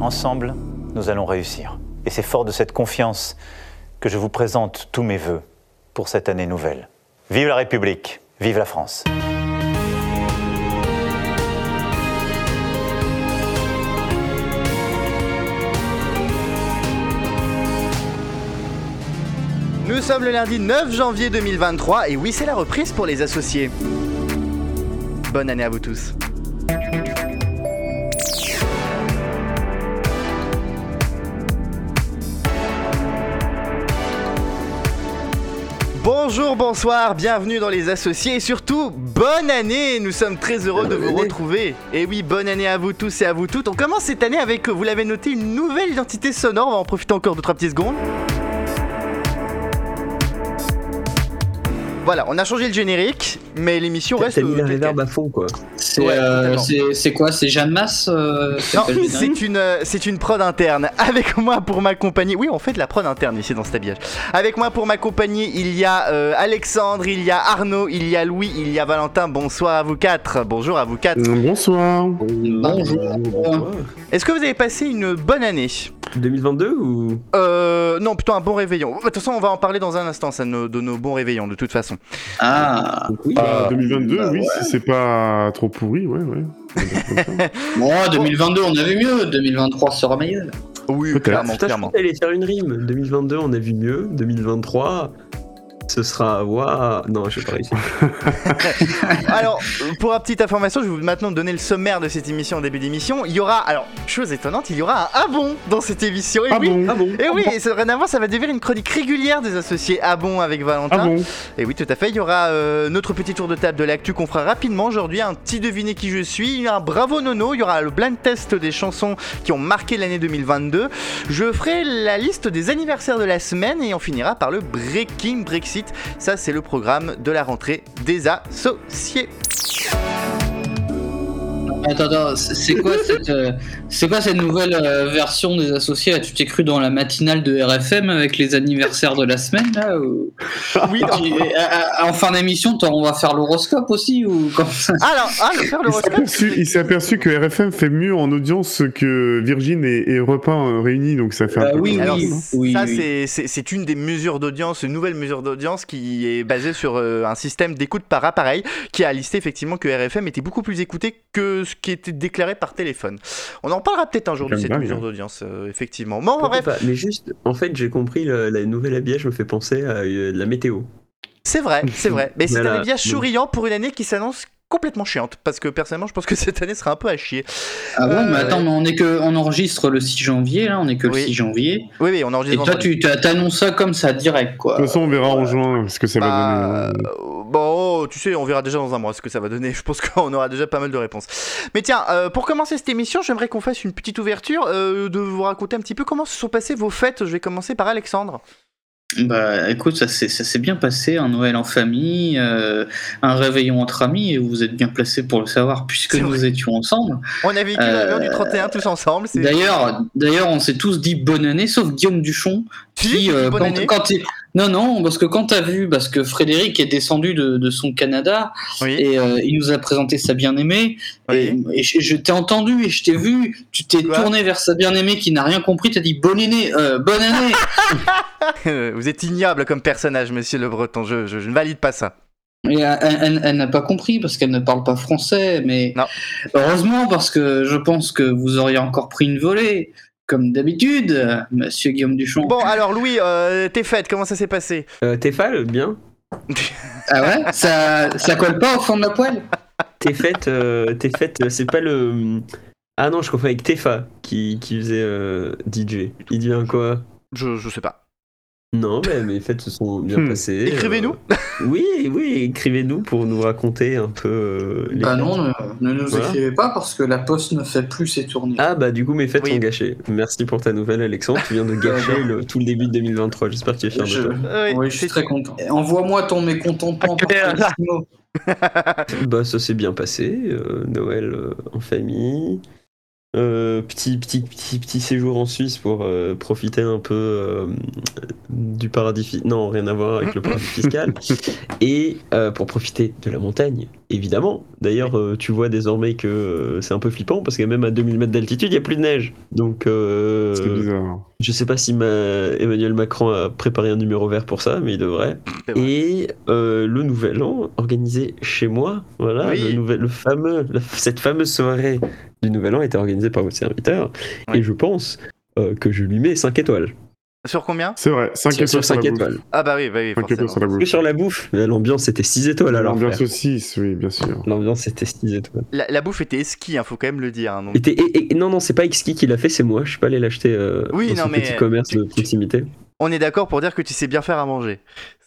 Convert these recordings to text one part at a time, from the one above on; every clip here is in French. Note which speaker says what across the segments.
Speaker 1: ensemble, nous allons réussir. Et c'est fort de cette confiance que je vous présente tous mes voeux pour cette année nouvelle. Vive la République, vive la France.
Speaker 2: Nous sommes le lundi 9 janvier 2023 et oui, c'est la reprise pour les associés. Bonne année à vous tous. Bonjour, bonsoir, bienvenue dans les associés et surtout bonne année. Nous sommes très heureux de
Speaker 3: Bonne
Speaker 2: vous
Speaker 3: année.
Speaker 2: retrouver. Et oui, bonne année à vous tous et à vous toutes. On commence cette année avec, vous l'avez noté, une nouvelle identité sonore. On va en profiter encore de trois petites secondes. Voilà, on a changé le générique, mais l'émission
Speaker 3: T'as
Speaker 2: reste.
Speaker 3: t'as mis
Speaker 2: euh,
Speaker 3: la
Speaker 2: telle
Speaker 3: réverb à fond, quoi.
Speaker 4: C'est
Speaker 2: Ouais,
Speaker 4: euh,
Speaker 2: totalement.
Speaker 4: c'est- c'est quoi C'est Jeanne Masse euh, qui
Speaker 2: Non,
Speaker 4: appelle le générique
Speaker 2: c'est une, euh, c'est une prod interne. Avec moi pour m'accompagner. Oui, on fait de la prod interne ici dans cet habillage. Avec moi pour m'accompagner, il y a euh, Alexandre, il y a Arnaud, il y a Louis, il y a Valentin. Bonsoir à vous quatre. Bonjour à vous quatre.
Speaker 3: Mm.
Speaker 5: Bonsoir.
Speaker 4: Bonjour.
Speaker 2: Est-ce que vous avez passé une bonne année
Speaker 3: 2022 ou
Speaker 2: Euh. Non, plutôt un bon réveillon. De toute façon, on va en parler dans un instant, ça, nos- de nos bons réveillons, de toute façon.
Speaker 4: Ah,
Speaker 3: Donc Oui,
Speaker 5: Bah,
Speaker 3: bah,
Speaker 5: 2022,
Speaker 4: bah
Speaker 5: oui,
Speaker 4: ouais.
Speaker 5: si c'est pas trop pourri, ouais, ouais.
Speaker 4: bon, 2022, on avait mieux. 2023 sera meilleur.
Speaker 2: Oui,
Speaker 5: Peut-être.
Speaker 2: clairement,
Speaker 3: putain, je
Speaker 2: clairement.
Speaker 3: pensais aller faire une rime. 2022, on a vu mieux. 2023, ce sera. Waouh Non, je sais pas réussi.
Speaker 2: Alors, pour la petite information, je vais vous maintenant donner le sommaire de cette émission au début d'émission. Il y aura, alors, chose étonnante, il y aura un ah bon dans cette émission. Et
Speaker 5: Ah
Speaker 2: Eh oui,
Speaker 5: bon
Speaker 3: Ah bon
Speaker 2: Et oui, et dorénavant, ça va devenir une chronique régulière des associés Ah bon avec Valentin.
Speaker 5: Ah bon
Speaker 2: Et oui, tout à fait. Il y aura euh, notre petit tour de table de l'actu qu'on fera rapidement aujourd'hui. Un petit deviner qui je suis. Il y aura un bravo nono. Il y aura le blind test des chansons qui ont marqué l'année 2022. Je ferai la liste des anniversaires de la semaine et on finira par le Breaking Brexit. Ça, c'est le programme de la rentrée des associés.
Speaker 4: Attends, attends, c'est- c'est quoi cette, euh, c'est quoi cette nouvelle euh, version des associés là Tu t'es cru dans la matinale de RFM avec les anniversaires de la semaine là ou-
Speaker 2: Oui,
Speaker 4: Et, à- à- En fin d'émission, t'en- on va faire l'horoscope aussi ou comme ça
Speaker 2: alors, ah, je vais faire
Speaker 5: Il s'est
Speaker 2: l'horoscope.
Speaker 5: aperçu- Il s'est aperçu, que RFM fait mieux en audience que Virgin et, et Europe 1 réunis, donc ça fait un
Speaker 4: Bah
Speaker 5: peu.
Speaker 4: oui,
Speaker 2: Alors,
Speaker 4: oui,
Speaker 2: ça,
Speaker 4: oui, oui.
Speaker 2: c'est- c'est c'est une des mesures d'audience, une nouvelle mesure d'audience qui est basée sur euh, un système d'écoute par appareil qui a listé effectivement que RFM était beaucoup plus écouté que ce qui était déclaré par téléphone. On en parlera peut-être un jour de
Speaker 5: Comme
Speaker 2: cette
Speaker 5: dingue,
Speaker 2: mesure
Speaker 5: hein.
Speaker 2: d'audience, euh, effectivement. Bon,
Speaker 3: Pourquoi
Speaker 2: bref,
Speaker 3: pas Mais juste, en fait, j'ai compris, le, la nouvelle habillage me fait penser à euh, de la météo.
Speaker 2: c'est vrai, c'est vrai. Mais c'est
Speaker 3: Voilà.
Speaker 2: un bien souriant pour une année qui s'annonce complètement chiante parce que personnellement je pense que cette année sera un peu à chier.
Speaker 4: Ah bon,
Speaker 2: Euh,
Speaker 4: mais attends, mais on, est que, on enregistre le 6 janvier, là, on est que
Speaker 2: Oui.
Speaker 4: le 6 janvier.
Speaker 2: Oui oui, on
Speaker 4: Et
Speaker 2: enregistre
Speaker 4: toi,
Speaker 2: vendredi.
Speaker 4: tu tu- t'annonces ça comme ça direct,
Speaker 5: De
Speaker 4: quoi.
Speaker 5: toute façon, on verra en juin ce que ça va
Speaker 2: Bah,
Speaker 5: donner. hein.
Speaker 2: euh, bon, tu sais, on verra déjà dans un mois ce que ça va donner. Je pense qu'on aura déjà pas mal de réponses. Mais tiens, euh, pour commencer cette émission, j'aimerais qu'on fasse une petite ouverture, euh, de vous raconter un petit peu comment se sont passées vos fêtes. Je vais commencer par Alexandre.
Speaker 4: Bah écoute, ça s'est ça s'est bien passé, un Noël en famille, euh, un réveillon entre amis, et vous êtes bien placé pour le savoir puisque
Speaker 2: C'est
Speaker 4: nous
Speaker 2: vrai.
Speaker 4: étions ensemble.
Speaker 2: On a vécu
Speaker 4: Euh,
Speaker 2: la du 31 tous ensemble. c'est-
Speaker 4: D'ailleurs, d'ailleurs, on s'est tous dit bonne année, sauf Guillaume Duchon,
Speaker 2: Si,
Speaker 4: qui, euh,
Speaker 2: bonne
Speaker 4: quand,
Speaker 2: année.
Speaker 4: quand il- non non, parce que quand t'as vu, parce que Frédéric est descendu de, de son Canada
Speaker 2: Oui.
Speaker 4: et euh, il nous a présenté sa bien-aimée,
Speaker 2: oui.
Speaker 4: et, et je, je t'ai entendu et je t'ai vu, tu t'es
Speaker 2: Quoi
Speaker 4: tourné vers sa bien-aimée qui n'a rien compris, t'as dit bonne année, euh, bonne année.
Speaker 2: vous êtes ignoble comme personnage, monsieur le Breton. Je, je- je ne valide pas ça.
Speaker 4: Et elle, elle- elle n'a pas compris parce qu'elle ne parle pas français, mais
Speaker 2: Non.
Speaker 4: heureusement parce que je pense que vous auriez encore pris une volée, comme d'habitude, euh, monsieur Guillaume Duchamp.
Speaker 2: Bon, alors Louis, euh, tes fêtes, comment ça s'est passé
Speaker 3: Euh, Tefal, bien
Speaker 4: Ah ouais ça, ça colle pas au fond de la poêle
Speaker 3: T'es faite, euh, t'es faite, euh, c'est pas le. Ah non, je confonds avec Tefa qui, qui faisait euh, DJ. Il devient quoi
Speaker 2: je, je sais pas.
Speaker 3: Non, mais mes fêtes se sont bien
Speaker 5: Hmm.
Speaker 3: passées.
Speaker 2: Écrivez-nous.
Speaker 3: Euh, oui, oui, écrivez-nous pour nous raconter un peu. euh, les-
Speaker 4: Bah non, ne, ne nous
Speaker 3: Voilà.
Speaker 4: écrivez pas parce que la poste ne fait plus ses tournées.
Speaker 3: Ah bah du coup mes fêtes
Speaker 2: Oui.
Speaker 3: sont gâchées. Merci pour ta nouvelle Alexandre, tu viens de gâcher le- tout le début de 2023. J'espère que tu es
Speaker 5: Ah,
Speaker 3: fier
Speaker 4: Je-
Speaker 5: bah,
Speaker 3: de
Speaker 2: Oui,
Speaker 4: euh, oui, je suis
Speaker 2: c'est-
Speaker 4: très content. Envoie-moi ton mécontentement.
Speaker 2: Ah,
Speaker 4: par Colissimo.
Speaker 3: toi. Bah ça s'est bien passé, euh, Noël euh, en famille. Euh, petit, petit, petit, petit séjour en Suisse pour euh, profiter un peu euh, du paradis fiscal. Non, rien à voir avec le paradis fiscal. Et euh, pour profiter de la montagne, évidemment. D'ailleurs, euh, tu vois désormais que euh, c'est un peu flippant parce que même à 2000 mètres d'altitude, il n'y a plus de neige. Donc, euh,
Speaker 5: C'est bizarre.
Speaker 3: je sais pas si ma- Emmanuel Macron a préparé un numéro vert pour ça, mais il devrait.
Speaker 2: C'est vrai.
Speaker 3: Et euh, le nouvel an organisé chez moi, voilà,
Speaker 2: Oui.
Speaker 3: le, nouvel, le fameux, la- cette fameuse soirée du nouvel an était organisée par votre serviteur,
Speaker 2: Ouais.
Speaker 3: et je pense euh, que je lui mets 5 étoiles.
Speaker 2: Sur combien
Speaker 5: C'est vrai, 5
Speaker 3: Sur-
Speaker 5: étoiles
Speaker 3: sur
Speaker 5: sur la
Speaker 3: 5
Speaker 5: bouffe.
Speaker 3: étoiles.
Speaker 2: Ah bah oui, bah oui,
Speaker 5: Cinq
Speaker 2: forcément.
Speaker 5: étoiles sur la
Speaker 3: Que
Speaker 5: bouffe.
Speaker 3: sur la bouffe, mais l'ambiance était 6 étoiles alors.
Speaker 5: L'ambiance
Speaker 3: frère.
Speaker 5: saucisse, oui, bien sûr.
Speaker 3: L'ambiance était 6 étoiles.
Speaker 2: La, la bouffe était esquie, hein, faut quand même le dire. hein, donc.
Speaker 3: Et t'es- et- et- non, non, c'est pas Exki qui l'a fait, c'est moi. Je suis pas allé l'acheter euh,
Speaker 2: Oui,
Speaker 3: dans
Speaker 2: non,
Speaker 3: ce
Speaker 2: mais
Speaker 3: petit commerce
Speaker 2: tu-
Speaker 3: de
Speaker 2: tu-
Speaker 3: proximité.
Speaker 2: On est d'accord pour dire que tu sais bien faire à manger.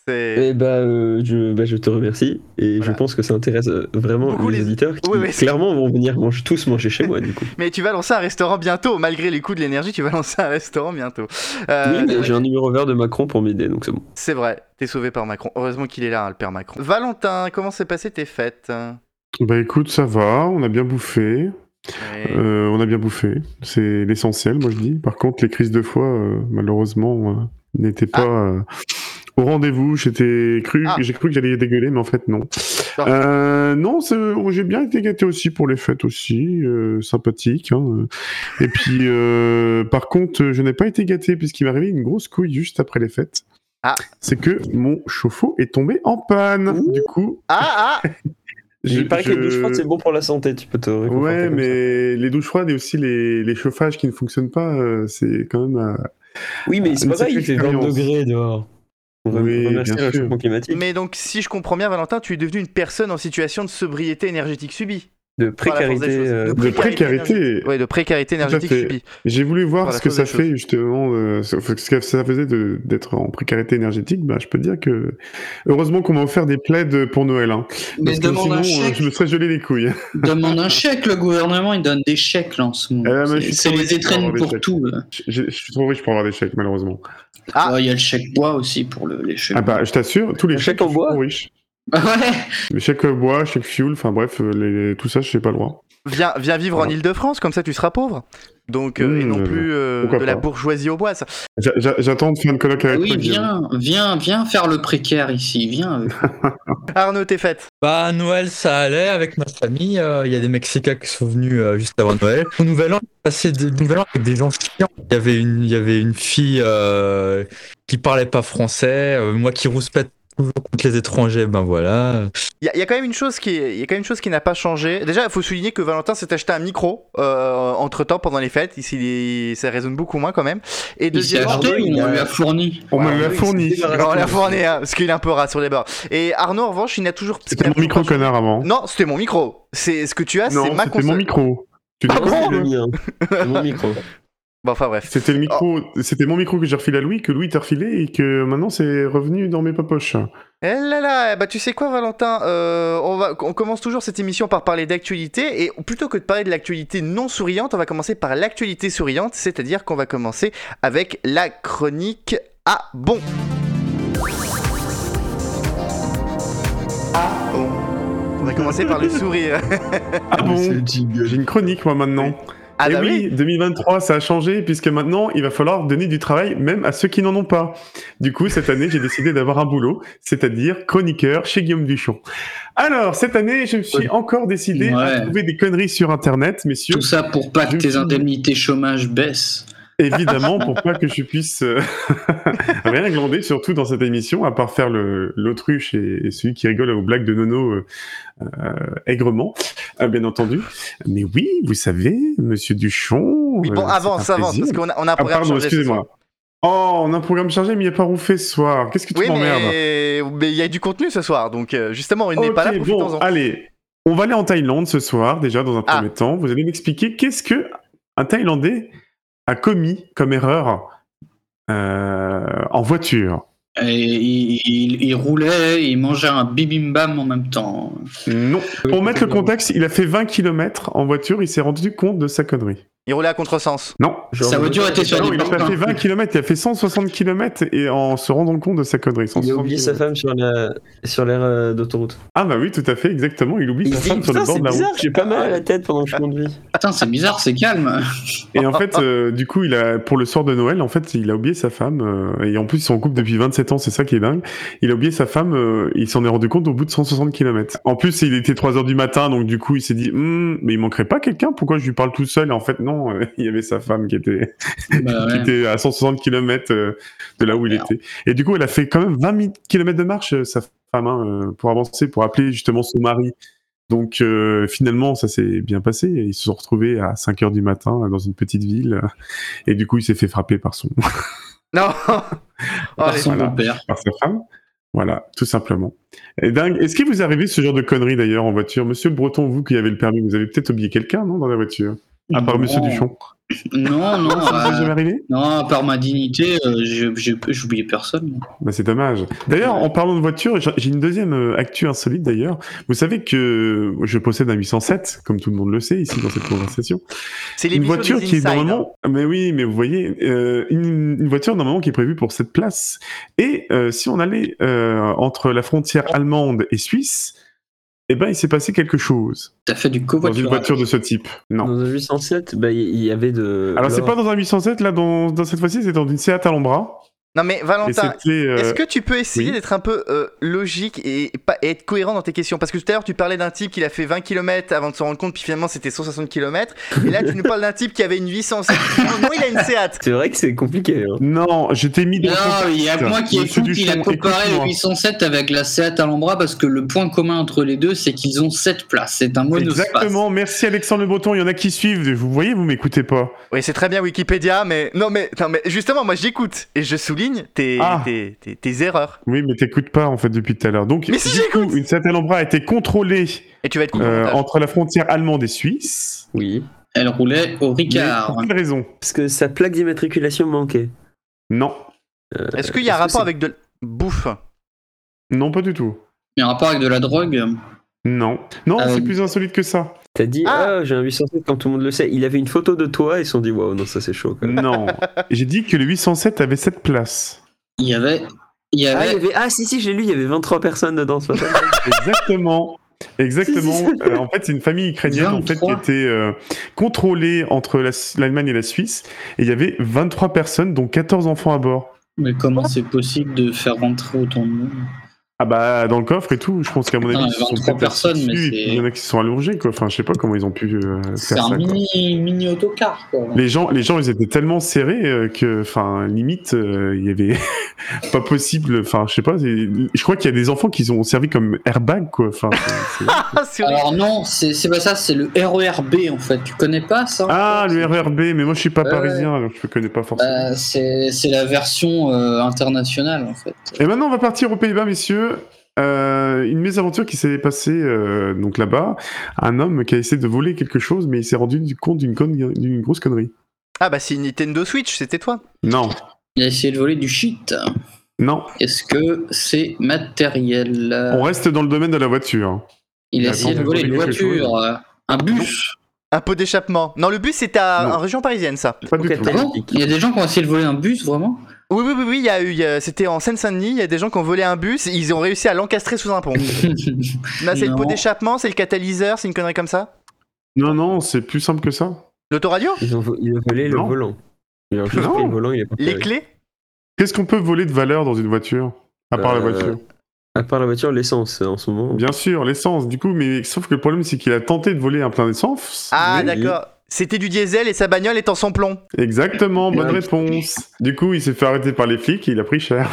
Speaker 2: C'est
Speaker 3: Et bah, euh, je, bah, je te remercie, et
Speaker 2: Voilà.
Speaker 3: je pense que ça intéresse euh, vraiment
Speaker 2: Beaucoup
Speaker 3: les
Speaker 2: les-
Speaker 3: auditeurs qui
Speaker 2: Oui, oui, c'est-
Speaker 3: clairement vont venir manger, tous manger chez moi du coup.
Speaker 2: Mais tu vas lancer un restaurant bientôt, malgré les coûts de l'énergie, tu vas lancer un restaurant bientôt. Euh,
Speaker 3: oui, mais j'ai un numéro vert de Macron pour m'aider, donc c'est bon.
Speaker 2: C'est vrai, t'es sauvé par Macron. Heureusement qu'il est là, hein, le père Macron. Valentin, comment s'est passé tes fêtes hein
Speaker 5: Bah écoute, ça va, on a bien bouffé.
Speaker 2: Ouais.
Speaker 5: Euh, on a bien bouffé, c'est l'essentiel, moi je dis. Par contre, les crises de foie, euh, malheureusement, euh, n'étaient pas euh, au rendez-vous. J'étais cru,
Speaker 2: Ah.
Speaker 5: j'ai cru que j'allais dégueuler, mais en fait non.
Speaker 2: Ah.
Speaker 5: Euh, non, c'est- j'ai bien été gâté aussi pour les fêtes aussi, euh, sympathique. hein. Et puis, euh, par contre, je n'ai pas été gâté puisqu'il m'est arrivé une grosse couille juste après les fêtes.
Speaker 2: Ah.
Speaker 5: C'est que mon chauffe-eau est tombé en panne.
Speaker 3: Ouh.
Speaker 5: Du coup,
Speaker 2: Ah ah
Speaker 5: j'ai-
Speaker 3: Il paraît que les douches
Speaker 5: je-
Speaker 3: froides, c'est bon pour la santé, tu peux te réconforter
Speaker 5: Ouais,
Speaker 3: comme
Speaker 5: mais les douches froides et aussi les, les chauffages qui ne fonctionnent pas, euh, c'est quand même. euh,
Speaker 3: ça. Oui, mais c'est
Speaker 5: une
Speaker 3: pas pareil, il fait
Speaker 5: sacrée
Speaker 3: 20
Speaker 5: expérience.
Speaker 3: degrés dehors. On va
Speaker 5: Oui,
Speaker 3: remercier
Speaker 5: bien
Speaker 3: le
Speaker 5: sûr.
Speaker 3: changement climatique.
Speaker 2: Mais donc, si je comprends bien, Valentin, tu es devenu une personne en situation de sobriété énergétique subie.
Speaker 3: De
Speaker 2: Par la force des
Speaker 3: précarité.
Speaker 2: choses.
Speaker 3: euh,
Speaker 5: de précarité.
Speaker 2: énergétique. Ouais, de précarité
Speaker 5: à
Speaker 2: énergétique
Speaker 5: fait.
Speaker 2: subie.
Speaker 5: J'ai voulu voir
Speaker 2: Voilà,
Speaker 5: ce que
Speaker 2: chose des
Speaker 5: ça fait justement, euh, ce ce que ça faisait de- d'être en précarité énergétique. Bah, je peux te dire que heureusement qu'on m'a offert des plaides pour Noël. hein.
Speaker 4: Mais
Speaker 5: Parce que
Speaker 4: demande
Speaker 5: sinon,
Speaker 4: un
Speaker 5: euh,
Speaker 4: chèque.
Speaker 5: je me serais gelé les couilles.
Speaker 4: Demande un chèque, le gouvernement, il donne des chèques là en ce moment.
Speaker 5: Ah, mais
Speaker 4: C'est-
Speaker 5: je suis
Speaker 4: c'est
Speaker 5: sûr
Speaker 4: les
Speaker 5: qu'il va
Speaker 4: étrennes
Speaker 5: avoir des
Speaker 4: pour
Speaker 5: chèques.
Speaker 4: tout. là.
Speaker 5: Je, je- je suis trop riche pour avoir des chèques, malheureusement.
Speaker 2: Ah.
Speaker 4: Ouais, Il y a le chèque bois aussi pour le, les chèques.
Speaker 5: Ah bah, je t'assure, tous les
Speaker 3: Un chèque
Speaker 5: chèques
Speaker 3: en
Speaker 5: je suis
Speaker 3: bois
Speaker 5: trop riche.
Speaker 4: ouais.
Speaker 5: Les chèques en bois, chèques fuel, enfin bref, euh, les- tout ça, je sais pas le droit.
Speaker 2: Viens, viens vivre en
Speaker 5: Voilà.
Speaker 2: Ile-de-France, comme ça tu seras pauvre. Donc, euh, et non
Speaker 5: Mmh,
Speaker 2: plus euh,
Speaker 5: pourquoi
Speaker 2: de la
Speaker 5: pas.
Speaker 2: bourgeoisie au bois. ça.
Speaker 5: J'a- j'a- J'attends de faire une colloque avec
Speaker 4: Ah Oui,
Speaker 5: toi, Guillaume.
Speaker 4: viens, viens, viens faire le précaire ici, viens. avec nous.
Speaker 2: Arnaud, tes fêtes
Speaker 6: Bah, Noël, ça allait avec ma famille. euh, Il y a des Mexicains qui sont venus euh, juste avant Noël. Au Nouvel An, j'ai passé des le Nouvel An avec des gens chiants. Il y avait une, il y avait une fille euh, qui parlait pas français. euh, moi qui rouspète toujours contre les étrangers, ben voilà.
Speaker 2: Il y, a- il y a quand même une chose qui, il y a quand même une chose qui n'a pas changé. Déjà, il faut souligner que Valentin s'est aché un micro entre temps pendant les fêtes. Ici, il- ça résonne beaucoup moins quand même. Et
Speaker 4: Il s'est
Speaker 2: deuxièmement,
Speaker 4: acheté,
Speaker 3: Arnaud, il
Speaker 4: on
Speaker 3: a-
Speaker 4: lui a fourni.
Speaker 5: On
Speaker 2: Ouais,
Speaker 5: me l'a
Speaker 2: oui,
Speaker 5: fourni.
Speaker 3: c'était
Speaker 2: on l'a fourni, hein, parce qu'il est un peu rat sur les bords. Et Arnaud, en revanche, il n'a toujours. il
Speaker 5: C'était
Speaker 2: n'a
Speaker 5: mon
Speaker 2: toujours
Speaker 5: micro,
Speaker 2: pas changé.
Speaker 5: connard, avant.
Speaker 2: Non, c'était mon micro. C'est ce que tu as, Ah, c'est ma
Speaker 5: c'était
Speaker 2: console.
Speaker 5: mon micro. Tu dis
Speaker 2: Ah
Speaker 5: quoi,
Speaker 2: bon
Speaker 5: c'est
Speaker 3: le
Speaker 5: le-
Speaker 3: mien. C'est mon micro.
Speaker 2: Bon, enfin bref.
Speaker 5: C'était le micro, c'était mon micro que j'ai refilé à Louis, que Louis t'a refilé et que maintenant c'est revenu dans mes poches.
Speaker 2: Eh là là, eh bah tu sais quoi Valentin, Euh, on, va, on commence toujours cette émission par parler d'actualité et plutôt que de parler de l'actualité non souriante, on va commencer par l'actualité souriante, c'est-à-dire qu'on va commencer avec la chronique Ah bon Ah bon On va commencer par le sourire.
Speaker 5: Ah bon J'ai une chronique moi maintenant.
Speaker 2: Ah
Speaker 5: et
Speaker 2: bah
Speaker 5: Eh oui, 2023 ça a changé puisque maintenant il va falloir donner du travail même à ceux qui n'en ont pas. Du coup cette année j'ai décidé d'avoir un boulot, c'est-à-dire chroniqueur chez Guillaume Duchamp. Alors cette année je me suis encore décidé à
Speaker 4: Ouais.
Speaker 5: trouver des conneries sur internet, messieurs.
Speaker 4: Tout ça pour pas que
Speaker 5: Je
Speaker 4: tes
Speaker 5: suis-
Speaker 4: indemnités chômage baissent.
Speaker 5: Évidemment, pour pas que je puisse euh, rien glander, surtout dans cette émission, à part faire le- l'autruche et, et celui qui rigole aux blagues de Nono euh, euh, aigrement, euh, bien entendu. Mais oui, vous savez, Monsieur Duchon.
Speaker 2: Oui, bon,
Speaker 5: euh,
Speaker 2: avance,
Speaker 5: c'est un
Speaker 2: avance,
Speaker 5: plaisir.
Speaker 2: parce qu'on a, on a un
Speaker 5: Ah,
Speaker 2: programme
Speaker 5: pardon,
Speaker 2: chargé ce soir.
Speaker 5: excusez-moi. Oh, on a un programme chargé, mais il n'y a pas rouffé ce soir. Qu'est-ce que tu
Speaker 2: Oui,
Speaker 5: m'emmerdes
Speaker 2: mais mais il y a du contenu ce soir, donc euh, justement, il n'est pas là,
Speaker 5: Ok,
Speaker 2: profitons-en.
Speaker 5: bon, ah. allez, on va aller en Thaïlande ce soir, déjà, dans un
Speaker 2: Ah.
Speaker 5: premier temps. Vous allez m'expliquer qu'est-ce que un Thaïlandais a commis comme erreur euh, en voiture.
Speaker 4: Et il, il- il roulait, il mangeait un bibimbam en même temps.
Speaker 5: Non. Pour mettre le contexte, il a fait 20 km en voiture, il s'est rendu compte de sa connerie.
Speaker 2: Il roulait à contresens.
Speaker 5: Non.
Speaker 3: Genre,
Speaker 4: Sa voiture était sur
Speaker 5: Non,
Speaker 4: des
Speaker 5: il a pas
Speaker 4: pentes.
Speaker 5: fait 20 km, il a fait 160 km et en se rendant compte de sa connerie.
Speaker 3: Il a
Speaker 5: 160
Speaker 3: oublié sa
Speaker 5: kilomètres.
Speaker 3: femme sur la sur l'aire euh, d'autoroute.
Speaker 5: Ah bah oui, tout à fait, exactement. Il oublie
Speaker 3: Il
Speaker 5: sa
Speaker 3: dit,
Speaker 5: femme sur
Speaker 3: Putain,
Speaker 5: le bord
Speaker 3: c'est
Speaker 5: de la route.
Speaker 3: bizarre, j'ai pas mal à la tête pendant que je conduis.
Speaker 4: Attends, c'est bizarre, c'est calme.
Speaker 5: Et en fait, euh, du coup, il a, pour le soir de Noël, en fait, il a oublié sa femme. euh, et en plus, ils sont en couple depuis 27 ans, c'est ça qui est dingue. Il a oublié sa femme, euh, il s'en est rendu compte au bout de 160 km. En plus, il était 3 heures du matin, donc du coup, il s'est dit, Hmm, mais il manquerait pas quelqu'un, pourquoi je lui parle tout seul Et en fait, non, euh, il y avait sa femme qui était,
Speaker 4: Bah
Speaker 5: qui
Speaker 4: ouais.
Speaker 5: était à 160 km euh, de là où il
Speaker 4: Merde.
Speaker 5: était. Et du coup, elle a fait quand même 20 km de marche, euh, sa femme, hein, euh, pour avancer, pour appeler justement son mari. Donc euh, finalement, ça s'est bien passé. Ils se sont retrouvés à 5 heures du matin euh, dans une petite ville. euh, Et du coup, il s'est fait frapper par, son,
Speaker 2: Non Oh,
Speaker 4: Par
Speaker 2: Allez.
Speaker 4: son
Speaker 5: voilà.
Speaker 4: beau-père.
Speaker 5: par sa femme. Voilà, tout simplement. Et dingue. Est-ce qu'il vous est arrivé ce genre de conneries d'ailleurs en voiture Monsieur le Breton, vous qui avez le permis, vous avez peut-être oublié quelqu'un, non, dans la voiture À part Monsieur
Speaker 4: Non.
Speaker 5: Duchon.
Speaker 4: Non, non.
Speaker 5: Ça vous est
Speaker 4: euh,
Speaker 5: jamais arrivé
Speaker 4: Non, à part ma dignité, euh, je- je- j'oubliais personne.
Speaker 5: Bah, c'est dommage. D'ailleurs, en parlant de voiture, j'ai j'ai une deuxième euh, actu insolite d'ailleurs. Vous savez que euh, je possède un 807, comme tout le monde le sait ici dans cette conversation.
Speaker 2: C'est
Speaker 5: Une
Speaker 2: l'émission
Speaker 5: voiture
Speaker 2: des hein.
Speaker 5: qui est
Speaker 2: Inside,
Speaker 5: normalement, Ah, mais oui, mais vous voyez, euh, une, une voiture normalement qui est prévue pour cette place. Et euh, si on allait euh, entre la frontière allemande et suisse, eh ben il s'est passé quelque chose
Speaker 4: T'as fait du
Speaker 5: dans une
Speaker 4: covoiturage.
Speaker 5: voiture de ce type. Non.
Speaker 3: Dans un 807, bah, il y, y avait de.
Speaker 5: Alors c'est
Speaker 3: l'or.
Speaker 5: pas dans un 807 là, dans, dans cette fois-ci, c'est dans une Seat Alhambra.
Speaker 2: hein. Non mais
Speaker 5: Et
Speaker 2: Valentin,
Speaker 5: c'était. euh,
Speaker 2: Est-ce que tu peux essayer
Speaker 5: oui.
Speaker 2: d'être un peu euh, logique et, et pas, et être cohérent dans tes questions Parce que tout à l'heure, tu parlais d'un type qui a fait 20 km avant de se rendre compte, puis finalement c'était 160 km. Et là, tu nous parles d'un type qui avait une 807. Non, il a une Seat.
Speaker 3: C'est vrai que c'est compliqué. hein.
Speaker 5: Non, je t'ai mis dans.
Speaker 4: Non,
Speaker 5: le contexte.
Speaker 4: il y a moi qui
Speaker 5: Monsieur
Speaker 4: écoute, il a
Speaker 5: Duchon,
Speaker 4: comparé le
Speaker 5: écoute-moi.
Speaker 4: 807 avec la Seat Alhambra parce que le point commun entre les deux, c'est qu'ils ont 7 places. C'est un monospace.
Speaker 5: Exactement, merci Alexandre Le Breton, il y en a qui suivent, vous voyez, vous m'écoutez pas.
Speaker 2: Oui, c'est très bien Wikipédia, mais non, mais, non, mais justement, moi j'écoute et je souligne tes,
Speaker 5: Ah.
Speaker 2: tes, tes- tes erreurs.
Speaker 5: Oui, mais t'écoutes pas en fait depuis tout à l'heure. Donc,
Speaker 2: Mais si,
Speaker 5: du coup,
Speaker 2: j'écoute.
Speaker 5: une certaine Alhambra a été contrôlée
Speaker 2: Et tu vas être content.
Speaker 5: euh, entre la frontière allemande et suisse.
Speaker 3: Oui.
Speaker 4: Elle roulait au Ricard.
Speaker 5: Mais pour quelle raison
Speaker 3: Parce que sa plaque d'immatriculation manquait.
Speaker 5: Non,
Speaker 2: Est-ce qu'il y a un
Speaker 3: est-ce que
Speaker 2: rapport
Speaker 3: c'est-
Speaker 2: avec de l- bouffe
Speaker 5: non, pas du tout.
Speaker 4: Il y a un rapport avec de la drogue.
Speaker 5: Non, non,
Speaker 4: Euh,
Speaker 5: c'est plus insolite que ça.
Speaker 3: T'as dit,
Speaker 2: Ah
Speaker 3: ah, j'ai un 807 quand tout le monde le sait. Il avait une photo de toi et ils se sont dit, waouh, non, ça c'est chaud. Quoi.
Speaker 5: Non, j'ai dit que le 807 avait 7 places.
Speaker 4: Il y avait. Il y
Speaker 3: Ah, il y
Speaker 4: avait.
Speaker 3: avait... ah, si, si, j'ai lu, il y avait 23 personnes dedans ce matin.
Speaker 5: Exactement. Exactement. Euh, en fait, c'est une famille ukrainienne en fait, qui
Speaker 4: 23.
Speaker 5: était euh, contrôlée entre la- l'Allemagne et la Suisse. Et il y avait 23 personnes, dont 14 enfants à bord.
Speaker 4: Mais comment c'est possible de faire rentrer autant de monde
Speaker 5: Ah bah dans le coffre et tout, je pense qu'à mon
Speaker 4: Putain,
Speaker 5: avis, ils se sont
Speaker 4: 23
Speaker 5: peut-être
Speaker 4: personnes,
Speaker 5: assis
Speaker 4: mais
Speaker 5: dessus, et
Speaker 4: c'est-
Speaker 5: puis il y en a qui se sont allongés quoi. Enfin, je sais pas comment ils ont pu euh,
Speaker 4: C'est
Speaker 5: faire
Speaker 4: un
Speaker 5: ça. quoi.
Speaker 4: mini, mini autocar, quoi.
Speaker 5: Les gens, les gens, ils étaient tellement serrés euh, que, enfin, limite, euh, il y avait pas possible. Enfin, je sais pas. c'est- Je crois qu'il y a des enfants qui ont servi comme airbag quoi. Enfin, c'est- c'est-
Speaker 2: Ah, c'est horrible.
Speaker 4: Alors non, c'est c'est pas ça, c'est le RERB en fait. Tu connais pas ça
Speaker 5: ah le RERB, mais moi je suis pas
Speaker 4: Ouais,
Speaker 5: parisien, donc je connais pas forcément.
Speaker 4: Bah, c'est c'est la version euh, internationale en fait.
Speaker 5: Et maintenant, on va partir aux Pays-Bas, messieurs. Euh, une mésaventure qui s'est passée euh, donc là-bas. Un homme qui a essayé de voler quelque chose, mais il s'est rendu compte d'une conne- d'une grosse connerie.
Speaker 2: Ah, bah c'est une Nintendo Switch, c'était toi.
Speaker 5: Non,
Speaker 4: Il a essayé de voler du shit.
Speaker 5: non.
Speaker 4: Est-ce que c'est matériel
Speaker 3: Euh.
Speaker 5: On reste dans le domaine de la voiture.
Speaker 4: Il a
Speaker 5: attends,
Speaker 4: essayé de
Speaker 5: on
Speaker 4: voler une
Speaker 5: voit quelque
Speaker 4: voiture, euh, un bus.
Speaker 2: Un pot d'échappement. Non, le but c'était à-
Speaker 5: Non.
Speaker 2: en région parisienne, ça.
Speaker 5: Pas du
Speaker 3: Ok,
Speaker 5: tout.
Speaker 3: t'as-
Speaker 4: Ah bon Il y a des gens qui ont essayé de voler un bus vraiment
Speaker 2: Oui, oui, oui, oui, il y a eu, il y a- c'était en Seine-Saint-Denis, il y a des gens qui ont volé un bus, et ils ont réussi à l'encastrer sous un
Speaker 5: Ah
Speaker 2: pont. Là, c'est le pot
Speaker 4: Non.
Speaker 2: d'échappement, c'est le catalyseur, c'est une connerie comme ça
Speaker 5: Non, non, c'est plus simple que ça.
Speaker 2: L'autoradio
Speaker 3: Ils ont, ils ont volé
Speaker 5: Non.
Speaker 3: le volant. Ils ont juste
Speaker 5: Non.
Speaker 3: pris le volant, il est parti
Speaker 2: Les
Speaker 3: avec.
Speaker 2: clés
Speaker 5: Qu'est-ce qu'on peut voler de valeur dans une voiture À part la
Speaker 3: Euh,
Speaker 5: voiture.
Speaker 3: À part la voiture, l'essence en ce moment.
Speaker 5: Bien sûr, l'essence, du coup, mais sauf que le problème, c'est qu'il a tenté de voler un plein d'essence.
Speaker 2: Ah,
Speaker 5: mais-
Speaker 2: d'accord. C'était du diesel et sa bagnole est en son plomb.
Speaker 5: Exactement, bonne
Speaker 3: Ouais.
Speaker 5: réponse. Du coup, il s'est fait arrêter par les flics et il a pris cher.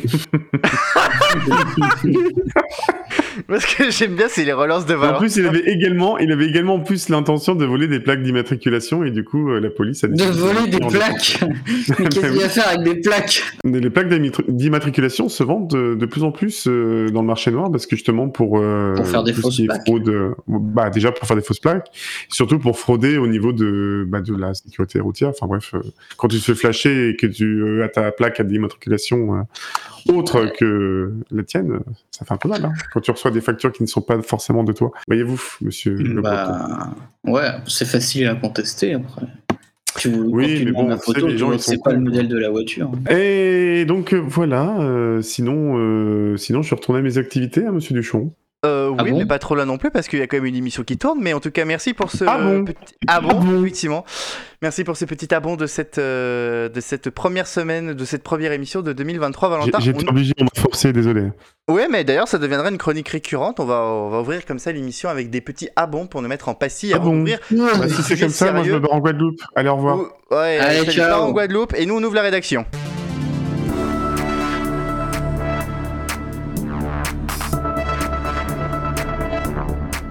Speaker 2: Parce que j'aime bien, c'est les relances de
Speaker 5: En
Speaker 2: valeur.
Speaker 5: plus, il avait également, il avait également en plus l'intention de voler des plaques d'immatriculation et du coup, euh, la police a
Speaker 4: De
Speaker 5: décidé
Speaker 4: voler des
Speaker 5: en-
Speaker 4: plaques Mais qu'est-ce
Speaker 5: Mais
Speaker 4: qu'il
Speaker 5: oui.
Speaker 4: va faire avec des plaques
Speaker 5: Mais Les plaques d'immatri- d'immatriculation se vendent de, de plus en plus euh, dans le marché noir parce que justement pour, euh,
Speaker 4: Pour faire des
Speaker 5: tout ce
Speaker 4: fausses
Speaker 5: qui est
Speaker 4: plaques.
Speaker 5: fraude, euh, bah déjà pour faire des fausses plaques, surtout pour frauder au niveau de, bah, de la sécurité routière. Enfin bref, euh, quand tu te fais flasher et que tu euh, as ta plaque à d'immatriculation euh, autre que la tienne, euh, ça fait un peu mal. hein, quand tu reçois des factures qui ne sont pas
Speaker 4: Mm,
Speaker 5: forcément de toi, voyez-vous, monsieur. le Breton.
Speaker 4: Bah, ouais, c'est facile à contester après. Tu, quand
Speaker 5: Oui,
Speaker 4: tu
Speaker 5: mais
Speaker 4: demandes
Speaker 5: bon,
Speaker 4: la
Speaker 5: tu sais,
Speaker 4: photo,
Speaker 5: les
Speaker 4: tu
Speaker 5: gens,
Speaker 4: vois
Speaker 5: ils
Speaker 4: que
Speaker 5: sont
Speaker 4: c'est pas
Speaker 5: cons.
Speaker 4: le modèle de la voiture.
Speaker 5: Et donc euh, voilà, euh, sinon, euh, sinon je suis retourné à mes activités, hein, monsieur Duchon.
Speaker 2: Euh,
Speaker 4: Ah
Speaker 2: oui,
Speaker 4: bon
Speaker 2: mais pas trop là non plus parce qu'il y a quand même une émission qui tourne. Mais en tout cas, merci pour ce
Speaker 5: Ah bon
Speaker 2: petit ah bon,
Speaker 5: Ah bon
Speaker 2: effectivement. Merci pour ce petit abon de cette euh, de cette première semaine de cette première émission de 2023
Speaker 5: J'ai-
Speaker 2: Valentin.
Speaker 5: J'ai
Speaker 2: on-
Speaker 5: été obligé, on m'a forcé, désolé.
Speaker 2: Ouais, mais d'ailleurs, ça deviendra une chronique récurrente. On va, on va ouvrir comme ça l'émission avec des petits abons pour nous mettre en pastille
Speaker 5: Ah
Speaker 2: avant
Speaker 5: bon
Speaker 2: d'ouvrir.
Speaker 5: Bah, si c'est comme ça, moi je me
Speaker 2: sérieux
Speaker 5: barre en Guadeloupe. Allez, au revoir.
Speaker 2: Ou- Ouais,
Speaker 4: Allez,
Speaker 2: salut,
Speaker 4: ciao.
Speaker 2: part en Guadeloupe et nous on ouvre la rédaction.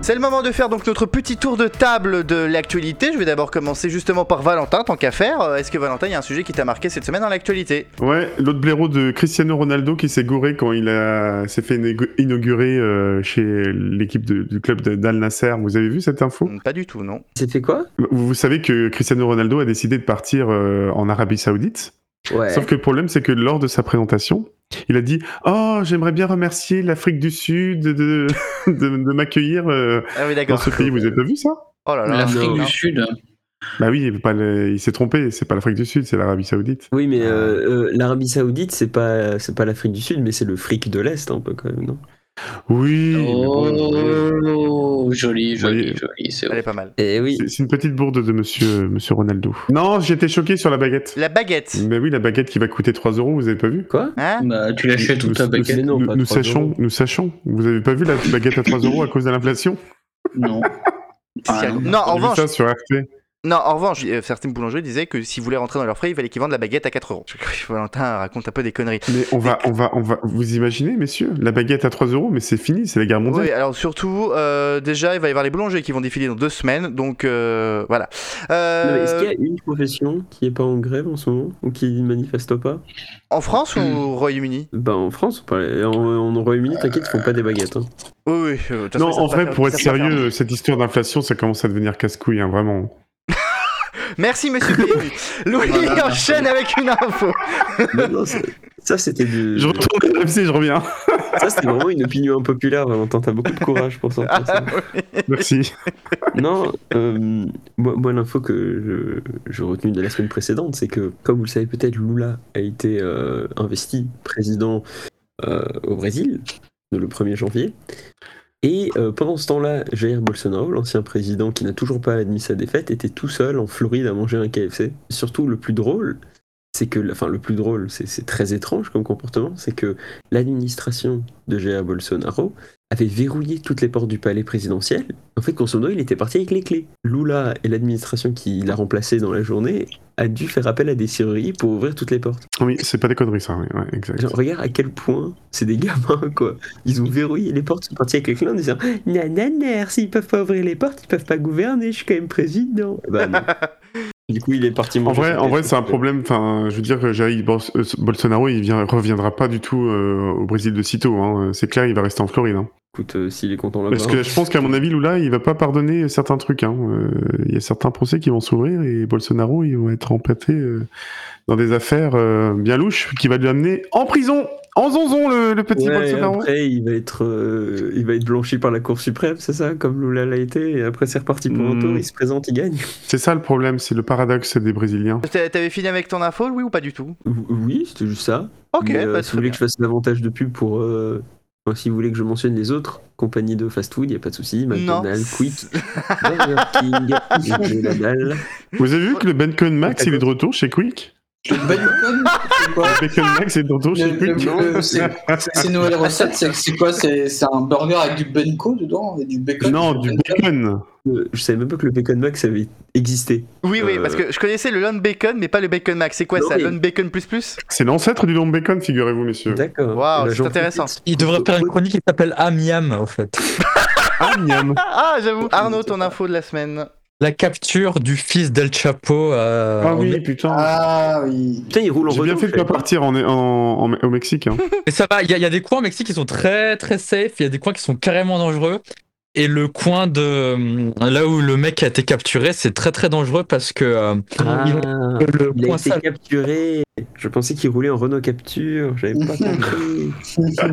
Speaker 2: C'est le moment de faire donc notre petit tour de table de l'actualité. Je vais d'abord commencer justement par Valentin, tant qu'à faire. Euh, Est-ce que Valentin, il y a un sujet qui t'a marqué cette semaine dans l'actualité
Speaker 5: Ouais, l'autre blaireau de Cristiano Ronaldo qui s'est gouré quand il a s'est fait inaugu- inaugurer euh, chez l'équipe de- du club de- d'Al Nasser. Vous avez vu cette info
Speaker 2: Pas du tout, non.
Speaker 3: C'est fait quoi
Speaker 5: Vous vous savez que Cristiano Ronaldo a décidé de partir euh, en Arabie Saoudite.
Speaker 3: Ouais.
Speaker 5: Sauf que le problème, c'est que lors de sa présentation, il a dit Oh, j'aimerais bien remercier l'Afrique du Sud de, de, de m'accueillir euh,
Speaker 2: Ah oui,
Speaker 5: dans
Speaker 2: d'accord.
Speaker 5: ce pays. Vous avez pas vu ça
Speaker 2: Oh là là.
Speaker 4: L'Afrique
Speaker 2: non.
Speaker 4: du Sud.
Speaker 5: Bah oui, il, est pas le- il s'est trompé. C'est pas l'Afrique du Sud, c'est l'Arabie Saoudite.
Speaker 3: Oui, mais euh, euh, l'Arabie Saoudite, c'est pas, c'est pas l'Afrique du Sud, mais c'est le fric de l'Est, un peu quand même, non
Speaker 5: Oui. mais bon, oui.
Speaker 4: Oh, joli,
Speaker 5: Oui.
Speaker 4: joli, joli. C'est
Speaker 2: Elle
Speaker 4: vrai.
Speaker 2: est pas mal.
Speaker 3: Eh oui.
Speaker 5: C'est- C'est une petite bourde de monsieur, euh, monsieur Ronaldo. Non, j'étais choqué sur la baguette.
Speaker 2: La baguette.
Speaker 5: Bah oui, la baguette qui va coûter 3 euros, vous avez pas vu
Speaker 3: Quoi
Speaker 2: Hein
Speaker 4: Bah, tu l'achètes
Speaker 5: Nous-
Speaker 4: toute ta
Speaker 5: nous-
Speaker 4: baguette.
Speaker 3: non,
Speaker 5: nous,
Speaker 3: pas
Speaker 5: nous
Speaker 3: 3
Speaker 5: sachons,
Speaker 3: euros.
Speaker 5: nous sachons. Vous avez pas vu la baguette à 3 euros à cause de l'inflation
Speaker 4: Non. Ah,
Speaker 2: C'est-
Speaker 4: non.
Speaker 2: non, en
Speaker 5: J'ai vu
Speaker 2: revanche,
Speaker 5: ça sur RT.
Speaker 2: Non, en revanche, euh, certaines boulangeries disaient que s'ils voulaient rentrer dans leurs frais, il fallait qu'ils vendent la baguette à 4 euros. Valentin raconte un peu des conneries.
Speaker 5: Mais on va, on va, on va. Vous imaginez, messieurs, la baguette à 3 euros, mais c'est fini, c'est la guerre mondiale.
Speaker 2: Oui, alors surtout, euh, déjà, il va y avoir les boulangers qui vont défiler dans deux semaines, donc euh, voilà. Euh,
Speaker 3: Non, mais Est-ce qu'il y a une profession qui est pas en grève en ce moment ou qui manifeste pas
Speaker 2: En France ou
Speaker 4: Hmm.
Speaker 2: au Royaume-Uni
Speaker 3: Bah en France, on parlait- en, en Royaume-Uni, t'inquiète, ils font pas des baguettes. hein.
Speaker 2: Oui, oui. euh, de toute façon,
Speaker 5: Non,
Speaker 2: ils savent
Speaker 5: en
Speaker 2: pas
Speaker 5: vrai,
Speaker 2: faire-
Speaker 5: pour
Speaker 2: ils
Speaker 5: être
Speaker 2: savent pas faire.
Speaker 5: sérieux, cette histoire d'inflation, ça commence à devenir casse-couille, hein, vraiment. euh,
Speaker 2: Merci, monsieur PMU. Louis
Speaker 4: Voilà.
Speaker 2: enchaîne avec une info.
Speaker 3: Non, non, ça- ça c'était du...
Speaker 5: Je retourne à RMC, je reviens.
Speaker 3: ça c'était vraiment une opinion impopulaire, Valentin. T'as beaucoup de courage pour sortir ça.
Speaker 5: Merci.
Speaker 3: Non, euh, moi, moi, l'info que je- j'ai retenue de la semaine précédente, c'est que, comme vous le savez peut-être, Lula a été euh, investi président euh, au Brésil le le 1er janvier. Et euh, pendant ce temps-là, Jair Bolsonaro, l'ancien président qui n'a toujours pas admis sa défaite, était tout seul en Floride à manger un KFC. Surtout, le plus drôle, c'est que, enfin, le plus drôle, c'est c'est très étrange comme comportement, c'est que l'administration de Jair Bolsonaro avait verrouillé toutes les portes du palais présidentiel. En fait, grosso modo, il était parti avec les clés. Lula et l'administration qui l'a remplacé dans la journée a dû faire appel à des serruriers pour ouvrir toutes les portes.
Speaker 5: Oui, c'est pas des conneries, ça. oui, ouais, exact.
Speaker 3: Genre, regarde à quel point c'est des gamins, quoi. Ils ont verrouillé les portes, ils sont partis avec les clés en disant Nananer, s'ils peuvent pas ouvrir les portes, ils peuvent pas gouverner, je suis quand même président. Bah non. du coup, il est parti
Speaker 5: En
Speaker 3: manger
Speaker 5: vrai,
Speaker 3: son
Speaker 5: en vrai,
Speaker 3: KFC.
Speaker 5: c'est un problème. Enfin, je veux dire que Jair Bol- euh, Bolsonaro, il vient, reviendra pas du tout euh, au Brésil de sitôt. hein. C'est clair, il va rester en Floride. hein.
Speaker 3: Écoute, euh, s'il est content là-bas.
Speaker 5: Parce que je pense qu'à mon avis, Lula, il va pas pardonner certains trucs. hein. Euh, Il y a certains procès qui vont s'ouvrir et Bolsonaro, il va être empâté euh, dans des affaires euh, bien louches qui va lui amener en prison, en zonzon, le, le petit
Speaker 3: Ouais,
Speaker 5: Bolsonaro.
Speaker 3: après, il va être, euh, il va être blanchi par la Cour suprême, c'est ça, comme Lula l'a été. Et après, c'est reparti pour
Speaker 5: Mm.
Speaker 3: un tour. Il se présente, il gagne.
Speaker 5: C'est ça le problème, c'est le paradoxe des Brésiliens.
Speaker 2: T'a- T'avais fini avec ton info, Louis, ou pas du tout
Speaker 3: Ou- Oui, c'était juste ça.
Speaker 2: Ok,
Speaker 3: Mais, euh,
Speaker 2: bah,
Speaker 3: si
Speaker 2: très
Speaker 3: vous voulez
Speaker 2: bien.
Speaker 3: que je fasse davantage de pub pour, euh, enfin, si vous voulez que je mentionne les autres compagnies de fast-food, il y a pas de souci. McDonald's,
Speaker 2: Non.
Speaker 3: Quick, Burger King, McDonald's.
Speaker 5: Vous avez vu que le Bacon Max, il est de retour chez Quick
Speaker 4: Le Bacon, c'est quoi
Speaker 5: Le Bacon Max est de retour chez
Speaker 4: Le- le-
Speaker 5: Quick
Speaker 4: le- C'est
Speaker 5: Ah.
Speaker 4: c'est une nouvelle recette, c'est c'est quoi C'est c'est un burger avec du benko dedans et du bacon
Speaker 5: Non, du bacon.
Speaker 3: Euh, Je savais même pas que le Bacon Max avait existé.
Speaker 2: Oui, oui,
Speaker 3: Euh,
Speaker 2: parce que je connaissais le Lon Bacon, mais pas le Bacon Max. C'est quoi
Speaker 3: Non,
Speaker 2: ça,
Speaker 3: mais-
Speaker 2: Lon Bacon plus plus
Speaker 5: C'est l'ancêtre du long bacon, figurez-vous, messieurs.
Speaker 3: D'accord.
Speaker 2: Waouh,
Speaker 3: Eh ben,
Speaker 2: c'est
Speaker 3: j'en
Speaker 2: intéressant.
Speaker 3: profite.
Speaker 6: Il devrait faire une chronique qui s'appelle Amiam, en fait.
Speaker 5: Ah, miam.
Speaker 2: Ah, j'avoue. Arnaud, ton info de la semaine.
Speaker 6: La capture du fils d'El Chapo. euh,
Speaker 5: Ah
Speaker 6: en
Speaker 5: oui,
Speaker 6: Mexique.
Speaker 5: putain.
Speaker 4: Ah oui.
Speaker 3: Putain, il roule en
Speaker 5: J'ai bien
Speaker 3: Renault,
Speaker 5: fait de
Speaker 3: je
Speaker 5: pas
Speaker 3: savais pas.
Speaker 5: partir en, en- en- au Mexique. hein.
Speaker 6: Mais ça va, il y, a- il y a des coins au Mexique qui sont très très safe, il y a des coins qui sont carrément dangereux. Et le coin de euh, là où le mec a été capturé, c'est très très dangereux parce que euh,
Speaker 3: Ah,
Speaker 6: il- le
Speaker 3: il a
Speaker 6: coin
Speaker 3: été
Speaker 6: sale.
Speaker 3: capturé. Je pensais qu'il roulait en Renault Capture. J'avais pas compris.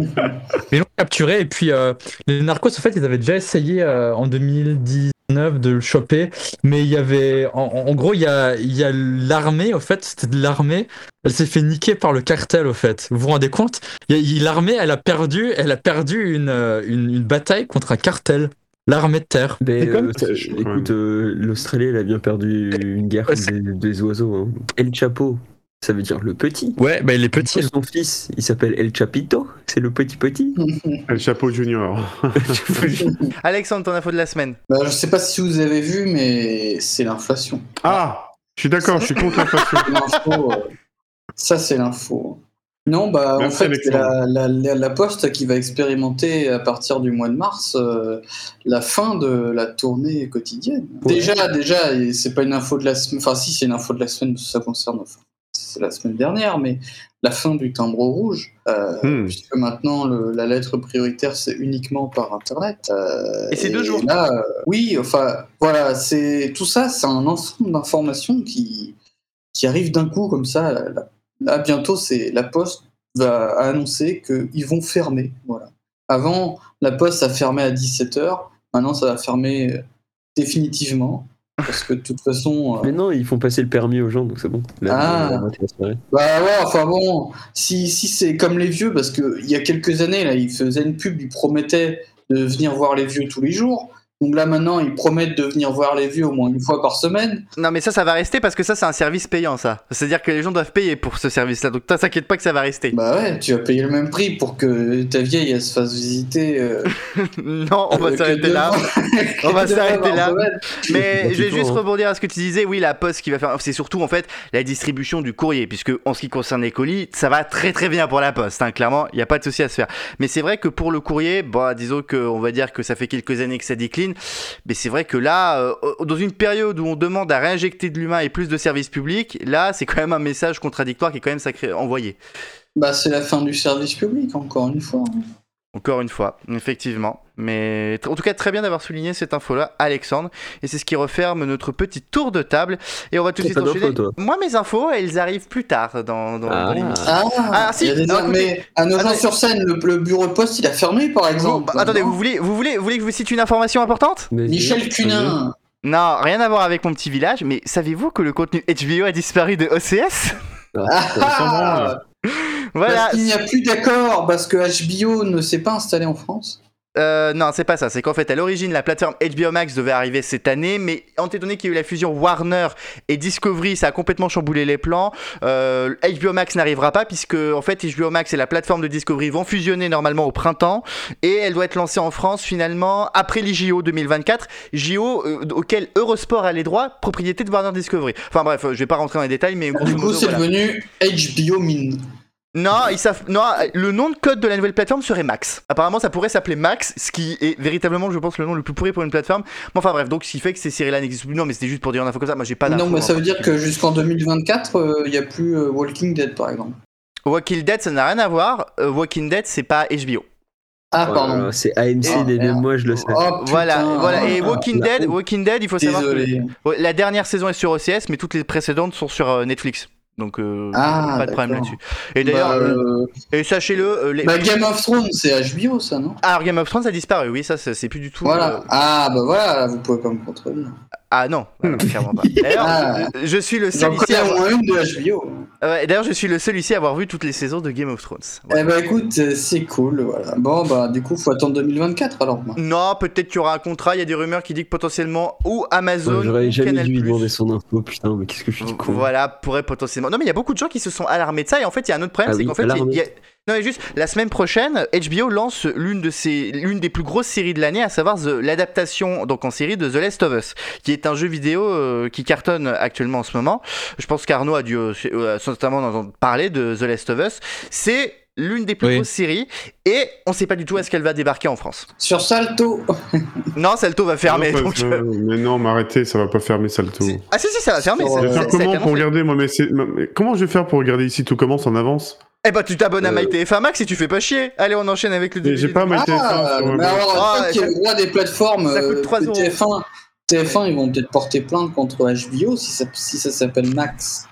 Speaker 6: Mais ils l'ont capturé et puis euh, les narcos en fait ils avaient déjà essayé euh, en 2019 neuf, de le choper. Mais il y avait, en, en gros, il y a, il y a l'armée, au fait, c'était de l'armée. Elle s'est fait niquer par le cartel, au fait. Vous vous rendez compte Il y a- L'armée, elle a perdu, elle a perdu une, euh, une, une bataille contre un cartel, l'armée de terre.
Speaker 3: Mais,
Speaker 5: C'est quand même
Speaker 3: euh,
Speaker 5: très chaud, quand
Speaker 3: écoute, euh, l'Australie, elle a bien perdu une guerre
Speaker 6: Ouais, c'est-
Speaker 3: des, des oiseaux. hein. El Chapo, ça veut dire le petit.
Speaker 6: Ouais, bah il est petit.
Speaker 3: Son fils, il s'appelle El Chapito, c'est le petit petit.
Speaker 5: El Chapeau Junior.
Speaker 2: Alexandre, ton info de la semaine.
Speaker 4: Bah, je sais pas si vous avez vu, mais c'est l'inflation.
Speaker 5: Ah Je suis d'accord, je suis contre l'inflation.
Speaker 4: L'info, euh, ça, c'est l'info. Non, bah,
Speaker 5: Merci,
Speaker 4: en fait, c'est la, la- la- la Poste qui va expérimenter à partir du mois de mars euh, la fin de la tournée quotidienne.
Speaker 3: Ouais.
Speaker 4: Déjà, déjà, et c'est pas une info de la semaine. Enfin, si, c'est une info de la semaine, ça concerne. enfin, c'est la semaine dernière, mais la fin du timbre rouge, euh,
Speaker 5: Hmm.
Speaker 4: puisque maintenant le- la lettre prioritaire c'est uniquement par internet. euh,
Speaker 2: Et c'est deux jours.
Speaker 4: là, euh, oui, enfin voilà, c'est tout ça, c'est un ensemble d'informations qui qui arrivent d'un coup comme ça. Là, là, bientôt, c'est la Poste va annoncer qu'ils vont fermer. Voilà. Avant, la Poste ça fermait à 17h. Maintenant, ça va fermer euh, définitivement parce que de toute façon. euh,
Speaker 3: Mais non, ils font passer le permis aux gens, donc c'est bon. Là,
Speaker 4: Ah.
Speaker 3: on a raté la soirée.
Speaker 4: Bah ouais, enfin bon, si, si c'est comme les vieux, parce que il y a quelques années, là, ils faisaient une pub, ils promettaient de venir voir les vieux tous les jours. Donc là, maintenant, ils promettent de venir voir les vieux au moins une fois par semaine.
Speaker 2: Non, mais ça, ça va rester parce que ça, c'est un service payant, ça. C'est-à-dire que les gens doivent payer pour ce service-là. Donc, toi, t'inquiète pas que ça va rester.
Speaker 4: Bah ouais, tu vas payer le même prix pour que ta vieille, elle se fasse visiter. euh,
Speaker 2: non, on va
Speaker 4: que
Speaker 2: s'arrêter
Speaker 4: deux
Speaker 2: là.
Speaker 4: fois-
Speaker 2: On va
Speaker 4: que deux fois
Speaker 2: s'arrêter
Speaker 4: par
Speaker 2: là.
Speaker 4: semaine.
Speaker 3: Bah,
Speaker 2: Mais je vais
Speaker 3: plutôt,
Speaker 2: juste
Speaker 3: hein.
Speaker 2: rebondir à ce que tu disais. Oui, la poste qui va faire, c'est surtout en fait la distribution du courrier, puisque en ce qui concerne les colis, ça va très très bien pour la poste. hein. Clairement, il n'y a pas de souci à se faire. Mais c'est vrai que pour le courrier, bah, disons que on va dire que ça fait quelques années que ça décline. Mais c'est vrai que là, euh, dans une période où on demande à réinjecter de l'humain et plus de services publics, là, c'est quand même un message contradictoire qui est quand même sacré envoyé.
Speaker 4: Bah c'est la fin du service public, encore une fois. hein.
Speaker 2: Encore une fois, effectivement. Mais tr- en tout cas, très bien d'avoir souligné cette info-là, Alexandre. Et c'est ce qui referme notre petit tour de table. Et on va tout de
Speaker 3: T'as
Speaker 2: suite
Speaker 3: pas d'infos,
Speaker 2: enchaîner.
Speaker 3: toi
Speaker 2: Moi, mes infos, elles arrivent plus tard dans, dans,
Speaker 3: Ah.
Speaker 2: dans l'émission.
Speaker 4: Ah,
Speaker 2: Ah, si,
Speaker 4: il y a des
Speaker 2: non,
Speaker 4: armes,
Speaker 2: écoutez.
Speaker 4: mais à
Speaker 2: Attendez.
Speaker 4: Nogent-sur-Seine, le, le bureau de poste, il a fermé, par
Speaker 2: Bon,
Speaker 4: exemple.
Speaker 2: bah, attendez, vous voulez, vous, voulez, vous voulez que je vous cite une information importante
Speaker 3: Mais-
Speaker 4: Michel
Speaker 3: Ah,
Speaker 4: Cunin.
Speaker 2: Non, rien à voir avec mon petit village, mais savez-vous que le contenu HBO a disparu de OCS
Speaker 4: Ah,
Speaker 2: Voilà.
Speaker 4: Parce qu'il n'y a plus d'accord, parce que HBO ne s'est pas installé en France.
Speaker 2: Euh, non, c'est pas ça. C'est qu'en fait, à l'origine, la plateforme HBO Max devait arriver cette année, mais étant donné qu'il y a eu la fusion Warner et Discovery, ça a complètement chamboulé les plans. Euh, HBO Max n'arrivera pas puisque en fait, HBO Max et la plateforme de Discovery vont fusionner normalement au printemps et elle doit être lancée en France finalement après les JO 2024, JO euh, auquel Eurosport a les droits, propriété de Warner Discovery. Enfin bref, euh, je vais pas rentrer dans les détails, mais grosso
Speaker 4: Du coup,
Speaker 2: modo,
Speaker 4: c'est
Speaker 2: voilà.
Speaker 4: devenu HBO Mine.
Speaker 2: Non, ils savent. Non, le nom de code de la nouvelle plateforme serait Max. Apparemment, ça pourrait s'appeler Max, ce qui est véritablement, je pense, le nom le plus pourri pour une plateforme. Mais enfin, bref, donc ce qui fait que ces séries-là n'existent plus. Non, mais c'était juste pour dire une info comme ça. Moi, j'ai pas d'info.
Speaker 4: non, mais ça
Speaker 2: hein.
Speaker 4: veut dire que jusqu'en 2024, euh, il n'y a plus euh, Walking Dead, par exemple.
Speaker 2: Walking Dead, ça n'a rien à voir. Euh, Walking Dead, c'est pas HBO. Euh,
Speaker 4: Ah,
Speaker 3: Oh là
Speaker 4: pardon.
Speaker 3: là, C'est AMC
Speaker 4: Oh,
Speaker 3: des deux,
Speaker 4: merde.
Speaker 3: moi je le sais.
Speaker 4: Oh, putain.
Speaker 2: voilà, voilà. Et
Speaker 4: Ah,
Speaker 2: Walking
Speaker 3: la
Speaker 2: Dead,
Speaker 3: honte.
Speaker 2: Walking Dead, il faut savoir que
Speaker 4: Désolé.
Speaker 2: Ouais, la dernière saison est sur OCS, mais toutes les précédentes sont sur euh, Netflix. Donc, euh,
Speaker 4: Ah,
Speaker 2: pas de problème
Speaker 4: d'accord.
Speaker 2: là-dessus. Et d'ailleurs,
Speaker 4: Bah, euh,
Speaker 2: et sachez-le, euh, les...
Speaker 4: bah, Game of Thrones, c'est HBO, ça, non
Speaker 2: Ah, alors, Game of Thrones a disparu. Oui, ça, c'est c'est plus du tout. euh,
Speaker 4: Voilà. Ah, bah voilà, vous pouvez pas me contredire.
Speaker 2: Ah non,
Speaker 3: Hmm.
Speaker 2: euh, clairement pas. D'ailleurs,
Speaker 4: Ah.
Speaker 2: je- je suis le seul
Speaker 4: J'en
Speaker 2: ici.
Speaker 4: connais
Speaker 2: à
Speaker 4: au
Speaker 2: avoir-
Speaker 4: moins une de HBO.
Speaker 2: Ouais, D'ailleurs, je suis le seul ici à avoir vu toutes les saisons de Game of Thrones. Voilà.
Speaker 4: Eh bah, écoute, euh, c'est cool, voilà. Bon, bah, du coup, faut attendre 2024, alors. moi.
Speaker 2: Non, peut-être qu'il y aura un contrat. Il y a des rumeurs qui disent que potentiellement ou Amazon
Speaker 3: Ouais, J'aurais
Speaker 2: ou
Speaker 3: jamais
Speaker 2: Canal+.
Speaker 3: dû lui demander son info, putain, mais qu'est-ce que je suis con.
Speaker 2: Voilà, pourrait potentiellement. Non, mais il y a beaucoup de gens qui se sont alarmés de ça. Et en fait, il y a un autre problème,
Speaker 3: Ah
Speaker 2: c'est
Speaker 3: oui,
Speaker 2: qu'en fait,
Speaker 3: alarmés.
Speaker 2: il y a- non, mais juste la semaine prochaine, HBO lance l'une de ses, l'une des plus grosses séries de l'année, à savoir The- l'adaptation donc en série de The Last of Us, qui est un jeu vidéo euh, qui cartonne actuellement en ce moment. Je pense qu'Arnaud a dû euh, euh, notamment en entendre parler de The Last of Us. C'est l'une des plus
Speaker 6: Oui.
Speaker 2: grosses séries et on sait pas du tout est-ce qu'elle va débarquer en France.
Speaker 4: Sur Salto.
Speaker 2: Non, Salto va fermer.
Speaker 5: Non,
Speaker 2: donc,
Speaker 5: parce-
Speaker 2: euh,
Speaker 5: Mais non, m'arrêtez, ça va pas fermer Salto.
Speaker 2: c'est- Ah si si, ça va fermer.
Speaker 4: Sur,
Speaker 2: ça-
Speaker 5: Je vais
Speaker 2: ça-
Speaker 5: faire
Speaker 2: ça a été
Speaker 5: comment pour
Speaker 2: annoncé.
Speaker 5: regarder moi, mais c'est- mais Comment je vais faire pour regarder ici tout commence en avance
Speaker 2: Eh bah tu t'abonnes à
Speaker 3: Euh.
Speaker 2: MyTF1 Max et tu fais pas chier. Allez, on enchaîne avec le
Speaker 5: Mais
Speaker 2: début.
Speaker 5: J'ai pas ma
Speaker 4: Ah,
Speaker 5: téléphone sur
Speaker 4: mais
Speaker 5: ma-
Speaker 4: alors,
Speaker 2: Ah,
Speaker 4: toi qui
Speaker 2: ça-
Speaker 4: es le roi des plateformes,
Speaker 2: ça coûte
Speaker 4: euh,
Speaker 2: 3 euros.
Speaker 4: TF1, TF1, ils vont peut-être porter plainte contre HBO si ça, si ça s'appelle Max.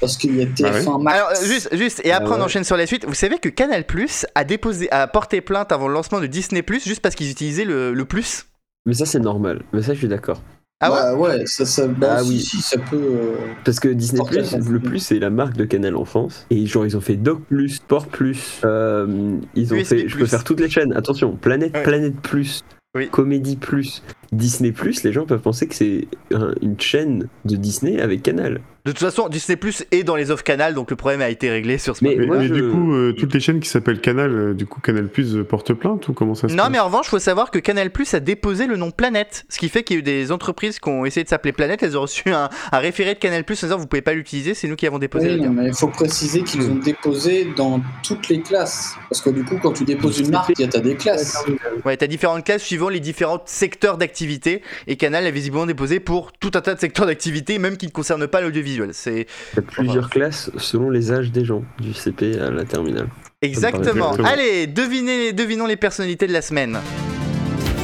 Speaker 4: Parce qu'il y a TF1 Max.
Speaker 2: Alors euh, juste, juste, et après
Speaker 3: Ah ouais.
Speaker 2: on enchaîne sur la suite. Vous savez que Canal Plus a déposé, a porté plainte avant le lancement de Disney Plus juste parce qu'ils utilisaient le, le plus.
Speaker 3: Mais ça, c'est normal. Mais ça, je suis d'accord.
Speaker 2: Ah ouais
Speaker 4: Bah ouais, ça, ça, bah
Speaker 3: Ah
Speaker 4: si,
Speaker 3: oui.
Speaker 4: si, ça peut. euh,
Speaker 3: Parce que Disney
Speaker 4: Sport
Speaker 3: Plus,
Speaker 4: Plus.
Speaker 3: le plus, c'est la marque de Canal en France. Et genre, ils ont fait Doc Plus, Sport Plus. euh, ils ont
Speaker 2: USB+.
Speaker 3: fait. Je peux faire toutes les chaînes. Attention, Planète,
Speaker 2: Ouais.
Speaker 3: Planète Plus,
Speaker 2: Oui.
Speaker 3: Comédie Plus, Disney Plus. Les gens peuvent penser que c'est un- une chaîne de Disney avec Canal.
Speaker 2: De toute façon, Disney Plus est dans les off-canal, donc le problème a été réglé sur ce
Speaker 3: Mais-
Speaker 2: point.
Speaker 5: Mais,
Speaker 3: moi,
Speaker 5: mais
Speaker 3: je-
Speaker 5: du coup, euh, toutes les chaînes qui s'appellent Canal, euh, du coup, Canal Plus euh, porte plainte ou comment ça se
Speaker 2: Non,
Speaker 5: passe
Speaker 2: mais en revanche, faut savoir que Canal Plus a déposé le nom Planète, ce qui fait qu'il y a eu des entreprises qui ont essayé de s'appeler Planète, elles ont reçu un, un référé de Canal Plus en disant vous pouvez pas l'utiliser, c'est nous qui avons déposé
Speaker 4: Oui,
Speaker 2: le
Speaker 4: non,
Speaker 2: terme.
Speaker 4: mais il faut préciser qu'ils ont déposé dans toutes les classes. Parce que du coup, quand tu déposes une marque, il y a t'as des classes.
Speaker 2: Ouais, t'as différentes classes suivant les différents secteurs d'activité, et Canal a visiblement déposé pour tout un tas de secteurs d'activité, même qui ne concernent pas l'audiovisuel. C'est
Speaker 3: Il y a plusieurs classes selon les âges des gens, du CP à la terminale.
Speaker 2: exactement.
Speaker 5: Exactement.
Speaker 2: Allez, devinez, devinons les personnalités de la semaine.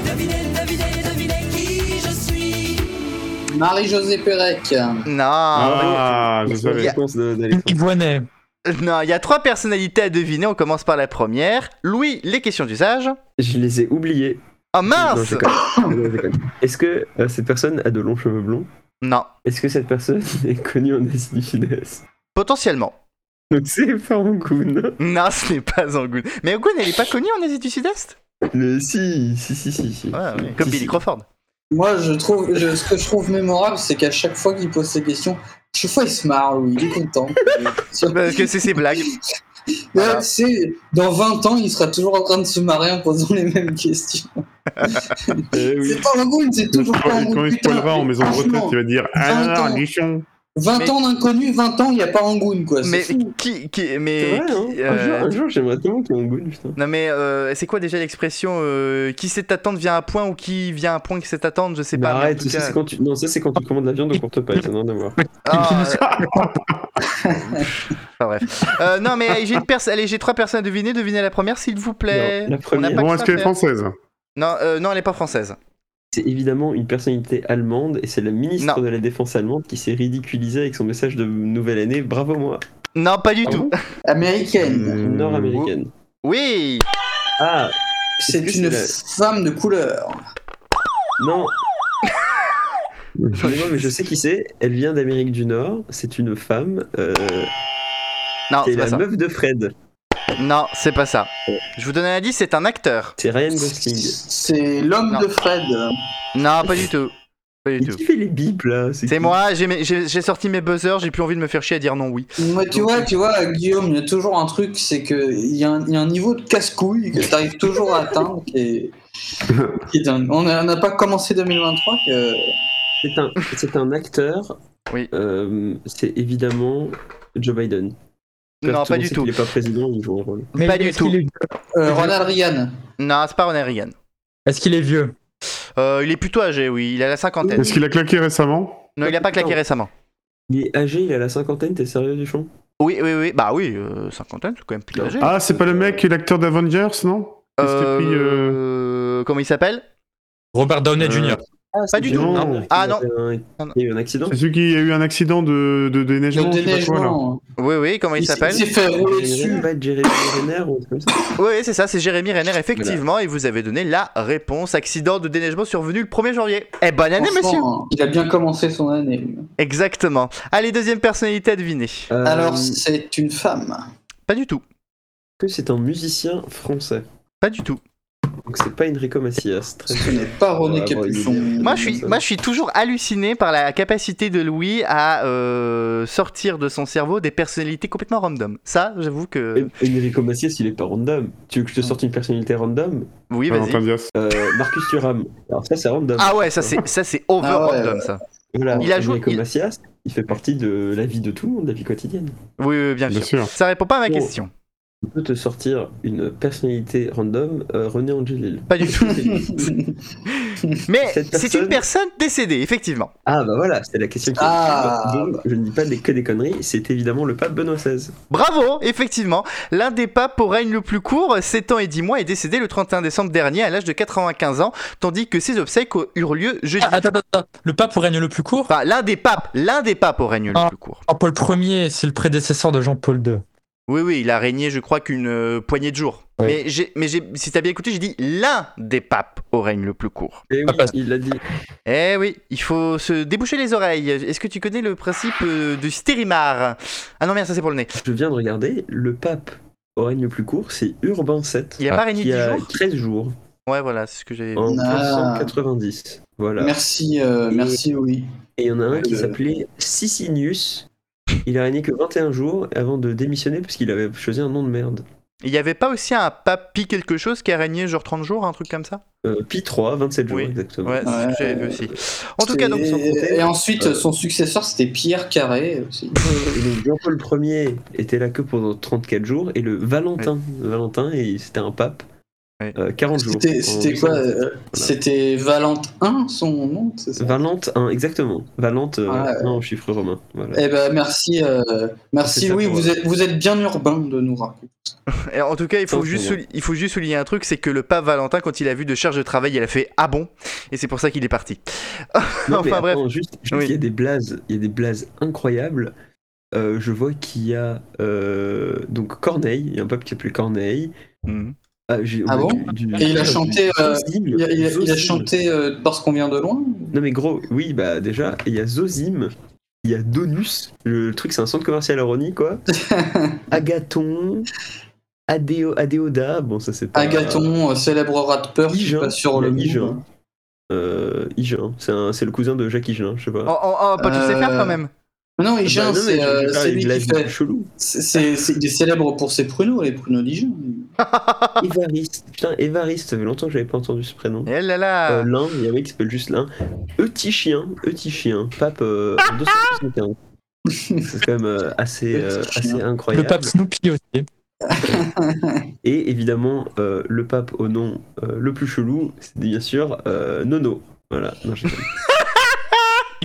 Speaker 7: Devinez, devinez, devinez qui je suis.
Speaker 4: Marie-Josée Pérec.
Speaker 2: Non.
Speaker 5: Ah, je savais.
Speaker 3: la réponse de- d'Alexandre.
Speaker 6: Ivoinet.
Speaker 2: Non, il y a trois personnalités à deviner. On commence par la première. Louis, les questions d'usage.
Speaker 3: Je les ai oubliés.
Speaker 2: Oh
Speaker 3: Non,
Speaker 2: mince
Speaker 3: je déconne. Non, je déconne. Est-ce que euh, cette personne a de longs cheveux blonds
Speaker 2: Non,
Speaker 3: Est-ce que cette personne est connue en Asie du Sud-Est
Speaker 2: potentiellement.
Speaker 3: Donc c'est pas Rangoon.
Speaker 2: Non, ce n'est pas Angoun. Mais Angoun, elle n'est pas connue en Asie du Sud-Est
Speaker 3: Mais si, si, si, si. si.
Speaker 2: Ouais, ouais.
Speaker 3: Si,
Speaker 2: Comme
Speaker 3: si.
Speaker 2: Billy Crawford.
Speaker 4: Moi, je trouve, je- ce que je trouve mémorable, c'est qu'à chaque fois qu'il pose ses questions, à chaque fois il se marre, oui, il est content.
Speaker 2: Parce que c'est ses blagues.
Speaker 4: Ouais, tu sais, dans 20 ans, il sera toujours en train de se marrer en posant les mêmes questions.
Speaker 3: Eh oui.
Speaker 4: C'est pas le goût, c'est toujours pas
Speaker 5: Quand,
Speaker 4: un
Speaker 5: quand
Speaker 4: goût,
Speaker 5: il
Speaker 4: putain.
Speaker 5: spoilera en maison de retraite,
Speaker 4: Franchement,
Speaker 5: il va dire Ah non,
Speaker 4: vingt
Speaker 5: non,
Speaker 4: ans.
Speaker 5: Guichon
Speaker 4: 20
Speaker 2: Mais-
Speaker 4: ans d'inconnu, 20 ans, il n'y a pas Angoun, quoi. c'est
Speaker 2: Mais
Speaker 4: fou.
Speaker 2: qui. qui
Speaker 3: C'est
Speaker 2: mais.
Speaker 3: vrai, hein.
Speaker 2: qui-
Speaker 3: Un jour,
Speaker 2: euh,
Speaker 3: un jour, j'aimerais tellement qu'il y ait Rangoon, putain.
Speaker 2: Non, mais euh, c'est quoi déjà l'expression euh, Qui sait t'attendre vient à un point ou qui vient à un point qui sait attendre Je sais
Speaker 3: Bah
Speaker 2: pas. mais en
Speaker 3: arrête,
Speaker 2: tout
Speaker 3: ça,
Speaker 2: cas-
Speaker 3: c'est quand tu... Non, ça c'est quand tu commandes la viande au courte paille, ça n'a rien à voir.
Speaker 2: Ah, euh, Enfin, bref. Euh, non, mais euh, j'ai une pers- allez, j'ai trois personnes à deviner. Devinez la première, s'il vous plaît.
Speaker 3: Non, la
Speaker 2: On a
Speaker 3: première.
Speaker 2: pas que
Speaker 5: Bon, est-ce
Speaker 2: ça à
Speaker 5: qu'elle est
Speaker 2: faire.
Speaker 5: française
Speaker 2: Non, euh, non, elle n'est pas française.
Speaker 3: C'est évidemment une personnalité allemande et c'est la ministre
Speaker 2: Non.
Speaker 3: de la Défense allemande qui s'est ridiculisée avec son message de nouvelle année, bravo moi,
Speaker 2: Non, pas du
Speaker 3: Ah
Speaker 2: tout. Euh,
Speaker 4: Américaine.
Speaker 5: Mmh.
Speaker 3: nord-américaine.
Speaker 2: Oui.
Speaker 3: Ah,
Speaker 4: C'est
Speaker 3: Est-ce que
Speaker 4: une
Speaker 3: c'est
Speaker 4: femme de couleur.
Speaker 3: non Excusez-moi, mais je sais qui c'est, elle vient d'Amérique du Nord, c'est une femme, euh,
Speaker 2: Non,
Speaker 3: c'est
Speaker 2: c'est pas
Speaker 3: la
Speaker 2: ça.
Speaker 3: meuf de Fred,
Speaker 2: Non, c'est pas ça. Je vous donne un indice, c'est un acteur.
Speaker 3: c'est Ryan Gosling.
Speaker 4: C'est l'homme
Speaker 2: Non.
Speaker 4: de Fred.
Speaker 2: Non, pas du tout. Pas du
Speaker 3: Mais
Speaker 2: tout.
Speaker 3: qui fait les bips là
Speaker 2: C'est
Speaker 3: qui
Speaker 2: moi, j'ai mes- j'ai j'ai sorti mes buzzers, j'ai plus envie de me faire chier à dire non oui.
Speaker 4: Moi, tu
Speaker 2: euh,
Speaker 4: vois, tu vois, Guillaume, il y a toujours un truc, c'est que il y, a un- il y a un niveau de casse-couille que t'arrives toujours à atteindre qui est, qui est dingue. On a- on n'a pas commencé 2023 que. euh,
Speaker 3: C'est un, c'est un acteur.
Speaker 2: Oui.
Speaker 3: Euh, c'est évidemment Joe Biden.
Speaker 2: Non, pas du tout.
Speaker 3: Il n'est pas président, il joue un rôle.
Speaker 6: Mais
Speaker 2: Pas du
Speaker 6: est-ce
Speaker 2: tout.
Speaker 6: qu'il est-
Speaker 4: Euh, Ronald Reagan.
Speaker 2: Non, c'est pas Ronald Reagan.
Speaker 6: Est-ce qu'il est vieux
Speaker 2: Euh, il est plutôt âgé, oui, il a la cinquantaine.
Speaker 5: Est-ce qu'il a claqué récemment
Speaker 2: Non, il a pas claqué récemment.
Speaker 3: Il est âgé, il a la cinquantaine, t'es sérieux du fond
Speaker 2: Oui, oui, oui, bah oui, euh, cinquantaine, c'est quand même plus âgé.
Speaker 5: Ah, c'est pas le mec, qui est l'acteur d'Avengers, non Est-ce qu'il a pris, euh,
Speaker 2: Euh, Comment il s'appelle
Speaker 6: Robert Downey
Speaker 5: Euh,
Speaker 6: Jr.
Speaker 3: ah,
Speaker 2: Pas du
Speaker 5: tout, non.
Speaker 2: Ah, non.
Speaker 3: Un... Il y a eu un accident.
Speaker 5: C'est celui qui a eu un accident de, de déneigement,
Speaker 4: Le
Speaker 5: je sais pas quoi, là.
Speaker 4: déneigement.
Speaker 2: Oui, oui, comment il
Speaker 4: Il s'est-
Speaker 2: s'appelle
Speaker 4: il s'est fait rouler dessus.
Speaker 3: Pas Jeremy Renner ou un truc comme ça.
Speaker 2: Oui, oui, c'est ça, c'est Jérémy Renner, effectivement, et vous avez donné la réponse. Accident de déneigement survenu le 1er janvier. Eh, bonne année, monsieur
Speaker 4: Franchement, Il a bien commencé son année. lui.
Speaker 2: Exactement. Allez, deuxième personnalité à deviner.
Speaker 3: Euh,
Speaker 4: Alors,
Speaker 3: est-ce
Speaker 4: c'est une femme.
Speaker 2: Pas du tout.
Speaker 3: que c'est un musicien français
Speaker 2: Pas du tout.
Speaker 3: Donc c'est pas Enrico Macias. Très
Speaker 4: Ce
Speaker 3: bien.
Speaker 4: n'est pas René
Speaker 3: Ouais, bon, il est
Speaker 4: Capuçon.
Speaker 3: bien.
Speaker 2: Moi je, suis, moi, je suis toujours halluciné par la capacité de Louis à euh, sortir de son cerveau des personnalités complètement random. Ça, j'avoue que.
Speaker 3: Et- Enrico Macias, il est pas random. Tu veux que je te sorte une personnalité random
Speaker 2: Oui,
Speaker 5: Valentin
Speaker 2: vas-y.
Speaker 5: Dias.
Speaker 3: Euh, Marcus Thuram. Alors ça, c'est random.
Speaker 2: Ah ouais, ça c'est ça c'est over
Speaker 4: Ah ouais,
Speaker 2: random
Speaker 4: ouais.
Speaker 2: ça.
Speaker 3: Voilà,
Speaker 2: Il a joué-
Speaker 3: Enrico
Speaker 2: il-
Speaker 3: Macias, il fait partie de la vie de tout le monde, la vie quotidienne.
Speaker 2: Oui, oui, bien
Speaker 5: Bien
Speaker 2: sûr.
Speaker 5: sûr.
Speaker 2: Ça répond pas à ma
Speaker 3: Oh.
Speaker 2: question.
Speaker 3: On peut te sortir une personnalité random, euh, René Angelil.
Speaker 2: Pas du tout. Mais
Speaker 3: Cette
Speaker 2: c'est une
Speaker 3: personne-
Speaker 2: personne décédée, effectivement.
Speaker 3: ah bah voilà, c'est la question qui
Speaker 4: Ah.
Speaker 3: Donc, Je ne dis pas des, que des conneries, c'est évidemment le pape Benoît XVI.
Speaker 2: Bravo, effectivement. L'un des papes au règne le plus court, 7 ans et 10 mois, est décédé le 31 décembre dernier à l'âge de 95 ans, tandis que ses obsèques eurent lieu jeudi.
Speaker 6: Ah, attends, attends, attends. Le pape au règne le plus court
Speaker 2: Enfin, l'un des papes, l'un des papes au règne le
Speaker 6: Ah.
Speaker 2: plus court.
Speaker 6: Jean-Paul Ier, c'est le prédécesseur de Jean-Paul II.
Speaker 2: Oui, oui, il a régné, je crois, qu'une euh, poignée de jours.
Speaker 6: Oui.
Speaker 2: Mais, j'ai- mais j'ai- si t'as bien écouté, j'ai dit l'un des papes au règne le plus court.
Speaker 3: Et oui,
Speaker 6: Ah, parce-
Speaker 3: il l'a dit.
Speaker 2: Eh oui, il faut se déboucher les oreilles. Est-ce que tu connais le principe euh, du stérimar Ah non, merde, ça c'est pour le nez.
Speaker 3: Je viens de regarder, le pape au règne le plus court, c'est Urbain VII,
Speaker 2: Il a
Speaker 6: Ah,
Speaker 2: pas régné
Speaker 3: qui
Speaker 2: 10
Speaker 3: a
Speaker 2: jours
Speaker 3: 13 jours
Speaker 2: Ouais, voilà, c'est ce que j'avais.
Speaker 3: en
Speaker 4: Ah.
Speaker 3: 1590. Voilà.
Speaker 4: Merci, euh,
Speaker 3: Et-
Speaker 4: merci, oui.
Speaker 3: Et il y en a un qui
Speaker 4: Euh.
Speaker 3: s'appelait Sicinius. Il a régné que 21 jours avant de démissionner parce qu'il avait choisi un nom de merde.
Speaker 2: Il y avait pas aussi un papy quelque chose qui a régné genre 30 jours, un truc comme ça
Speaker 3: Euh, Pi 3, 27 jours
Speaker 2: Oui.
Speaker 3: exactement.
Speaker 2: Ouais, c'est ce que
Speaker 4: Ouais.
Speaker 2: j'avais vu aussi. En tout cas, donc,
Speaker 4: et,
Speaker 2: sans compter-
Speaker 4: et ensuite,
Speaker 3: euh,
Speaker 4: son successeur, c'était Pierre Carré aussi.
Speaker 3: Et donc Jean-Paul Ier était là que pendant 34 jours et le Valentin, Valentin, et c'était un pape,
Speaker 2: Ouais.
Speaker 3: euh, 40 jours.
Speaker 4: C'était
Speaker 3: En
Speaker 4: c'était quoi
Speaker 3: 200.
Speaker 4: euh, C'était Valentin, son nom, c'est ça
Speaker 3: Valente 1, exactement. Valente euh,
Speaker 4: Ah,
Speaker 3: un en chiffre romain. Voilà.
Speaker 4: Eh ben merci, euh,
Speaker 3: C'est
Speaker 4: merci
Speaker 3: ça
Speaker 4: oui,
Speaker 3: pour
Speaker 4: vous
Speaker 3: moi.
Speaker 4: êtes, vous êtes bien urbain de nous rappeler.
Speaker 2: Et en tout cas, il faut,
Speaker 3: Ça,
Speaker 2: juste
Speaker 3: c'est
Speaker 2: souli- il faut juste souligner un truc, c'est que le pape Valentin, quand il a vu de charge de travail, il a fait ah bon, et c'est pour ça qu'il est parti.
Speaker 4: Eh,
Speaker 3: Non,
Speaker 2: enfin,
Speaker 3: mais
Speaker 2: bref.
Speaker 3: attends, juste, juste,
Speaker 2: Oui.
Speaker 3: il y a des blazes, il y a des blazes incroyables. Euh, je vois qu'il y a euh, donc Corneille, il y a un pape qui s'appelle Corneille.
Speaker 2: Mhm.
Speaker 3: Ah, j'ai-
Speaker 4: Ah
Speaker 3: on
Speaker 4: bon
Speaker 3: du- du-
Speaker 4: Et il a
Speaker 3: du-
Speaker 4: chanté, euh,
Speaker 3: Zosime,
Speaker 4: Il a, il a- il a
Speaker 3: Zosime.
Speaker 4: chanté euh, parce qu'on vient de loin.
Speaker 3: Non mais gros, oui, bah déjà, il y a Zozim, il y a Donus, le truc c'est un centre commercial à Rony quoi. Agathon, Adéo, Adéoda, bon ça c'est pas...
Speaker 4: Agathon, euh, célèbre rat de peur qui
Speaker 3: Hygin,
Speaker 4: passe sur
Speaker 3: il y a
Speaker 4: le monde.
Speaker 3: Hygin. Euh, Hygin, c'est un- c'est le cousin de Jacques Hygin, je sais pas.
Speaker 2: Oh, oh, oh, pas tous
Speaker 4: Euh,
Speaker 2: ces faire quand même.
Speaker 4: Mais non,
Speaker 3: Bah,
Speaker 4: Hygin,
Speaker 3: non, mais
Speaker 4: c'est
Speaker 3: je-
Speaker 4: euh,
Speaker 3: je vais faire
Speaker 4: c'est
Speaker 3: une
Speaker 4: lui qui
Speaker 3: blague
Speaker 4: fait.
Speaker 3: chelou.
Speaker 4: c'est- c'est- c'est- il est célèbre pour ses pruneaux, les pruneaux d'Hygin.
Speaker 3: Évariste, putain, Évariste, ça fait longtemps que j'avais pas entendu ce prénom.
Speaker 2: Eh là là.
Speaker 4: ah.
Speaker 3: Euh, l'un, il y a un mec qui s'appelle juste l'un. Eutychien, Eutychien, pape euh, en 275. C'est quand même euh, assez, euh, assez incroyable.
Speaker 6: Le pape Snoopy aussi.
Speaker 3: Et évidemment, euh, le pape au nom euh, le plus chelou, c'est bien sûr euh, Nono. Voilà. Non, j'ai-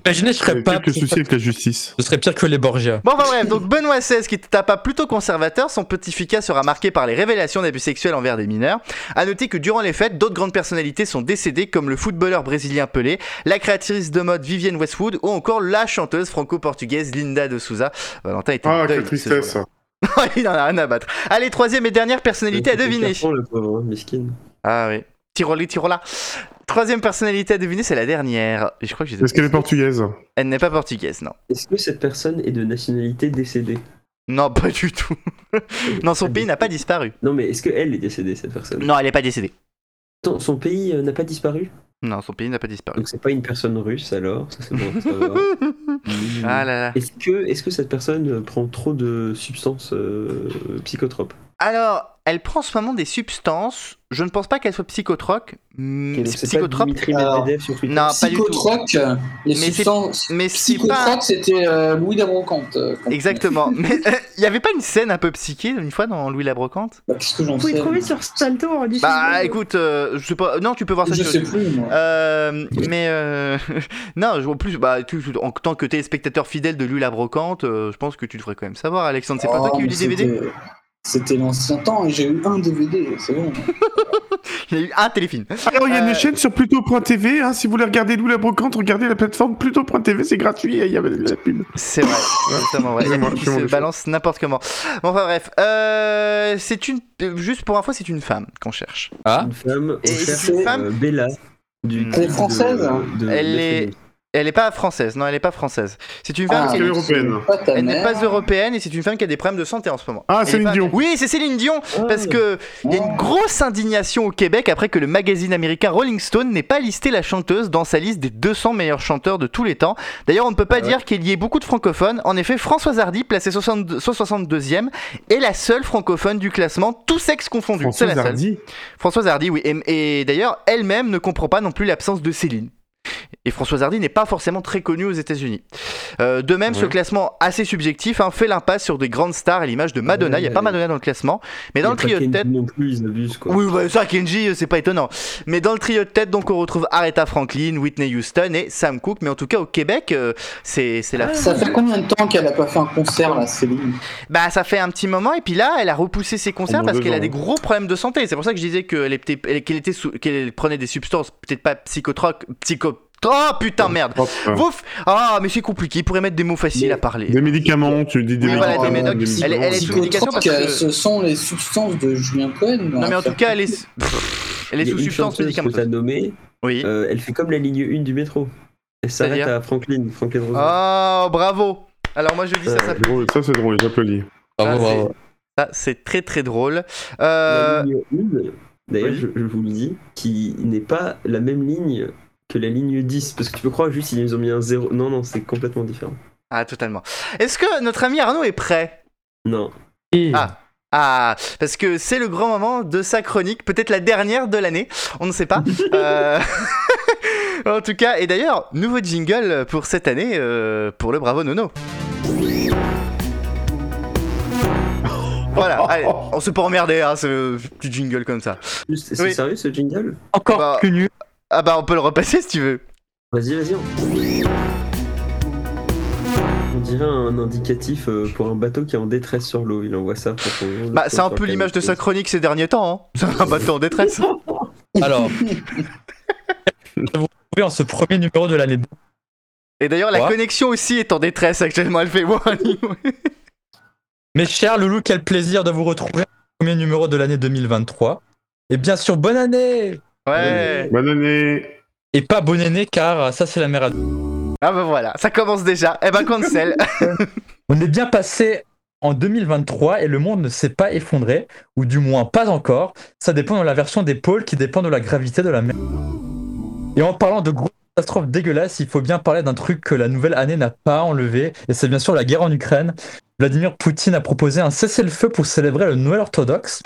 Speaker 6: Imaginez, je serais
Speaker 5: J'avais
Speaker 6: pape.
Speaker 5: quelques soucis avec la justice.
Speaker 6: Ce serait pire que les Borgia.
Speaker 2: Bon, enfin bref, donc Benoît XVI, qui était un pape plutôt conservateur, son pontificat sera marqué par les révélations d'abus sexuels envers des mineurs. À noter que durant les fêtes, d'autres grandes personnalités sont décédées, comme le footballeur brésilien Pelé, la créatrice de mode Vivienne Westwood ou encore la chanteuse franco-portugaise Linda de Souza. Valentin était en
Speaker 5: Ah,
Speaker 2: deuil
Speaker 5: quelle
Speaker 2: ce jour-là.
Speaker 5: tristesse.
Speaker 2: Il en a rien à battre. Allez, troisième et dernière personnalité à deviner.
Speaker 3: Pierre Pan, le pauvre, hein, mesquine.
Speaker 2: Ah oui. Tiroli, tirola. Troisième personnalité à deviner, c'est la dernière. Et Je crois que j'ai
Speaker 5: Est-ce qu'elle est portugaise
Speaker 2: Elle n'est pas portugaise, non.
Speaker 3: Est-ce que cette personne est de nationalité décédée
Speaker 2: Non, pas du tout. non, son pays n'a pas disparu.
Speaker 3: Non, mais est-ce qu'elle est décédée, cette personne
Speaker 2: Non, elle n'est pas décédée.
Speaker 3: Attends, son pays euh, n'a pas disparu
Speaker 2: Non, son pays n'a pas disparu.
Speaker 3: Donc c'est pas une personne russe alors Ça c'est bon à savoir. Mmh.
Speaker 2: ah là là.
Speaker 3: Est-ce que, est que cette personne euh, prend trop de substances euh, psychotropes
Speaker 2: Alors, elle prend en ce moment des substances. Je ne pense pas qu'elle soit psychotroque. mm,
Speaker 3: Et donc, C'est pas
Speaker 2: Psychotrope.
Speaker 3: Dimitri
Speaker 4: Alors,
Speaker 3: Medvedev sur Twitter
Speaker 2: Non, Ah, pas du tout.
Speaker 4: Psychotroc, euh,
Speaker 2: Mais
Speaker 4: les
Speaker 2: c'est-
Speaker 4: substances.
Speaker 2: Mais c'est
Speaker 4: Psychotroc,
Speaker 2: pas.
Speaker 4: c'était euh, Louis d'Abrocante. euh, quand-
Speaker 2: Exactement. Mais euh, il y avait pas une scène un peu psychée une fois dans Louis la Brocante
Speaker 4: Bah, Qu'est-ce que j'en
Speaker 8: Vous pouvez
Speaker 4: sais
Speaker 8: trouver sur Salto en diffusion.
Speaker 2: Bah écoute, euh, je sais pas. Non, tu peux voir ça
Speaker 4: Je
Speaker 2: sur
Speaker 4: sais plus, moi.
Speaker 2: Euh, mais euh, non, je- en plus, bah, tu- tu- en tant que téléspectateur fidèle de Lula Brocante, euh, je pense que tu devrais quand même savoir. Alexandre, c'est pas toi
Speaker 4: Oh,
Speaker 2: qui as eu
Speaker 4: mais
Speaker 2: les DVD
Speaker 4: c'était- C'était l'ancien temps et j'ai eu un DVD, c'est bon.
Speaker 2: Il y a eu un téléfilm.
Speaker 5: Alors, il y a
Speaker 2: Euh,
Speaker 5: une chaîne sur Pluto.tv. hein, si vous voulez regarder nous la brocante, regardez la plateforme Pluto.tv, c'est gratuit. Il y avait de la pub.
Speaker 2: C'est vrai, c'est totalement vrai. Il y a
Speaker 5: Excusez-moi,
Speaker 2: qui
Speaker 5: je m'en
Speaker 2: se
Speaker 5: défends.
Speaker 2: balance n'importe comment. Bon, enfin bref, euh, c'est une. euh, Juste pour info, c'est une femme qu'on cherche.
Speaker 6: Ah,
Speaker 3: Une femme,
Speaker 2: Et
Speaker 3: on
Speaker 2: c'est
Speaker 3: cherche,
Speaker 4: une
Speaker 3: euh,
Speaker 2: femme
Speaker 3: Bella. Du
Speaker 2: Elle
Speaker 3: clip
Speaker 4: est française,
Speaker 3: de- euh,
Speaker 4: hein
Speaker 3: de
Speaker 2: Elle
Speaker 3: Maître
Speaker 2: est-
Speaker 3: Gims.
Speaker 2: Elle est pas française, non, elle est pas française. C'est une femme
Speaker 4: Ah,
Speaker 2: qui.
Speaker 5: Elle
Speaker 2: a-
Speaker 5: est européenne.
Speaker 4: Pas ta
Speaker 2: Elle n'est
Speaker 4: mère.
Speaker 2: pas européenne et c'est une femme qui a des problèmes de santé en ce moment.
Speaker 5: Ah,
Speaker 2: Elle est
Speaker 5: Céline
Speaker 2: pas-
Speaker 5: Dion.
Speaker 2: Oui, c'est Céline Dion Parce
Speaker 3: Ah.
Speaker 2: que il y
Speaker 4: Oh.
Speaker 2: a une grosse indignation au Québec après que le magazine américain Rolling Stone n'ait pas listé la chanteuse dans sa liste des 200 meilleurs chanteurs de tous les temps. D'ailleurs, on ne peut pas dire qu'il y ait beaucoup de francophones. En effet, Françoise Hardy, placée 62 162e, est la seule francophone du classement, tous sexes confondus. C'est la
Speaker 5: Françoise
Speaker 2: seule.
Speaker 5: Hardy.
Speaker 2: Françoise Hardy, oui. Et, et d'ailleurs, elle-même ne comprend pas non plus l'absence de Céline. Et Françoise Hardy n'est pas forcément très connue aux États-Unis. Euh, de même, ce
Speaker 5: Ouais.
Speaker 2: classement assez subjectif hein, fait l'impasse sur des grandes stars et l'image de Madonna.
Speaker 3: Ouais,
Speaker 2: il n'y a pas
Speaker 3: ouais.
Speaker 2: Madonna dans le classement, mais dans
Speaker 3: Et
Speaker 2: le trio de
Speaker 3: Paquin
Speaker 2: tête.
Speaker 3: Non plus, ils abusent quoi.
Speaker 2: Oui, bah, ça, Kenji, euh, c'est pas étonnant. Mais dans le trio de tête, donc, on retrouve Aretha Franklin, Whitney Houston et Sam Cooke. Mais en tout cas, au Québec, euh, c'est c'est la.
Speaker 4: Ça fait combien de temps qu'elle a pas fait un concert, là, Céline
Speaker 2: Bah, ça fait un petit moment. Et puis là, elle a repoussé ses concerts
Speaker 5: Pendant
Speaker 2: parce
Speaker 5: deux
Speaker 2: qu'elle a
Speaker 5: ans,
Speaker 2: des
Speaker 5: hein.
Speaker 2: gros problèmes de santé. C'est pour ça que je disais qu'elle était, elle- qu'elle était sous- qu'elle prenait des substances, peut-être pas psychotroques, psycho, Oh putain, merde.
Speaker 5: Hop, euh,
Speaker 2: Vous f- Ah, mais c'est compliqué. Il pourrait mettre des mots faciles
Speaker 4: Des-
Speaker 2: à parler.
Speaker 5: Des médicaments, tu dis des
Speaker 2: Oui, voilà, des
Speaker 5: médicaments.
Speaker 2: médocs. Elle est- elle est sous
Speaker 5: médicaments.
Speaker 2: médication parce
Speaker 4: Psychotropique,
Speaker 2: que-
Speaker 4: euh, Ce sont les substances de Julien Cohen.
Speaker 2: Non, mais en tout cas, elle est. Pff, Elle est
Speaker 3: Il y a
Speaker 2: sous
Speaker 3: une
Speaker 2: substance
Speaker 3: chanteuse que t'as
Speaker 2: médicamenteuse.
Speaker 3: nommée,
Speaker 2: Oui.
Speaker 3: euh, elle fait comme la ligne 1 du métro. Elle s'arrête
Speaker 2: C'est-à-dire
Speaker 3: à Franklin, Franklin Roosevelt. Euh,
Speaker 2: Oh, bravo. Alors, moi, je dis ça,
Speaker 3: Ouais.
Speaker 2: ça
Speaker 5: C'est drôle, Ça, c'est drôle, j'applaudis.
Speaker 6: Bravo,
Speaker 2: Ça, c'est-
Speaker 6: Ah, bravo.
Speaker 2: Ça, c'est très très drôle. Euh,
Speaker 3: La ligne 1, d'ailleurs,
Speaker 2: oui.
Speaker 3: je, je vous le dis, qui n'est pas la même ligne que la ligne 10, parce que tu peux croire juste ils ont mis un 0. Non, non, c'est complètement différent.
Speaker 2: Ah, totalement. Est-ce que notre ami Arnaud est prêt
Speaker 3: Non.
Speaker 2: Ah. Ah, parce que c'est le grand moment de sa chronique, peut-être la dernière de l'année, on ne sait pas. Euh, en tout cas, et d'ailleurs, nouveau jingle pour cette année, euh, pour le Bravo Nono. Voilà, allez, on se peut emmerder, hein, ce petit jingle comme ça.
Speaker 3: Juste, c'est
Speaker 2: Oui.
Speaker 3: sérieux ce jingle
Speaker 6: Encore
Speaker 2: Bah-
Speaker 6: plus nul.
Speaker 2: Ah bah, on peut le repasser si tu veux.
Speaker 3: Vas-y, vas-y. On... on dirait un indicatif euh, pour un bateau qui est en détresse sur l'eau. Il envoie ça pour qu'on-
Speaker 2: Bah, c'est un
Speaker 3: pour
Speaker 2: peu
Speaker 3: faire
Speaker 2: l'image de
Speaker 3: quelque
Speaker 2: sa chronique ces derniers temps, hein. C'est un bateau en détresse.
Speaker 6: Alors. Vous en ce premier numéro de l'année.
Speaker 2: Et d'ailleurs, la
Speaker 6: Quoi
Speaker 2: connexion aussi est en détresse actuellement. Elle fait warning.
Speaker 6: Mes chers loulous, quel plaisir de vous retrouver au premier numéro de l'année 2023. Et bien sûr, bonne année
Speaker 2: Ouais.
Speaker 5: Bonne année.
Speaker 6: Et pas bonne année, car ça, c'est la merde.
Speaker 2: Ah bah voilà, ça commence déjà. Eh ben cancel.
Speaker 6: On est bien passé en 2023 et le monde ne s'est pas effondré, ou du moins pas encore. Ça dépend de la version des pôles qui dépend de la gravité de la mer. Et en parlant de grosses catastrophes dégueulasses, il faut bien parler d'un truc que la nouvelle année n'a pas enlevé, et c'est bien sûr la guerre en Ukraine. Vladimir Poutine a proposé un cessez-le-feu pour célébrer le Noël orthodoxe.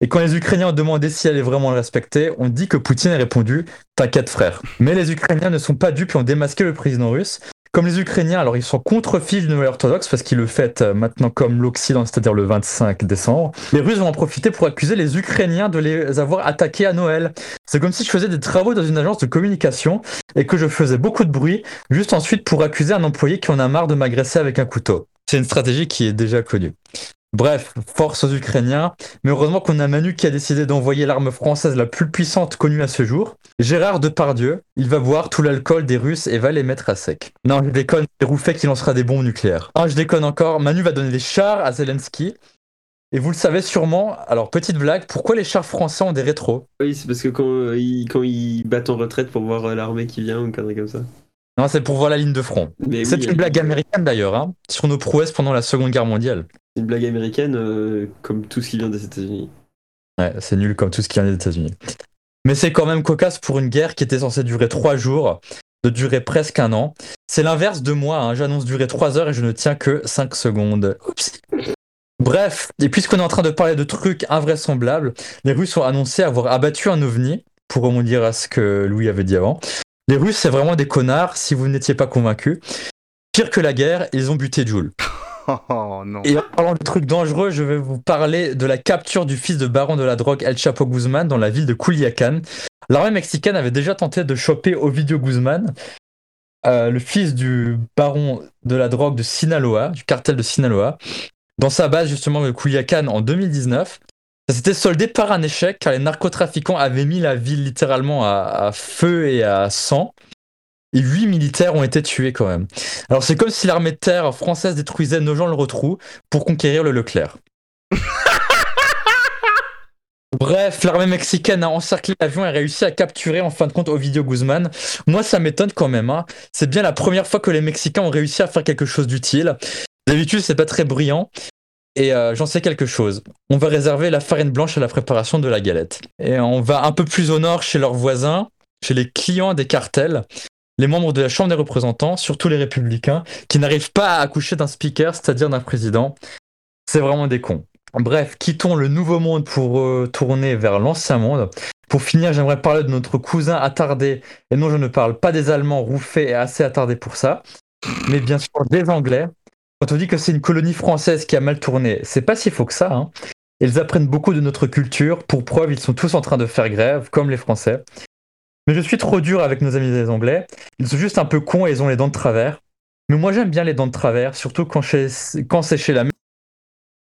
Speaker 6: Et quand les Ukrainiens ont demandé si elle est vraiment le respecter, on dit que Poutine a répondu T'inquiète frère. Mais les Ukrainiens ne sont pas dupes et ont démasqué le président russe. Comme les Ukrainiens, alors ils sont contre-fils du Noël orthodoxe parce qu'ils le fêtent euh, maintenant comme l'Occident, c'est-à-dire le 25 décembre. Les Russes vont en profiter pour accuser les Ukrainiens de les avoir attaqués à Noël. C'est comme si je faisais des travaux dans une agence de communication et que je faisais beaucoup de bruit juste ensuite pour accuser un employé qui en a marre de m'agresser avec un couteau. C'est une stratégie qui est déjà connue. Bref, force aux Ukrainiens, mais heureusement qu'on a Manu qui a décidé d'envoyer l'arme française la plus puissante connue à ce jour. Gérard Depardieu, il va boire tout l'alcool des Russes et va les mettre à sec. Non, je déconne, c'est Rouffet qui lancera des bombes nucléaires. Ah, je déconne encore, Manu va donner des chars à Zelensky. Et vous le savez sûrement, alors petite blague, pourquoi les chars français ont des rétros
Speaker 3: chose. Oui, c'est parce que quand, euh, ils, quand ils battent en retraite pour voir euh, l'armée qui vient ou une connerie comme ça.
Speaker 6: Non, c'est pour voir la ligne de front.
Speaker 3: Mais
Speaker 6: C'est
Speaker 3: oui,
Speaker 6: une blague américaine d'ailleurs, hein, sur nos prouesses pendant la Seconde Guerre mondiale.
Speaker 3: c'est une blague américaine euh, comme tout ce qui vient des États-Unis.
Speaker 6: Ouais, c'est nul comme tout ce qui vient des États-Unis. Mais c'est quand même cocasse pour une guerre qui était censée durer trois jours, de durer presque un an. C'est l'inverse de moi, hein, j'annonce durer trois heures et je ne tiens que cinq secondes. Oups. Bref, et puisqu'on est en train de parler de trucs invraisemblables, les Russes ont annoncé avoir abattu un ovni, pour rebondir à ce que Louis avait dit avant. Les Russes, c'est vraiment des connards, si vous n'étiez pas convaincu. Pire que la guerre, ils ont buté Jules.
Speaker 2: Oh non.
Speaker 6: Et en parlant de trucs dangereux, je vais vous parler de la capture du fils de baron de la drogue El Chapo Guzman dans la ville de Culiacán. L'armée mexicaine avait déjà tenté de choper Ovidio Guzman, euh, le fils du baron de la drogue de Sinaloa, du cartel de Sinaloa, dans sa base justement de Culiacán en 2019. Ça s'était soldé par un échec car les narcotrafiquants avaient mis la ville littéralement à- à feu et à sang. Et huit militaires ont été tués quand même. Alors c'est comme si l'armée de terre française détruisait Nogent-le-Rotrou pour conquérir le Leclerc. Bref, l'armée mexicaine a encerclé l'avion et réussi à capturer en fin de compte Ovidio Guzman. Moi, ça m'étonne quand même. hein. C'est bien la première fois que les Mexicains ont réussi à faire quelque chose d'utile. D'habitude, c'est pas très brillant. Et euh, j'en sais quelque chose. On va réserver la farine blanche à la préparation de la galette. Et on va un peu plus au nord chez leurs voisins, chez les clients des cartels, les membres de la Chambre des représentants, surtout les républicains, qui n'arrivent pas à accoucher d'un speaker, c'est-à-dire d'un président. C'est vraiment des cons. Bref, quittons le nouveau monde pour euh, tourner vers l'ancien monde. Pour finir, j'aimerais parler de notre cousin attardé. Et non, je ne parle pas des Allemands rouffés et assez attardés pour ça, mais bien sûr des Anglais. Quand on dit que c'est une colonie française qui a mal tourné, c'est pas si faux que ça. hein. Ils apprennent beaucoup de notre culture. Pour preuve, ils sont tous en train de faire grève, comme les Français. Mais je suis trop dur avec nos amis des Anglais. Ils sont juste un peu cons et ils ont les dents de travers. Mais moi, j'aime bien les dents de travers, surtout quand, chez- quand c'est chez la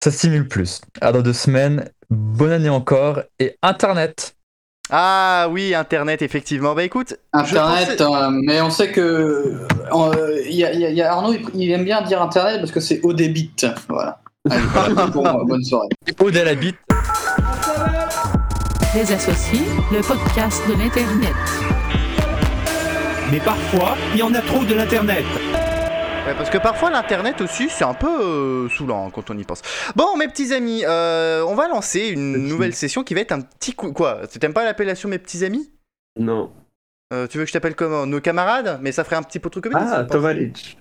Speaker 6: ça stimule plus. À dans deux semaines, bonne année encore et Internet.
Speaker 2: Ah oui, Internet, effectivement. Bah écoute, je
Speaker 4: Internet,
Speaker 2: pensais-
Speaker 4: euh, mais on sait que euh, il y a- il y a- il y a Arnaud, il, il aime bien dire Internet parce que c'est au débit. Voilà. Allez, bon, euh, bonne soirée.
Speaker 6: Aude à la bite.
Speaker 8: Les Associés, le podcast de l'Internet.
Speaker 9: Mais parfois, il y en a trop de l'Internet.
Speaker 2: Ouais, parce que parfois l'internet aussi c'est un peu euh, saoulant quand on y pense. Bon mes petits amis, euh, on va lancer une
Speaker 3: Merci.
Speaker 2: nouvelle session qui va être un petit coup... Quoi Tu T'aimes pas l'appellation mes petits amis
Speaker 3: Non.
Speaker 2: Euh, Tu veux que je t'appelle comment Nos camarades Mais ça ferait un petit peu truc comédie. ça,
Speaker 3: Ah,
Speaker 2: je pense.
Speaker 3: Tovalich.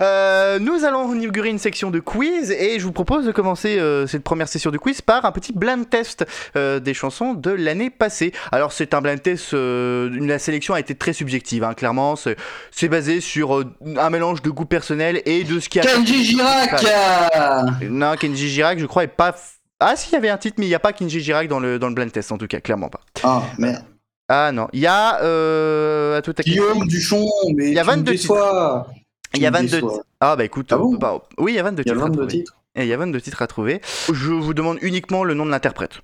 Speaker 2: Euh, nous allons inaugurer une section de quiz et je vous propose de commencer euh, cette première session de quiz par un petit blind test euh, des chansons de l'année passée. Alors c'est un blind test, euh, la sélection a été très subjective, hein, clairement. C'est c'est basé sur euh, un mélange de goût personnel et de ce qui a...
Speaker 4: Kenji Girac euh,
Speaker 2: Non, Kenji Girac, je crois, est pas. f- Ah, si, il y avait un titre, mais il n'y a pas Kenji Girac dans le, dans le blind test, en tout cas, clairement pas.
Speaker 4: Ah, merde.
Speaker 2: Ah non, il y a. Euh, à tout à
Speaker 4: Guillaume Duchon, mais
Speaker 2: Il y a
Speaker 4: tu me
Speaker 2: 22
Speaker 4: déçois.
Speaker 2: Il y a
Speaker 4: Tu me
Speaker 2: 22
Speaker 4: déçois.
Speaker 2: titres. Ah bah écoute,
Speaker 4: Ah
Speaker 2: on
Speaker 4: bon
Speaker 2: peut pas- Oui, il y a 22
Speaker 4: Il y a
Speaker 2: titres. à
Speaker 4: 22
Speaker 2: trouver.
Speaker 4: titres.
Speaker 2: Et il y a 22 titres à trouver. Je vous demande uniquement le nom de l'interprète.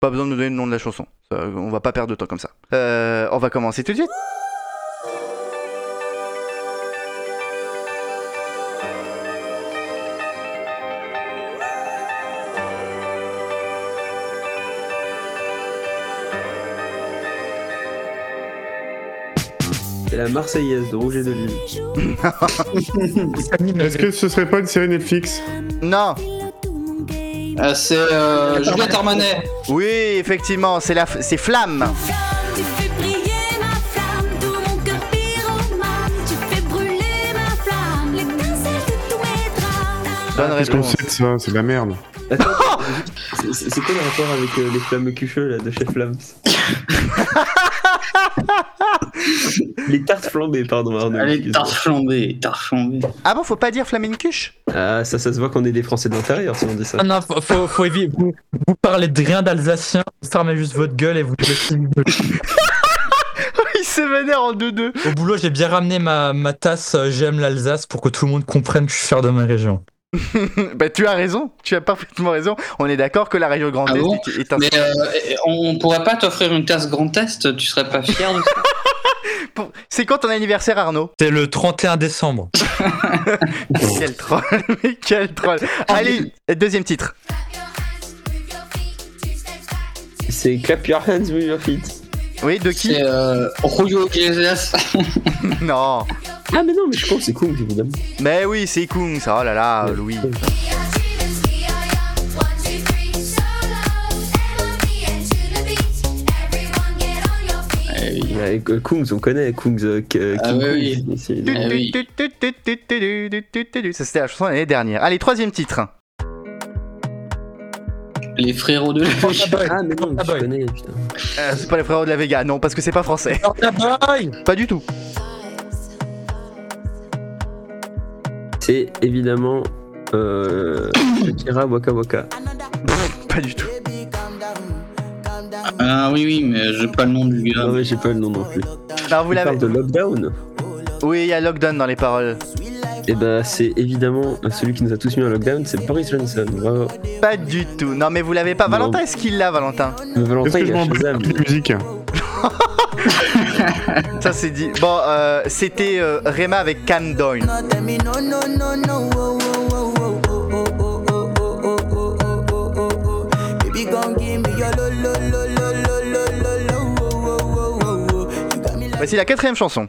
Speaker 2: Pas besoin de nous donner le nom de la chanson. Ça, on va pas perdre de temps comme ça. Euh, on va commencer tout de suite.
Speaker 3: C'est la Marseillaise de Roger Delisle.
Speaker 5: Est-ce que ce serait pas une série Netflix
Speaker 2: Non.
Speaker 4: Euh, c'est euh, Juliette Armanet.
Speaker 2: Oui, effectivement, c'est la, f- c'est Flamme.
Speaker 7: Tu fais briller ma flamme, tout mon cœur pyromane. Tu fais brûler ma flamme, l'étincelle de tous mes draps.
Speaker 2: Bonne
Speaker 5: Qu'est-ce qu'on
Speaker 2: réponse.
Speaker 5: sait de ça C'est de la merde.
Speaker 3: Attends, c'est- c'est c'est quoi le rapport avec euh, les flammes cucheux là de chez Flammes Les tartes flambées, pardon Arnaud.
Speaker 4: Allez,
Speaker 3: excuse-moi.
Speaker 4: tarte flambée, tarte flambée.
Speaker 2: Ah bon, faut pas dire Flamencuche
Speaker 3: Ah, ça, ça se voit qu'on est des Français d'intérieur si on dit ça.
Speaker 6: Ah non, faut, faut, faut éviter. Vous, vous parlez de rien d'alsacien, vous fermez juste votre gueule et vous laissez-
Speaker 2: Il se vénère en 2-2.
Speaker 6: Au boulot, j'ai bien ramené ma, ma tasse euh, J'aime l'Alsace pour que tout le monde comprenne que je suis fier de ma région.
Speaker 2: bah tu as raison, tu as parfaitement raison. On est d'accord que la région Grand
Speaker 4: Ah
Speaker 2: Est
Speaker 4: bon
Speaker 2: est- est un...
Speaker 4: Mais euh, on pourrait pas t'offrir une tasse Grand Est Tu serais pas fier de ça
Speaker 2: Pour- C'est quand ton anniversaire Arnaud
Speaker 6: C'est le 31 décembre.
Speaker 2: Quel troll, mais quel troll. Allez, deuxième titre.
Speaker 3: C'est Clap Your Hands with Your Feet.
Speaker 2: Oui, de qui
Speaker 4: C'est euh, Julio Iglesias.
Speaker 2: Non.
Speaker 3: Ah, mais non, mais je pense que c'est cool, évidemment.
Speaker 2: Mais oui, c'est Kung, ça. Oh là là,
Speaker 3: Ah,
Speaker 2: Louis.
Speaker 4: Eh oui.
Speaker 3: Ouais, euh, Kungs, on connaît Kungs. euh, K- euh,
Speaker 4: Ah
Speaker 3: King
Speaker 4: oui,
Speaker 3: Kungs, c'est- c'est-
Speaker 4: Eh oui.
Speaker 2: Ça, c'était la chanson de l'année dernière. Allez, troisième titre.
Speaker 4: Les frérots de la
Speaker 3: Ah, mais non,
Speaker 6: Ah, bah
Speaker 3: je
Speaker 6: oui.
Speaker 3: connais, putain.
Speaker 2: Euh, c'est pas les frérots de la Vega, non, parce que c'est pas français.
Speaker 6: Porta Boy
Speaker 2: Pas du tout.
Speaker 3: C'est évidemment. Euh, Akira Waka Waka.
Speaker 2: Pas du tout.
Speaker 4: Ah oui, oui, mais j'ai pas le nom du gars.
Speaker 3: Non, mais j'ai pas le nom non plus.
Speaker 2: Non, vous
Speaker 3: On
Speaker 2: l'avez.
Speaker 3: parle de Lockdown.
Speaker 2: Oui, il y a Lockdown dans les paroles.
Speaker 3: Et bah, c'est évidemment euh, celui qui nous a tous mis en lockdown, c'est Boris Johnson. Bravo.
Speaker 2: Pas du tout. Non, mais vous l'avez pas.
Speaker 3: Non.
Speaker 2: Valentin, est-ce qu'il l'a, Valentin
Speaker 3: Mais
Speaker 5: Est-ce
Speaker 3: Valentin,
Speaker 5: que je
Speaker 3: il a
Speaker 5: m'en bats
Speaker 3: Shazam.
Speaker 5: de la musique
Speaker 2: Ça, c'est dit. Bon, euh, c'était euh, Rema avec Cam Doyne. Voici la quatrième chanson.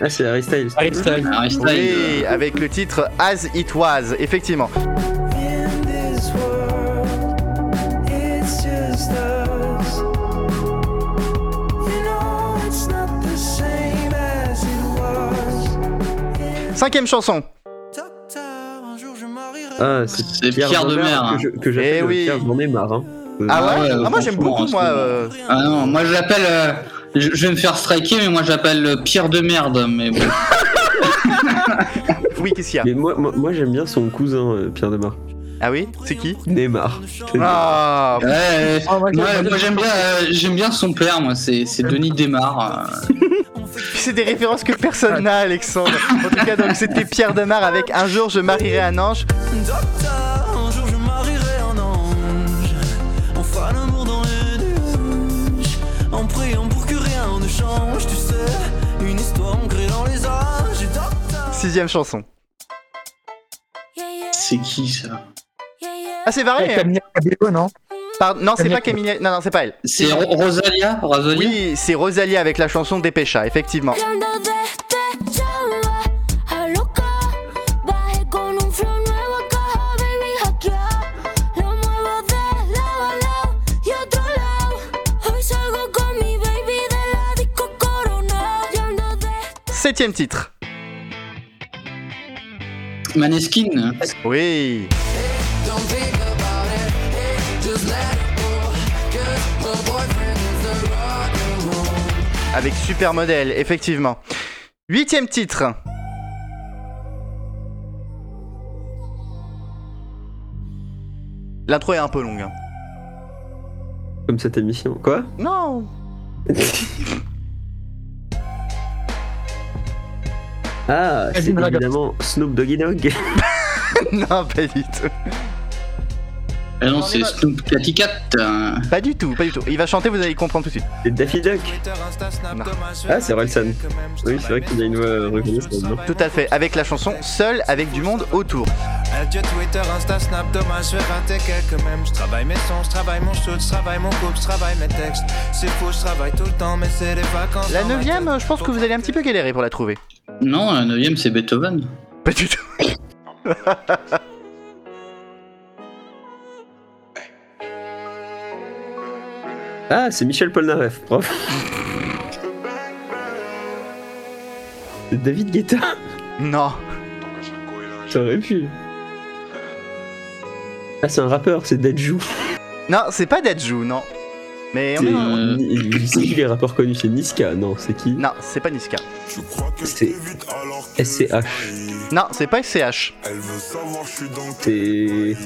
Speaker 3: Ah, c'est Harry Styles.
Speaker 6: Harry Styles.
Speaker 4: Harry Styles.
Speaker 2: Oui, avec le titre As It Was, effectivement. Cinquième chanson.
Speaker 3: Ah, c'est
Speaker 4: C'est Pierre de
Speaker 3: Demers,
Speaker 4: Mer.
Speaker 3: que je- que j'appelle
Speaker 2: Eh oui.
Speaker 3: Pierre Jean Demers, hein. Euh,
Speaker 2: Ah ouais,
Speaker 4: ouais,
Speaker 2: Ah, Moi j'aime
Speaker 4: franchement,
Speaker 2: beaucoup, moi.
Speaker 4: c'est-
Speaker 2: euh,
Speaker 4: Ah non, moi je l'appelle. euh, je je vais me faire striker, mais moi je l'appelle euh, Pierre de merde. Mais bon.
Speaker 2: Oui, qu'est-ce qu'il y a
Speaker 3: Mais moi, moi, moi, j'aime bien son cousin euh, Pierre Demar.
Speaker 2: Ah oui C'est qui
Speaker 3: Neymar.
Speaker 2: Ah
Speaker 4: Ouais, ouais, ouais,
Speaker 6: moi,
Speaker 4: moi j'aime bien, euh, j'aime bien son père, moi. C'est c'est Denis Desmar. euh.
Speaker 2: C'est des références que personne n'a, Alexandre. En tout cas, donc c'était Pierre Demar avec Un jour je marierai un ange.
Speaker 9: Docteur, un jour je marierai un ange.
Speaker 2: sixième chanson.
Speaker 4: C'est qui ça
Speaker 2: Ah, c'est varié.
Speaker 6: Camilla Cabello, non
Speaker 2: Non, c'est
Speaker 6: Camille-
Speaker 2: pas Camille. Non, non, c'est pas elle.
Speaker 4: C'est Ro- Rosalia Rosalia
Speaker 2: Oui, c'est Rosalie avec la chanson Dépêcha, effectivement.
Speaker 7: Hablando de este chamba, a loca. Bajé con un flow nuevo caja, baby, hackea. Lo muevo de lado a lado y otro lado. Hoy salgo con mi baby de la disco corona. Hablando de
Speaker 2: Septième titre.
Speaker 4: Maneskin
Speaker 2: Oui. Avec Supermodel, effectivement. Huitième titre. L'intro est un peu longue. hein.
Speaker 3: Comme cette émission. Quoi
Speaker 2: Non
Speaker 3: Ah, c'est
Speaker 6: Imagine Dragons.
Speaker 3: évidemment Snoop Doggy Dogg.
Speaker 2: Non, pas du tout.
Speaker 4: Ah non,
Speaker 2: On est
Speaker 4: c'est
Speaker 2: pas-
Speaker 4: Snoop Catty Cat euh,
Speaker 2: Pas du tout, pas du tout. Il va chanter, vous allez comprendre tout de suite.
Speaker 3: Et Daffy Duck.
Speaker 2: Non.
Speaker 3: Ah, c'est Relsan. Oui, c'est vrai qu'il a une voix euh, reconnaissable. non
Speaker 2: Tout à fait, avec la chanson Seul avec du monde autour.
Speaker 10: Adieu Twitter, Insta, Snap, dommage, je vais rater quelques mêmes. Je travaille mes sons, je travaille mon shoot, je travaille mon couple, je travaille mes textes. C'est fou, je travaille tout le temps, mais c'est les vacances.
Speaker 2: La
Speaker 10: dans ma
Speaker 2: neuvième,
Speaker 10: tête.
Speaker 2: euh, je pense que vous allez un petit peu galérer pour la trouver.
Speaker 4: Non, la 9 c'est Beethoven.
Speaker 2: Pas du tout.
Speaker 3: Ah, c'est Michel Polnareff, prof. David Guetta,
Speaker 2: Non.
Speaker 3: j'aurais pu. Ah, c'est un rappeur, c'est Dadju.
Speaker 2: Non, c'est pas Dajou, non. Mais on
Speaker 3: C'est
Speaker 2: est dans-
Speaker 4: Euh,
Speaker 3: il- c'est qui les rappeurs connus C'est Niska, non C'est qui
Speaker 2: Non, c'est pas Niska.
Speaker 3: C'est SCH.
Speaker 2: Non, c'est pas SCH.
Speaker 3: C'est.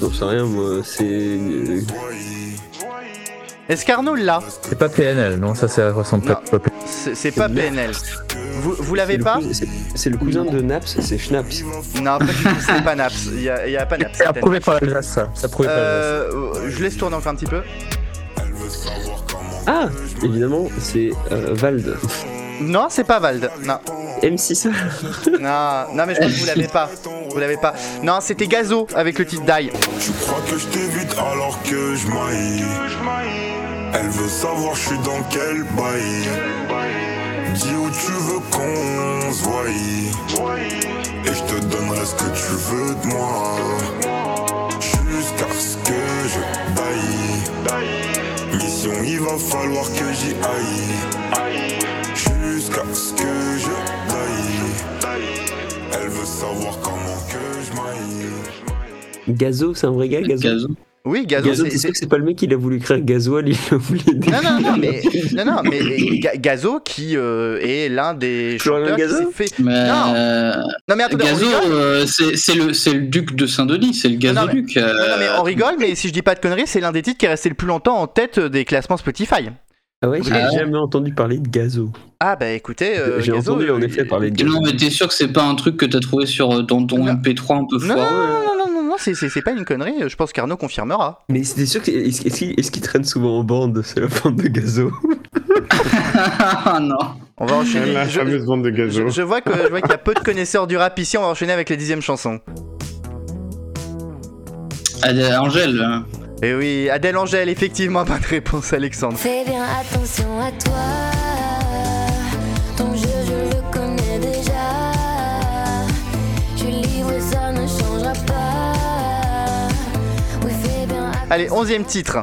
Speaker 3: J'en sais rien, moi. C'est. euh,
Speaker 2: Est-ce qu'Arnaud l'a
Speaker 6: C'est pas PNL, non, ça, ça ressemble pas. pas- pas-
Speaker 2: C'est c'est pas
Speaker 3: C'est
Speaker 2: PNL. Vous, vous l'avez
Speaker 3: c'est le
Speaker 2: pas
Speaker 3: cous- c'est- C'est le cousin de Naps, c'est Schnaps.
Speaker 2: Non, pas du tout, c'est pas Naps. Il y a, il y a pas Naps.
Speaker 6: C'est approuvé par l'Alsace, ça. C'est approuvé par l'Alsace.
Speaker 2: Euh, je laisse tourner encore un petit peu.
Speaker 3: Ah Évidemment, c'est euh, Vald.
Speaker 2: Non, c'est pas Vald. Non.
Speaker 3: M6.
Speaker 2: Non, non, mais je crois que vous l'avez pas. Vous l'avez pas. Non, c'était Gazo avec le titre Die.
Speaker 11: Tu crois que je t'évite alors que je maille Elle veut savoir je suis dans quel bail Dis où tu veux qu'on se voie Et je te donnerai ce que tu veux de moi Jusqu'à ce que je baille Mission il va falloir que j'y aille Jusqu'à ce que je baille Elle veut savoir comment que je maille
Speaker 3: Gazo, c'est un vrai gars, Gazo.
Speaker 4: Gazo.
Speaker 2: Oui, Gazo.
Speaker 3: Gazo,
Speaker 2: c'est-
Speaker 3: t'es sûr que c'est pas le mec qui a voulu créer Gasoil, il a voulu aider.
Speaker 2: Non, non, non, mais, non, non, mais mais Ga- Gazo qui euh, est l'un des
Speaker 3: Florian
Speaker 2: chanteurs qui
Speaker 3: Gazo
Speaker 2: s'est fait.
Speaker 4: Mais
Speaker 2: Non.
Speaker 4: euh,
Speaker 2: Non, mais attendez, on
Speaker 4: Gazo,
Speaker 2: rigole.
Speaker 4: euh, c'est c'est le, c'est le duc de Saint-Denis, c'est le
Speaker 2: Non, non, mais-
Speaker 4: gazoduc.
Speaker 2: Non, non, mais
Speaker 4: euh,
Speaker 2: on rigole, mais si je dis pas de conneries, c'est l'un des titres qui est resté le plus longtemps en tête des classements Spotify.
Speaker 3: Ah ouais, j'ai
Speaker 4: Ah ouais.
Speaker 3: jamais entendu parler de Gazo.
Speaker 2: Ah, bah écoutez. euh,
Speaker 3: j'ai
Speaker 2: Gazo,
Speaker 3: entendu en
Speaker 2: euh,
Speaker 3: effet parler de
Speaker 4: mais
Speaker 3: Gazo.
Speaker 4: Non, mais t'es sûr que c'est pas un truc que t'as trouvé sur euh, dans ton
Speaker 2: Non.
Speaker 4: MP3 un peu
Speaker 2: Non, non,
Speaker 4: foireux
Speaker 2: non, non, non, non, non, c'est- c'est c'est pas une connerie. Je pense qu'Arnaud confirmera.
Speaker 3: Mais c'est sûr que. Est-ce est-ce qu'il est-ce qu'il traîne souvent en bande, c'est la bande de Gazo
Speaker 4: Ah non
Speaker 2: On va enchaîner.
Speaker 5: La
Speaker 2: Je-
Speaker 5: fameuse bande de
Speaker 2: Je,
Speaker 5: gazo.
Speaker 2: je vois que je vois qu'il y a peu de connaisseurs du rap ici. On va enchaîner avec la dixième chanson.
Speaker 4: Adèle- Angèle, hein.
Speaker 2: Et Eh oui, Adèle Angèle, effectivement, pas de réponse, Alexandre.
Speaker 7: Fais bien attention à toi. Ton jeu, je le connais déjà. Je suis libre, ça ne changera pas. Oui, fais bien attention.
Speaker 2: Allez, onzième titre.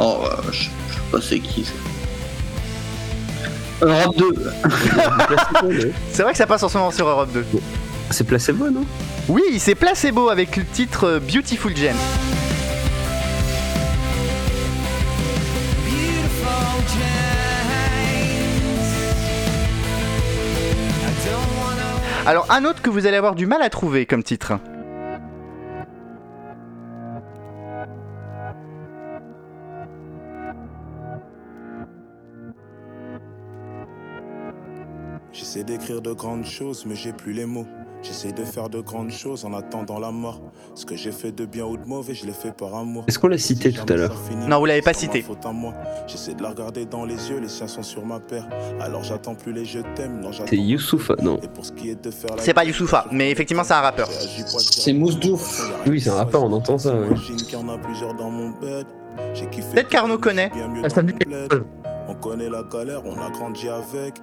Speaker 4: oh, euh, je, je sais pas c'est qui. ça. Europe 2,
Speaker 2: C'est vrai que ça passe en ce moment sur Europe 2.
Speaker 3: C'est placebo, non
Speaker 2: Oui, c'est Placebo avec le titre euh, Beautiful Gem. Alors un autre que vous allez avoir du mal à trouver comme titre.
Speaker 11: J'essaie d'écrire de grandes choses, mais j'ai plus les mots.
Speaker 12: J'essaie de faire de grandes choses en attendant la mort. Ce que j'ai fait de bien ou de mauvais, je l'ai fait par amour.
Speaker 3: Est-ce qu'on l'a cité tout à l'heure
Speaker 2: Non, vous l'avez pas
Speaker 12: Sans ma
Speaker 2: cité.
Speaker 12: faute à moi. J'essaie de la regarder dans les yeux, les siens sont sur ma paire. Alors j'attends plus les je t'aime, non
Speaker 3: C'est
Speaker 12: j'attends.
Speaker 3: Youssoufa, non
Speaker 12: Pour ce qui est de faire la
Speaker 2: C'est pas Youssoufa, mais effectivement, c'est un rappeur.
Speaker 12: C'est
Speaker 2: Mousdouf.
Speaker 3: Oui, c'est un rappeur, on entend ça. ouais.
Speaker 12: J'imagine qu'il y en a plusieurs dans mon bed. J'ai kiffé.
Speaker 2: Peut-être qu'Arnaud connaît.
Speaker 12: bien mieux dans mon bled. On connaît la galère, on a grandi avec.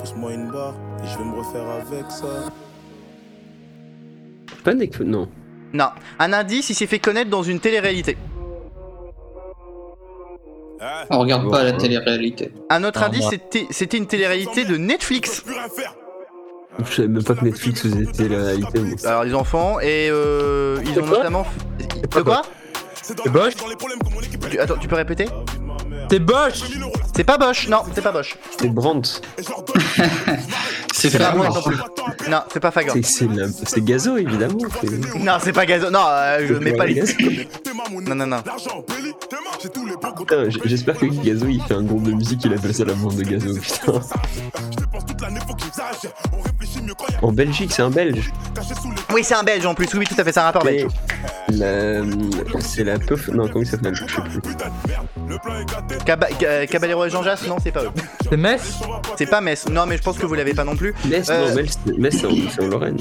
Speaker 12: Pousse-moi une barre et je vais me refaire avec ça.
Speaker 3: Pas Nekfeu, non.
Speaker 2: Non. Un indice, il s'est fait connaître dans une télé-réalité.
Speaker 4: On regarde pas la télé-réalité.
Speaker 2: Un autre
Speaker 4: Ah,
Speaker 2: indice,
Speaker 4: moi.
Speaker 2: c'était- c'était une télé-réalité de Netflix.
Speaker 3: Je savais même pas que Netflix faisait des réalités.
Speaker 2: Alors les enfants et euh, ils ont notamment. De quoi C'est Bosch tu, Attends, tu peux répéter C'est Bosch C'est pas Bosch, non, c'est pas Bosch.
Speaker 3: C'est Brandt.
Speaker 2: C'est pas Bosch non plus. Non, c'est pas Fagor.
Speaker 3: C'est- C'est la- c'est Gazo, évidemment. c'est-
Speaker 2: Non, c'est pas Gazo. Non, euh, je
Speaker 3: C'est
Speaker 2: mets
Speaker 3: pas
Speaker 2: pas les.
Speaker 3: Gazo.
Speaker 2: Non, non, non.
Speaker 3: Putain, j- J'espère que Gazo il fait un groupe de musique, il appelle ça la bande de Gazo, putain. En Belgique, c'est un Belge.
Speaker 2: Oui, c'est un Belge en plus. Oui, tout à fait, c'est un rappeur belge.
Speaker 3: La- C'est la peuf. Non, comment il s'appelle Je sais plus.
Speaker 2: Caba- Ca- Caballero et Jean Jas, non, c'est pas eux.
Speaker 6: C'est Metz
Speaker 2: C'est pas Metz. Non, mais je pense que vous l'avez pas non plus.
Speaker 3: Metz,
Speaker 2: Euh,
Speaker 3: non, Metz, c'est- Metz, c'est en- c'est en Lorraine.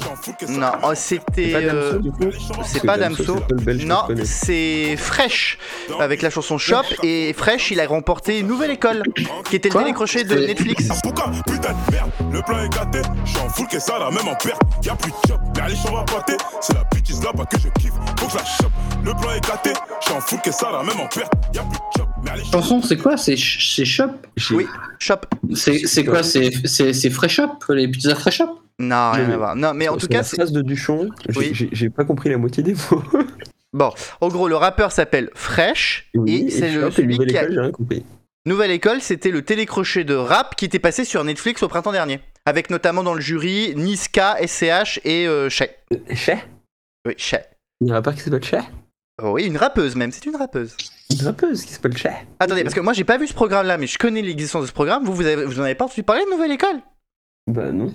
Speaker 2: Non, oh, c'était. euh, C'est
Speaker 3: Parce que
Speaker 2: pas
Speaker 3: Damso,
Speaker 2: Damso.
Speaker 3: c'est le seul Belge que
Speaker 2: Non,
Speaker 3: je connais.
Speaker 2: c'est Fresh avec la chanson Shop. Et Fresh, il a remporté Nouvelle École, qui était le
Speaker 12: Quoi
Speaker 2: décroché de
Speaker 12: C'est-
Speaker 2: Netflix.
Speaker 12: Pourquoi putain de merde Le plan est gâté, je suis en full que ça la même en perte. Y'a plus de chop, mais allez, j'en pâté. C'est la bitches là-bas que je kiffe, faut que je la chope. Le plan est gâté, je suis en full que ça la même en perte. Y'a plus de chop, mais allez,
Speaker 4: Chanson, c'est quoi C'est ch- c'est Shop
Speaker 2: Oui, Shop.
Speaker 4: C'est c'est quoi C'est c'est- c'est Fresh Shop Les pizzas Fresh Shop
Speaker 2: Non, rien
Speaker 3: Mais-
Speaker 2: à voir. Non, mais en
Speaker 3: sur
Speaker 2: tout cas,
Speaker 3: la
Speaker 2: c'est-
Speaker 3: phrase de Duchon, j'ai-
Speaker 2: Oui.
Speaker 3: j'ai j'ai pas compris la moitié des mots.
Speaker 2: bon. En gros, le rappeur s'appelle Fresh.
Speaker 3: Oui,
Speaker 2: et c'est
Speaker 3: je
Speaker 2: le
Speaker 3: suis
Speaker 2: celui
Speaker 3: nouvelle
Speaker 2: qui a.
Speaker 3: école, j'ai rien compris.
Speaker 2: Nouvelle École, c'était le télécrochet de rap qui était passé sur Netflix au printemps dernier. Avec notamment dans le jury Niska, SCH et euh, Shay.
Speaker 3: Chet
Speaker 2: Oui, Shay.
Speaker 3: Il y a un rappeur qui s'appelle Chet
Speaker 2: Oh oui, une rappeuse même, c'est une rappeuse.
Speaker 3: Une rappeuse qui s'appelle Chet
Speaker 2: Attendez, parce que moi j'ai pas vu ce programme là, mais je connais l'existence de ce programme. Vous, vous, avez- vous en avez pas entendu parler de Nouvelle École
Speaker 3: Bah non.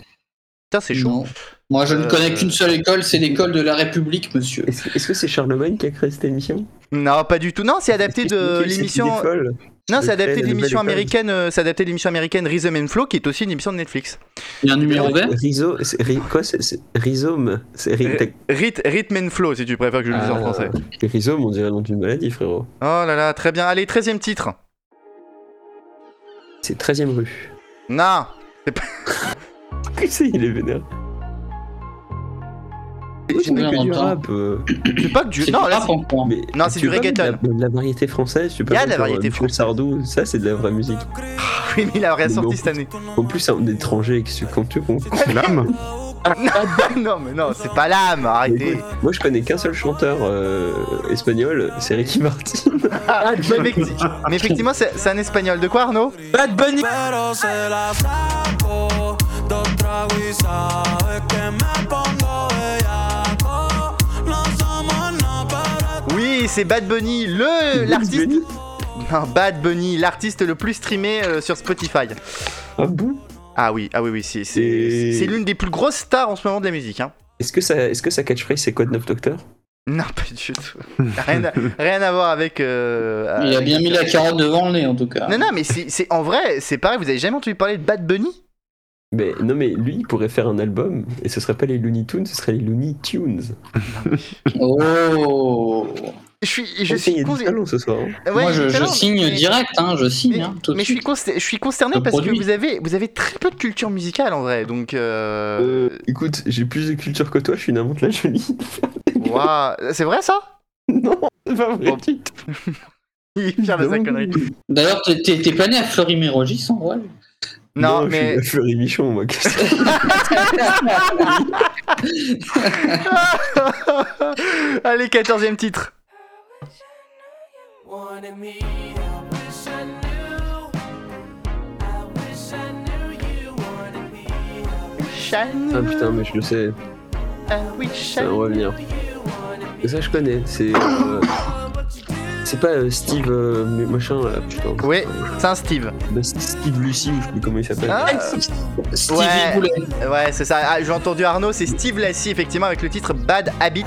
Speaker 2: Putain, c'est chaud.
Speaker 4: Moi, je ne
Speaker 2: Euh,
Speaker 4: connais qu'une seule école, c'est l'école de la République, monsieur.
Speaker 3: Est-ce que- est-ce que c'est Charlemagne qui a créé cette émission
Speaker 2: Non, pas du tout. Non, c'est adapté de
Speaker 3: Quelle est cette
Speaker 2: l'émission. euh,
Speaker 3: idée folle
Speaker 2: Non,
Speaker 3: de
Speaker 2: c'est adapté
Speaker 3: créer
Speaker 2: de
Speaker 3: la nouvelle
Speaker 2: l'émission
Speaker 3: école
Speaker 2: américaine. euh, c'est adapté de l'émission américaine Rhythm and Flow, qui est aussi une émission de Netflix.
Speaker 4: Il y a un numéro vert
Speaker 3: Rhizo, c'est ri- quoi c'est- c'est- Rhizome C'est ri- t'as-
Speaker 2: Rhythm Rhythm and Flow, si tu préfères que je le dise en
Speaker 3: Ah,
Speaker 2: français.
Speaker 3: Rhizome, on dirait le nom d'une maladie, frérot.
Speaker 2: Oh là là, très bien. Allez, 13 e titre.
Speaker 3: C'est 13 e rue.
Speaker 2: Non,
Speaker 3: Qu'est-ce que c'est Il est vénère. Moi, je
Speaker 4: c'est
Speaker 3: mets
Speaker 4: bien
Speaker 3: que
Speaker 4: en
Speaker 3: du
Speaker 4: même temps.
Speaker 3: rap. euh.
Speaker 2: c'est pas que du.
Speaker 4: C'est
Speaker 2: Non,
Speaker 4: du
Speaker 2: là,
Speaker 4: rap
Speaker 2: c'est-
Speaker 4: en coin.
Speaker 3: Mais
Speaker 2: Non, c'est
Speaker 3: tu
Speaker 2: du
Speaker 3: peux pas mettre
Speaker 2: reggaeton.
Speaker 3: De la, de la variété française, tu peux
Speaker 2: Y a
Speaker 3: pas
Speaker 2: de la
Speaker 3: mettre, euh,
Speaker 2: variété
Speaker 3: Michel Sardou, ça c'est de la vraie musique.
Speaker 2: Oui, mais il a
Speaker 3: Mais
Speaker 2: ressorti
Speaker 3: en
Speaker 2: cette année.
Speaker 3: En plus, c'est un étranger, que tu- quand tu comptes.
Speaker 5: L'âme
Speaker 2: Ah, Non, non, mais non, c'est pas l'âme, arrêtez.
Speaker 3: Bah, Moi, je connais qu'un seul chanteur euh, espagnol, c'est Ricky Martin.
Speaker 2: Ah, mais, effecti- mais effectivement, c'est c'est un espagnol. De quoi, Arnaud
Speaker 6: Bad Bunny
Speaker 10: Pero se la saco, dos tragos y sabes que me pongo bellaco. No somos nada, pero
Speaker 2: Oui, c'est Bad Bunny, le l'artiste. Non, Bad Bunny, l'artiste le plus streamé euh, sur Spotify.
Speaker 3: Ah bon
Speaker 2: Ah oui, ah oui, oui, c'est c'est-
Speaker 3: Et-
Speaker 2: c'est l'une des plus grosses stars en ce moment de la musique. Hein.
Speaker 3: Est-ce que, ça, est-ce que sa catchphrase c'est Code 9 Docteur
Speaker 2: Non, pas du tout. Rien à, rien à voir avec. euh,
Speaker 4: Il a
Speaker 2: avec-
Speaker 4: bien mis la carotte devant le nez, en tout cas.
Speaker 2: Non, non, mais c'est c'est- en vrai, c'est pareil. Vous avez jamais entendu parler de Bad Bunny
Speaker 3: mais, Non, mais lui, il pourrait faire un album et ce serait pas les Looney Tunes, ce serait les Looney Tunes.
Speaker 4: Oh
Speaker 2: Je suis, je
Speaker 3: Ok, il y
Speaker 2: suis
Speaker 3: a du
Speaker 2: consi-
Speaker 3: talent ce soir.
Speaker 2: Ouais,
Speaker 3: hein.
Speaker 4: Moi,
Speaker 2: il y a
Speaker 4: je,
Speaker 2: du
Speaker 4: je
Speaker 2: talent,
Speaker 4: signe
Speaker 2: mais-
Speaker 4: direct, hein, je signe. hein, tout de
Speaker 2: Mais je suis,
Speaker 4: suite.
Speaker 2: conster- je suis consterné
Speaker 4: Le
Speaker 2: parce
Speaker 4: produit.
Speaker 2: que vous avez, vous avez très peu de culture musicale en vrai, donc. Euh...
Speaker 3: Euh, écoute, j'ai plus de culture que toi, je suis une amante la jolie.
Speaker 4: Euh.
Speaker 2: ouah, C'est vrai ça
Speaker 3: non, c'est pas vrai.
Speaker 2: Oh. Il est fier de sa connerie.
Speaker 4: D'ailleurs, t'es- t'es t'es pas né à Fleury-Mérogis en vrai
Speaker 2: Non,
Speaker 3: je suis
Speaker 2: mais.
Speaker 3: la Fleury Michon, moi. qu'est-ce que-
Speaker 2: Allez, 14 e titre.
Speaker 7: Wanted me, I wish I knew. I wish I knew you wanted me.
Speaker 3: ah putain, mais je le sais,
Speaker 2: Ah
Speaker 3: ça va revenir. Ça, je connais, c'est. euh, C'est pas euh, Steve euh, mais machin là, putain.
Speaker 2: Ouais, c'est un Steve.
Speaker 3: Bah, Steve Lucie ou je sais plus comment il s'appelle.
Speaker 2: Ah,
Speaker 3: Steve
Speaker 2: ouais, ouais c'est ça. Ah, J'ai entendu Arnaud, c'est Steve Lassie, effectivement, avec le titre Bad Habit.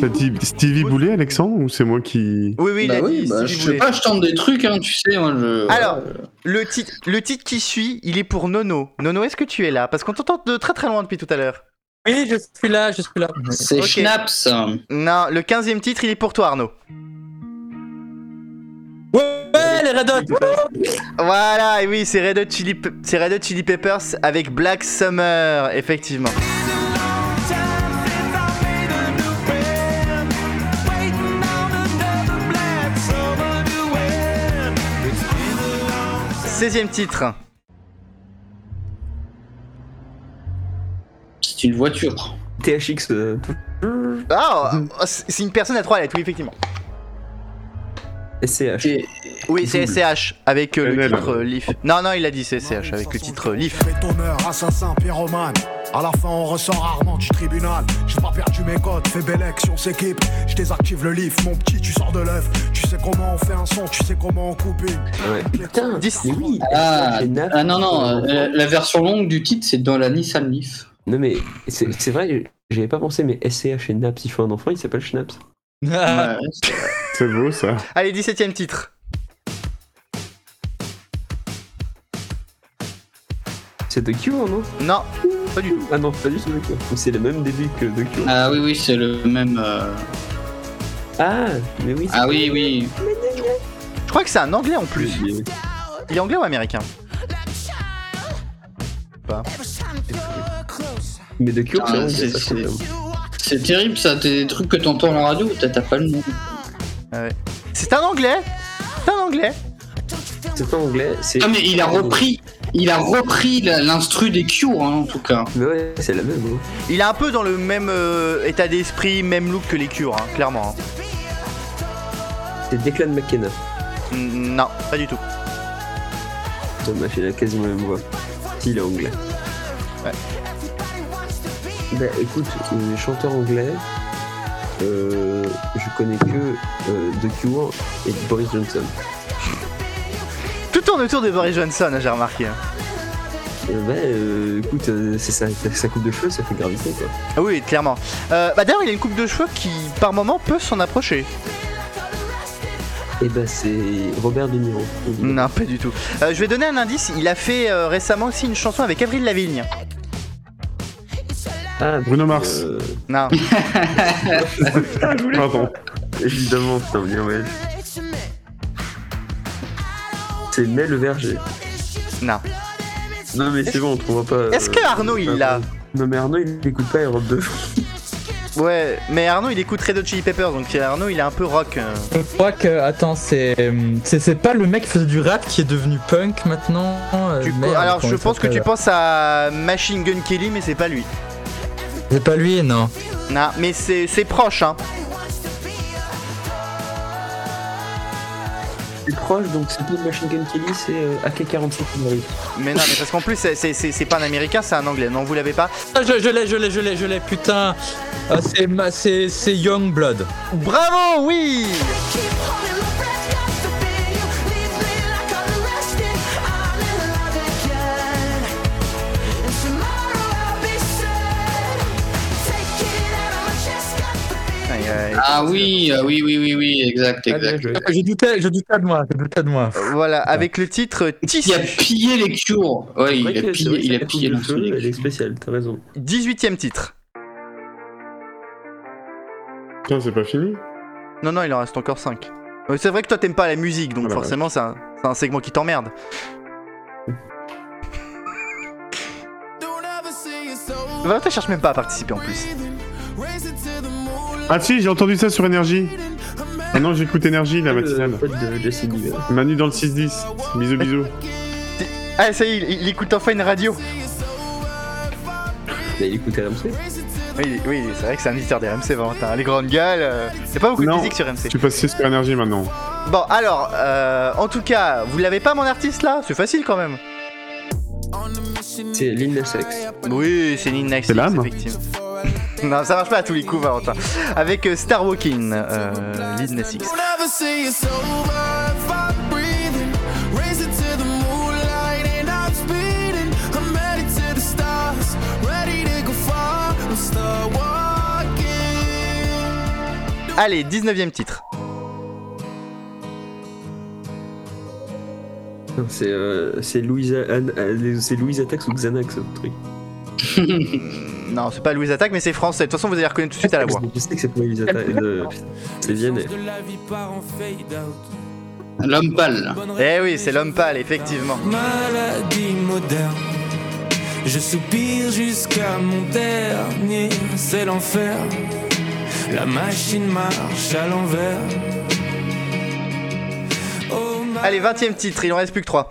Speaker 5: T'as dit Stevie Boulet, Alexandre, ou c'est moi qui.
Speaker 2: Oui, oui, il a
Speaker 4: Bah oui,
Speaker 2: dit
Speaker 4: bah,
Speaker 2: Stevie
Speaker 4: je sais
Speaker 2: Boulet.
Speaker 4: pas, je tente des trucs, hein, tu sais. Moi, je...
Speaker 2: Alors, le titre, le titre qui suit, il est pour Nono. Nono, est-ce que tu es là Parce qu'on t'entend de très très loin depuis tout à l'heure.
Speaker 6: Oui, je suis là, je suis là.
Speaker 4: C'est
Speaker 2: Ok.
Speaker 4: Schnaps. hein,
Speaker 2: Non, le 15 e titre, il est pour toi, Arnaud.
Speaker 6: Ouais, les Red Hot
Speaker 2: Voilà, et oui, c'est Red Hot Chili, Pe- c'est Red Hot Chili Peppers avec Black Summer, effectivement.
Speaker 7: Summer
Speaker 2: 16 e titre.
Speaker 4: C'est une voiture.
Speaker 3: THX. euh,
Speaker 2: Ah, oh, c'est une personne à trois lettres, oui, effectivement.
Speaker 4: Ah,
Speaker 3: SCH.
Speaker 2: Oui, c'est SCH avec euh, le
Speaker 3: LL.
Speaker 2: titre euh, Leaf. Non, non, il a dit SCH avec le titre euh, Leaf.
Speaker 13: Fais ton heure, assassin, pyromane. À la fin, on ressort rarement du tribunal. J'ai pas perdu mes codes, fais Bellex, on s'équipe. Je désactive le lift, mon petit, tu sors de l'œuf. Tu sais comment on fait un son, tu sais comment on coupe une.
Speaker 3: Putain, mais oui.
Speaker 4: Ah,
Speaker 3: SCH, NAF,
Speaker 4: ah non, non,
Speaker 3: euh,
Speaker 4: euh, la, la version longue du titre, c'est dans la Nissan Leaf.
Speaker 3: Non mais c'est c'est vrai, j'avais pas pensé, mais SCH et Naps, il faut un enfant, il s'appelle Schnaps.
Speaker 2: Ah.
Speaker 5: C'est beau ça.
Speaker 2: Allez, 17 e titre.
Speaker 3: C'est The Cure, non
Speaker 2: Non, pas du tout.
Speaker 3: Ah non, pas du tout The Cure. Mais C'est le même début que The Cure.
Speaker 4: Ah oui, oui, c'est le même. euh,
Speaker 3: Ah, mais oui.
Speaker 4: Ah oui, oui.
Speaker 2: Je crois que c'est un anglais en plus. Il est anglais ou américain Pas.
Speaker 3: Mais The Cure,
Speaker 4: Ah,
Speaker 3: c'est
Speaker 4: c'est-
Speaker 3: vrai, ça,
Speaker 4: c'est-
Speaker 3: c'est-
Speaker 4: C'est terrible ça, t'as des trucs que t'entends à la radio, t'as t'as pas le nom.
Speaker 2: Ouais. C'est un anglais C'est un anglais
Speaker 3: C'est pas anglais, c'est.
Speaker 4: Ah mais il a repris, il a repris la- l'instru des Cure hein, en tout cas.
Speaker 3: Mais ouais, c'est la même. hein.
Speaker 2: Il est un peu dans le même euh, état d'esprit, même look que les cures, hein, clairement. hein.
Speaker 3: C'est Declan McKenna.
Speaker 2: Mm, Non, pas du tout.
Speaker 3: Dommage, il a quasiment la même voix. Si, il est anglais.
Speaker 2: Ouais.
Speaker 3: Bah écoute, les chanteurs anglais, euh, je connais que euh, The Cure et Boris Johnson.
Speaker 2: Tout tourne autour de Boris Johnson, hein, j'ai remarqué. hein.
Speaker 3: Euh, bah euh, écoute, euh, c'est sa, sa coupe de cheveux, ça fait gravité quoi.
Speaker 2: Ah oui, clairement. Euh, bah D'ailleurs, il a une coupe de cheveux qui, par moment, peut s'en approcher.
Speaker 3: Et bah c'est Robert De Niro.
Speaker 6: Mm.
Speaker 2: Non, pas du tout. Euh, je vais donner un indice. Il a fait euh, récemment aussi une chanson avec Avril Lavigne.
Speaker 3: Ah,
Speaker 5: Bruno Mars.
Speaker 3: euh,
Speaker 2: Non.
Speaker 12: Ah,
Speaker 5: Pardon.
Speaker 3: Évidemment, putain, bien ouais. C'est Mel le Verger.
Speaker 2: Non.
Speaker 3: Non mais c'est bon, on trouvera pas. euh,
Speaker 2: Est-ce que Arnaud, il
Speaker 3: pas-
Speaker 2: l'a
Speaker 3: Non mais Arnaud il écoute pas Europe 2.
Speaker 2: ouais, mais Arnaud, il écoute Red Hot Chili Peppers, donc Arnaud, il est un peu rock. euh.
Speaker 6: Je crois que. Attends, c'est. C'est c'est pas le mec qui faisait du rap qui est devenu punk maintenant euh,
Speaker 2: Tu-
Speaker 6: merde,
Speaker 2: Alors,
Speaker 6: comment
Speaker 2: je
Speaker 6: il
Speaker 2: pense que tu
Speaker 6: s'appelle
Speaker 2: penses à Machine Gun Kelly, mais c'est pas lui.
Speaker 6: C'est pas lui, non.
Speaker 2: Non, mais c'est c'est proche, hein.
Speaker 3: C'est proche donc c'est plus Machine Gun Kelly, c'est euh, AK-47 qui m'arrive.
Speaker 2: Mais non, mais parce qu'en plus, c'est- c'est c'est- c'est pas un américain, c'est un anglais. Non, vous l'avez pas.
Speaker 6: Ah, je je l'ai, je l'ai, je l'ai, je l'ai, putain. Ah, c'est ma- c'est c'est Youngblood.
Speaker 2: Bravo, oui
Speaker 7: I'll be sad. Take it out of my chest. got the
Speaker 4: Ah oui, ah oui, oui, oui, oui, exact,
Speaker 2: Ah,
Speaker 3: Ah,
Speaker 4: exact.
Speaker 6: Je doutais, je doutais de moi, je doutais de moi.
Speaker 2: Euh, Voilà, avec le titre
Speaker 4: Il a
Speaker 2: Tissu.
Speaker 4: pillé les Cure. Ouais, il
Speaker 3: C'est vrai
Speaker 4: a
Speaker 3: que- c'est vrai
Speaker 4: pillé,
Speaker 3: que
Speaker 4: il a
Speaker 3: la coupe
Speaker 4: pillé
Speaker 3: de
Speaker 4: l'instru des
Speaker 3: cheveux,
Speaker 4: Cure.
Speaker 3: Elle est spéciale, t'as raison.
Speaker 2: 18ème titre.
Speaker 5: Putain, c'est pas fini.
Speaker 2: Non, non, il en reste encore 5. C'est vrai que toi, t'aimes pas la musique, donc
Speaker 5: Ah la
Speaker 2: forcément, c'est un, c'est un segment qui t'emmerde. Valentin cherche même pas à participer en plus.
Speaker 5: Ah si, j'ai entendu ça sur Énergie. Ah non, j'écoute Énergie, la matinale.
Speaker 3: En Euh, fait, de euh, Justin Bieber.
Speaker 5: Manu dans le 6-10. Bisous, bisous.
Speaker 2: Ah, ça y est, il, il écoute enfin une radio.
Speaker 3: Bah, il écoute RMC.
Speaker 2: Oui, oui c'est vrai que c'est un éditeur des RMC, Valentin. Les grandes gueules, euh, c'est pas beaucoup de
Speaker 5: Non,
Speaker 2: musique sur RMC.
Speaker 5: je suis passé sur Énergie maintenant.
Speaker 2: Bon, alors, euh, en tout cas, vous l'avez pas mon artiste là C'est facile quand même.
Speaker 3: C'est Lil Nas X.
Speaker 2: Oui, c'est Lil Nas X,
Speaker 3: C'est l'âme
Speaker 2: effectivement. Non, ça marche pas à tous les coups, Valentin. Avec euh, Star Walking, euh, Lil Nas X.
Speaker 7: We'll never say it's over if I'm breathing. Racing to the moonlight and I'm speeding. I'm headed to the stars, ready to go far. I'm star walking.
Speaker 2: Allez, 19ème titre.
Speaker 3: Non, C'est euh, c'est Louisa, Anne- euh, c'est Louisa Tax ou Xanax, ce truc.
Speaker 2: Mm, non, c'est pas Louise Attaque, mais c'est français. De toute façon, vous allez reconnaître tout de suite à la voix.
Speaker 3: Je sais que c'est pas Louisa Tax. euh, C'est Vianney.
Speaker 2: L'homme pâle. Eh oui, c'est l'homme pâle, effectivement.
Speaker 10: Maladie moderne. Je soupire jusqu'à mon dernier, c'est l'enfer. La machine marche à l'envers. Oh,
Speaker 2: Allez, 20ème titre, il en reste plus que 3.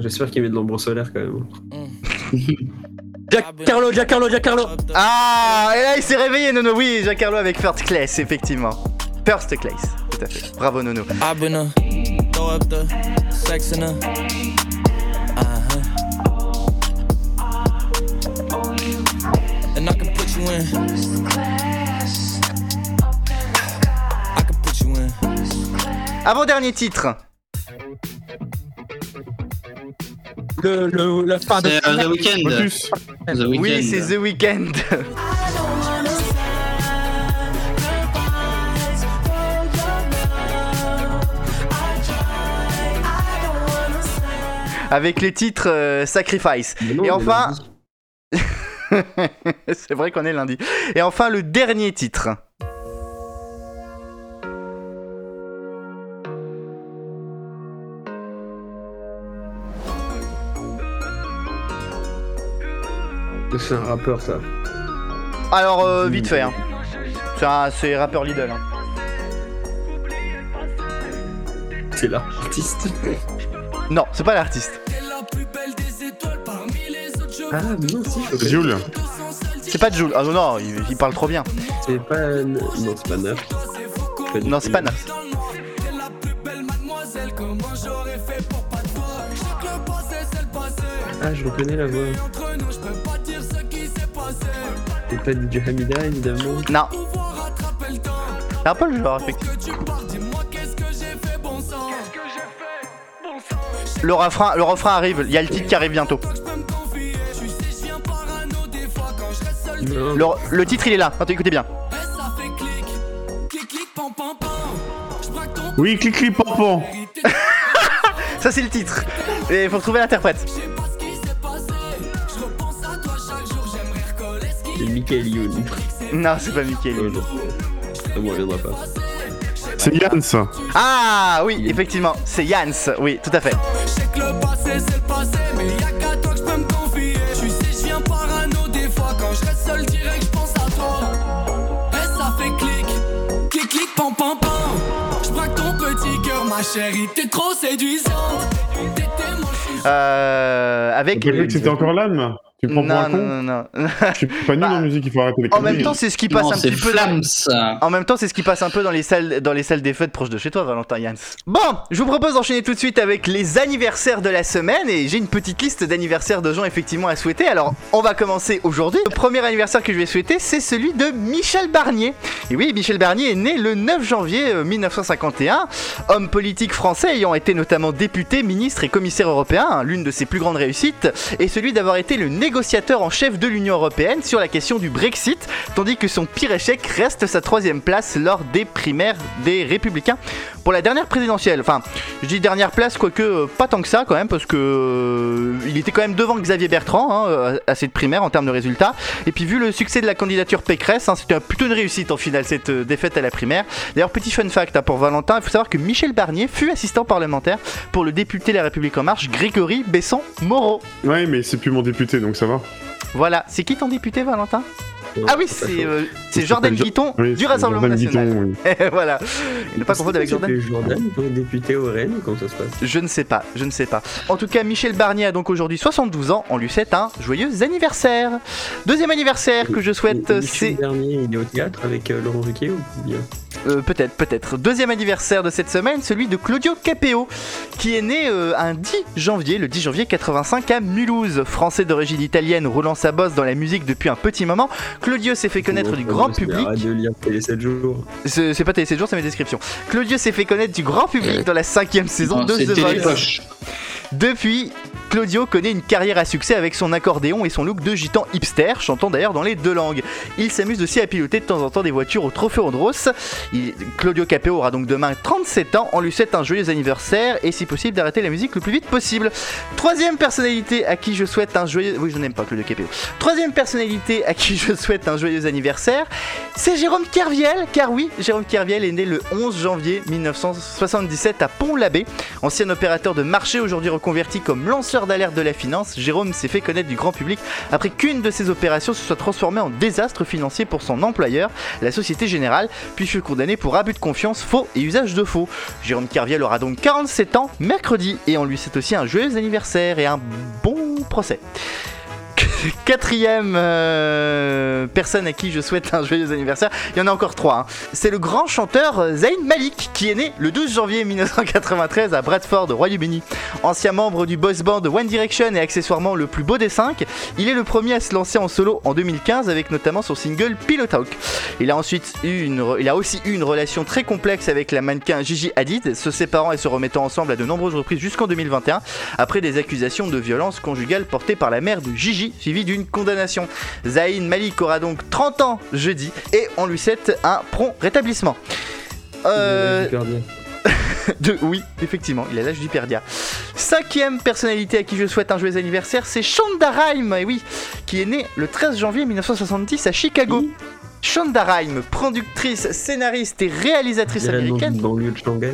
Speaker 3: J'espère qu'il met de l'ombre solaire quand même.
Speaker 2: Giancarlo, Giancarlo, Giancarlo Ah, et là il s'est réveillé, Nono. Oui, Giancarlo avec First Class, effectivement. First Class, tout à fait. Bravo, Nono.
Speaker 14: I've been a throw up the sex in a. Uh-huh. And I can put you in. I can put you in.
Speaker 2: Avant-dernier titre.
Speaker 6: Le, le- la fin de.
Speaker 2: C'est, euh, The Weeknd. Focus.
Speaker 6: The
Speaker 2: Oui, c'est The Weeknd. Avec le titre euh, Sacrifice. Et enfin. c'est vrai qu'on est lundi. Et enfin, le dernier titre.
Speaker 3: C'est un rappeur ça.
Speaker 2: Alors, euh, vite fait. hein. C'est un- C'est rappeur Lidl. hein.
Speaker 3: C'est l'artiste.
Speaker 2: Non, c'est pas l'artiste.
Speaker 3: Ah, mais non, si. je-
Speaker 5: Jules.
Speaker 2: C'est pas Jules. Ah non, non, il, il parle trop bien.
Speaker 3: C'est pas. Non, c'est pas Naf.
Speaker 2: Non, c'est pas Naf.
Speaker 3: Ah, je reconnais la voix. C'est pas du Hamida évidemment.
Speaker 2: Non. C'est un peu le genre, effectivement. Le refrain, le refrain arrive, il y a le titre qui arrive bientôt. Le, le titre il est là, attends écoutez bien.
Speaker 5: Oui, clic clic pompon.
Speaker 2: Ça c'est le titre. Et faut retrouver l'interprète.
Speaker 3: C'est Michael Youn.
Speaker 2: Non, c'est pas Michael.
Speaker 3: Youn. Euh, Ça me reviendra pas.
Speaker 5: C'est Yann ça.
Speaker 2: Ah oui, effectivement, c'est Yans, oui, tout à fait.
Speaker 7: que le passé c'est le passé Mais y'a qu'à toi que je peux me confier Tu sais je viens parano des fois Quand je reste seul direct je pense à toi Et ça fait clic Clic clic pam pam pam Je braque ton petit cœur ma chérie T'es trop séduisante
Speaker 2: Euh, avec.
Speaker 5: J'ai cru que c'était encore l'âme. Tu prends pour
Speaker 2: Non,
Speaker 5: un con
Speaker 2: non, non, non.
Speaker 5: Je suis pas nul en musique, il faut arrêter les
Speaker 2: En même
Speaker 5: conneries.
Speaker 2: temps, c'est ce qui passe un petit peu. dans- En même temps, c'est ce qui passe un peu dans les salles, dans les salles des fêtes proches de chez toi, Valentin Yans. Bon, je vous propose d'enchaîner tout de suite avec les anniversaires de la semaine et j'ai une petite liste d'anniversaires de gens effectivement à souhaiter. Alors, on va commencer aujourd'hui. Le premier anniversaire que je vais souhaiter, c'est celui de Michel Barnier. Et oui, Michel Barnier est né le 9 janvier euh, 1951, homme politique français ayant été notamment député, ministre et commissaire européen. hein. L'une de ses plus grandes réussites est celui d'avoir été le négociateur en chef de l'Union européenne sur la question du Brexit, tandis que son pire échec reste sa troisième place lors des primaires des Républicains pour la dernière présidentielle. Enfin, je dis dernière place, quoique euh, pas tant que ça quand même, parce que euh, il était quand même devant Xavier Bertrand hein, euh, à cette primaire en termes de résultats. Et puis vu le succès de la candidature Pécresse, hein, c'était plutôt une réussite en finale cette euh, défaite à la primaire. D'ailleurs, petit fun fact hein, pour Valentin, il faut savoir que Michel Barnier fut assistant parlementaire pour le député La République en marche, Grégory Besson Moreau.
Speaker 5: Ouais, mais c'est plus mon député, donc ça va.
Speaker 2: Voilà, c'est qui ton député Valentin Ah oui, c'est euh, c'est Jordan
Speaker 5: Jo-
Speaker 2: Guiton
Speaker 5: Oui,
Speaker 2: du
Speaker 5: c'est
Speaker 2: Rassemblement
Speaker 5: Jordan
Speaker 2: National.
Speaker 5: Guiton,
Speaker 2: Et voilà, ne pas confondre avec Jordan.
Speaker 3: C'est Jordan, donc député au Rennes, comment ça se passe
Speaker 2: Je ne sais pas, je ne sais pas. En tout cas, Michel Barnier a donc aujourd'hui 72 ans. On lui souhaite un joyeux anniversaire. Deuxième anniversaire que je souhaite,
Speaker 3: Le
Speaker 2: c'est
Speaker 3: dernier, il est au théâtre avec euh, Laurent euh, Ruquier ou bien
Speaker 2: Euh, peut-être, peut-être. Deuxième anniversaire de cette semaine, celui de Claudio Capeo, qui est né euh, un 10 janvier, le 10 janvier 85 à Mulhouse. Français d'origine italienne, roulant sa bosse dans la musique depuis un petit moment, Claudio s'est fait connaître du grand public.
Speaker 3: De lire Télé 7 jours.
Speaker 2: C'est c'est pas télé 7 jours, c'est mes descriptions. Claudio s'est fait connaître du grand public dans la cinquième saison
Speaker 4: Non,
Speaker 2: de
Speaker 4: c'est
Speaker 2: The
Speaker 4: Télé
Speaker 2: Voice.
Speaker 4: Poche.
Speaker 2: Depuis, Claudio connaît une carrière à succès avec son accordéon et son look de gitan hipster, chantant d'ailleurs dans les deux langues. Il s'amuse aussi à piloter de temps en temps des voitures au Trophée Andros. Il- Claudio Capeo aura donc demain 37 ans. On lui souhaite un joyeux anniversaire et si possible d'arrêter la musique le plus vite possible. Troisième personnalité à qui je souhaite un joyeux... Oui, je n'aime pas Claudio Capeo. Troisième personnalité à qui je souhaite un joyeux anniversaire, c'est Jérôme Kerviel. Car oui, Jérôme Kerviel est né le 11 janvier 1977 à Pont-l'Abbé. Ancien opérateur de marché, aujourd'hui reconverti comme lanceur d'alerte de la finance, Jérôme s'est fait connaître du grand public après qu'une de ses opérations se soit transformée en désastre financier pour son employeur, la Société Générale, puis fut condamné pour abus de confiance, faux et usage de faux. Jérôme Kerviel aura donc 47 ans mercredi et on lui souhaite aussi un joyeux anniversaire et un bon procès. Quatrième euh, personne à qui je souhaite un joyeux anniversaire, il y en a encore trois. hein. C'est le grand chanteur euh, Zayn Malik qui est né le 12 janvier 1993 à Bradford, au Royaume-Uni. Ancien membre du boys band One Direction et accessoirement le plus beau des cinq, il est le premier à se lancer en solo en 2015 avec notamment son single Pillow Talk. Il a ensuite eu une, re- il a aussi eu une relation très complexe avec la mannequin Gigi Hadid, se séparant et se remettant ensemble à de nombreuses reprises jusqu'en 2021 après des accusations de violence conjugale portées par la mère de Gigi, suivie d'une condamnation. Zayn Malik aura donc 30 ans jeudi et on lui souhaite un prompt rétablissement. Euh, de, oui, effectivement, il a l'âge du perdia. Cinquième personnalité à qui je souhaite un joyeux anniversaire, c'est Shonda Rhimes, et oui, qui est née le 13 janvier 1970 à Chicago. Shonda Rhimes, productrice, scénariste et réalisatrice américaine.
Speaker 3: Dans le lieu de Shanghai.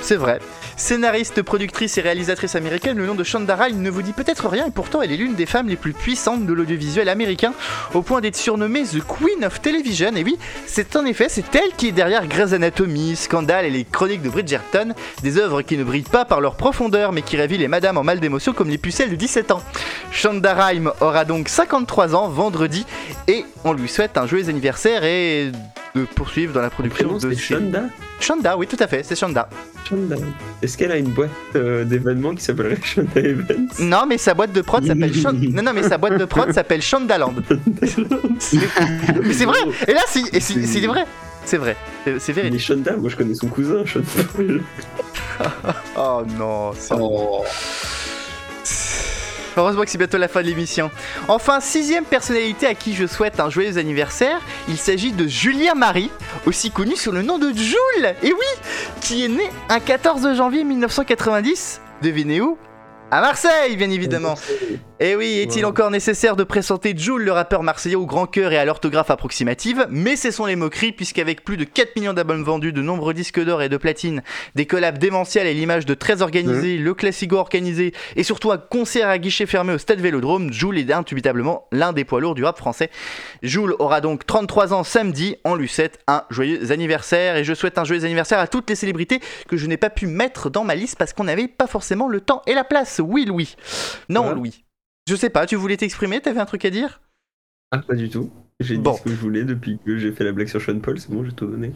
Speaker 2: C'est vrai. Scénariste, productrice et réalisatrice américaine, le nom de Shonda Rhimes ne vous dit peut-être rien et pourtant elle est l'une des femmes les plus puissantes de l'audiovisuel américain, au point d'être surnommée The Queen of Television. Et oui, c'est en effet, c'est elle qui est derrière Grey's Anatomy, Scandal et les chroniques de Bridgerton, des œuvres qui ne brillent pas par leur profondeur mais qui révèlent les madames en mal d'émotion comme les pucelles de 17 ans. Shonda Rhimes aura donc 53 ans vendredi et on lui souhaite un joyeux anniversaire et de poursuivre dans la production
Speaker 3: prénom,
Speaker 2: de
Speaker 3: c'est
Speaker 2: ses-
Speaker 3: Shonda
Speaker 2: Shonda, oui, tout à fait, c'est Shonda.
Speaker 3: Shonda. Est-ce qu'elle a une boîte euh, d'événements qui s'appellerait Shonda Events
Speaker 2: Non, mais sa boîte de prod s'appelle Shon- Non, non, mais sa boîte de prod s'appelle Shondaland. mais c'est vrai. Et là, c'est et c'est- c'est vrai. C'est vrai. C'est- C'est
Speaker 3: Mais
Speaker 2: véridique.
Speaker 3: Shonda, moi je connais son cousin, Shonda.
Speaker 2: Oh non. c'est-
Speaker 4: Oh.
Speaker 2: Heureusement que c'est bientôt la fin de l'émission. Enfin, sixième personnalité à qui je souhaite un joyeux anniversaire, il s'agit de Julia Marie, aussi connue sous le nom de Joule, et oui, qui est née un 14 janvier 1990, devinez où à Marseille, bien évidemment. Et Eh oui, est-il encore nécessaire de présenter Jules, le rappeur marseillais, au grand cœur et à l'orthographe approximative Mais cessons les moqueries, puisqu'avec plus de 4 millions d'albums vendus, de nombreux disques d'or et de platine, des collabs démentiels et l'image de très organisée, le classico organisé, et surtout un concert à guichet fermé au stade Vélodrome, Jules est indubitablement l'un des poids lourds du rap français. Jules aura donc 33 ans samedi, en Lucette, un joyeux anniversaire, et je souhaite un joyeux anniversaire à toutes les célébrités que je n'ai pas pu mettre dans ma liste parce qu'on n'avait pas forcément le temps et la place. Oui, Louis. Non, Louis. Je sais pas, tu voulais t'exprimer, t'avais un truc à dire
Speaker 3: Ah, pas du tout. J'ai dit ce que je voulais depuis que j'ai fait la blague sur Sean Paul, c'est bon, j'ai tout donné.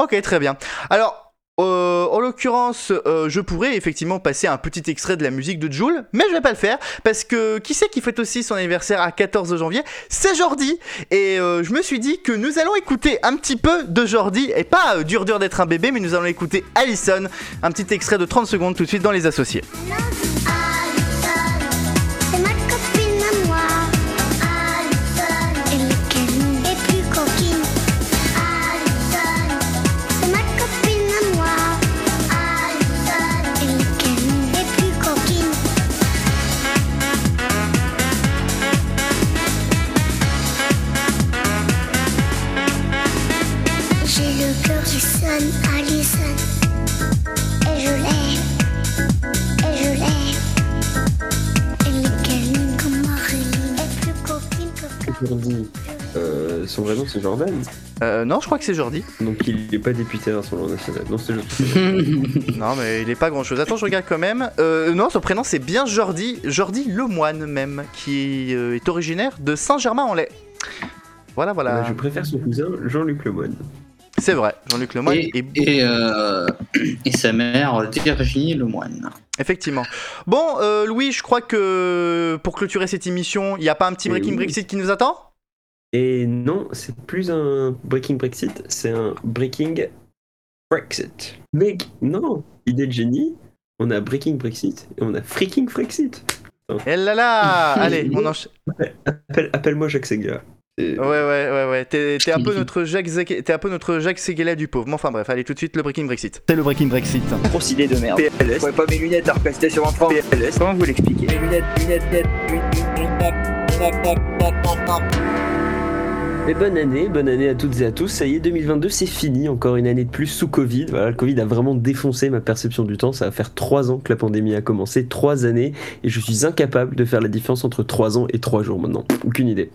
Speaker 2: Ok, très bien. Alors, euh, en l'occurrence, euh, je pourrais effectivement passer un petit extrait de la musique de Joule, mais je vais pas le faire parce que qui c'est qui fête aussi son anniversaire à 14 janvier C'est Jordi. Et euh, je me suis dit que nous allons écouter un petit peu de Jordi et pas euh, dur dur d'être un bébé, mais nous allons écouter Allison, un petit extrait de 30 secondes tout de suite dans les associés.
Speaker 7: C'est ma copine à moi. Alison. Elle est câline et plus coquine. Alison. C'est ma copine à moi. Alison. Elle est câline et plus coquine. J'ai le cœur qui sonne, Alison. Et je l'aime. Et je l'aime. Elle est câline comme Marilyn. Elle est plus coquine que
Speaker 3: Jordi, euh, son vrai nom c'est Jordan.
Speaker 2: Euh, non, je crois que c'est Jordi.
Speaker 3: Donc il n'est pas député à l'Assemblée nationale. Non, c'est Jordi.
Speaker 2: non, mais il est pas grand chose. Attends, je regarde quand même. Euh, non, son prénom c'est bien Jordi, Jordi Lemoine même, qui euh, est originaire de Saint-Germain-en-Laye. Voilà, voilà.
Speaker 3: Bah, je préfère son cousin Jean-Luc Lemoine.
Speaker 2: C'est vrai, Jean-Luc Lemoyne
Speaker 15: Et,
Speaker 2: est
Speaker 15: et, euh, et sa mère, Virginie Lemoine.
Speaker 2: Effectivement. Bon, euh, Louis, je crois que pour clôturer cette émission, il n'y a pas un petit
Speaker 3: Eh
Speaker 2: Breaking
Speaker 3: oui.
Speaker 2: Brexit qui nous attend
Speaker 3: Et non, c'est plus un Breaking Brexit, c'est un Breaking Brexit. Mec, non, idée de génie, on a Breaking Brexit et on a Freaking Brexit.
Speaker 2: Et Eh là là Allez, on enchaîne.
Speaker 3: Appelle- Appelle-moi Jacques Seguela.
Speaker 2: Ouais, ouais, ouais, ouais. T'es t'es un peu notre Jacques, Zek- t'es un peu notre Jacques Seguela du pauvre. Mais enfin bref, allez tout de suite le Breaking Brexit. C'est le Breaking Brexit.
Speaker 16: Grosse idée de merde. Je pouvais pas mes lunettes à repester sur un franc. Comment vous l'expliquez Mes lunettes, lunettes, lunettes, lunettes,
Speaker 3: Et bonne année, bonne année à toutes et à tous. Ça y est, 2022, c'est fini. Encore une année de plus sous Covid. Voilà, le Covid a vraiment défoncé ma perception du temps. Ça va faire trois ans que la pandémie a commencé, trois années, et je suis incapable de faire la différence entre trois ans et trois jours maintenant. Aucune idée.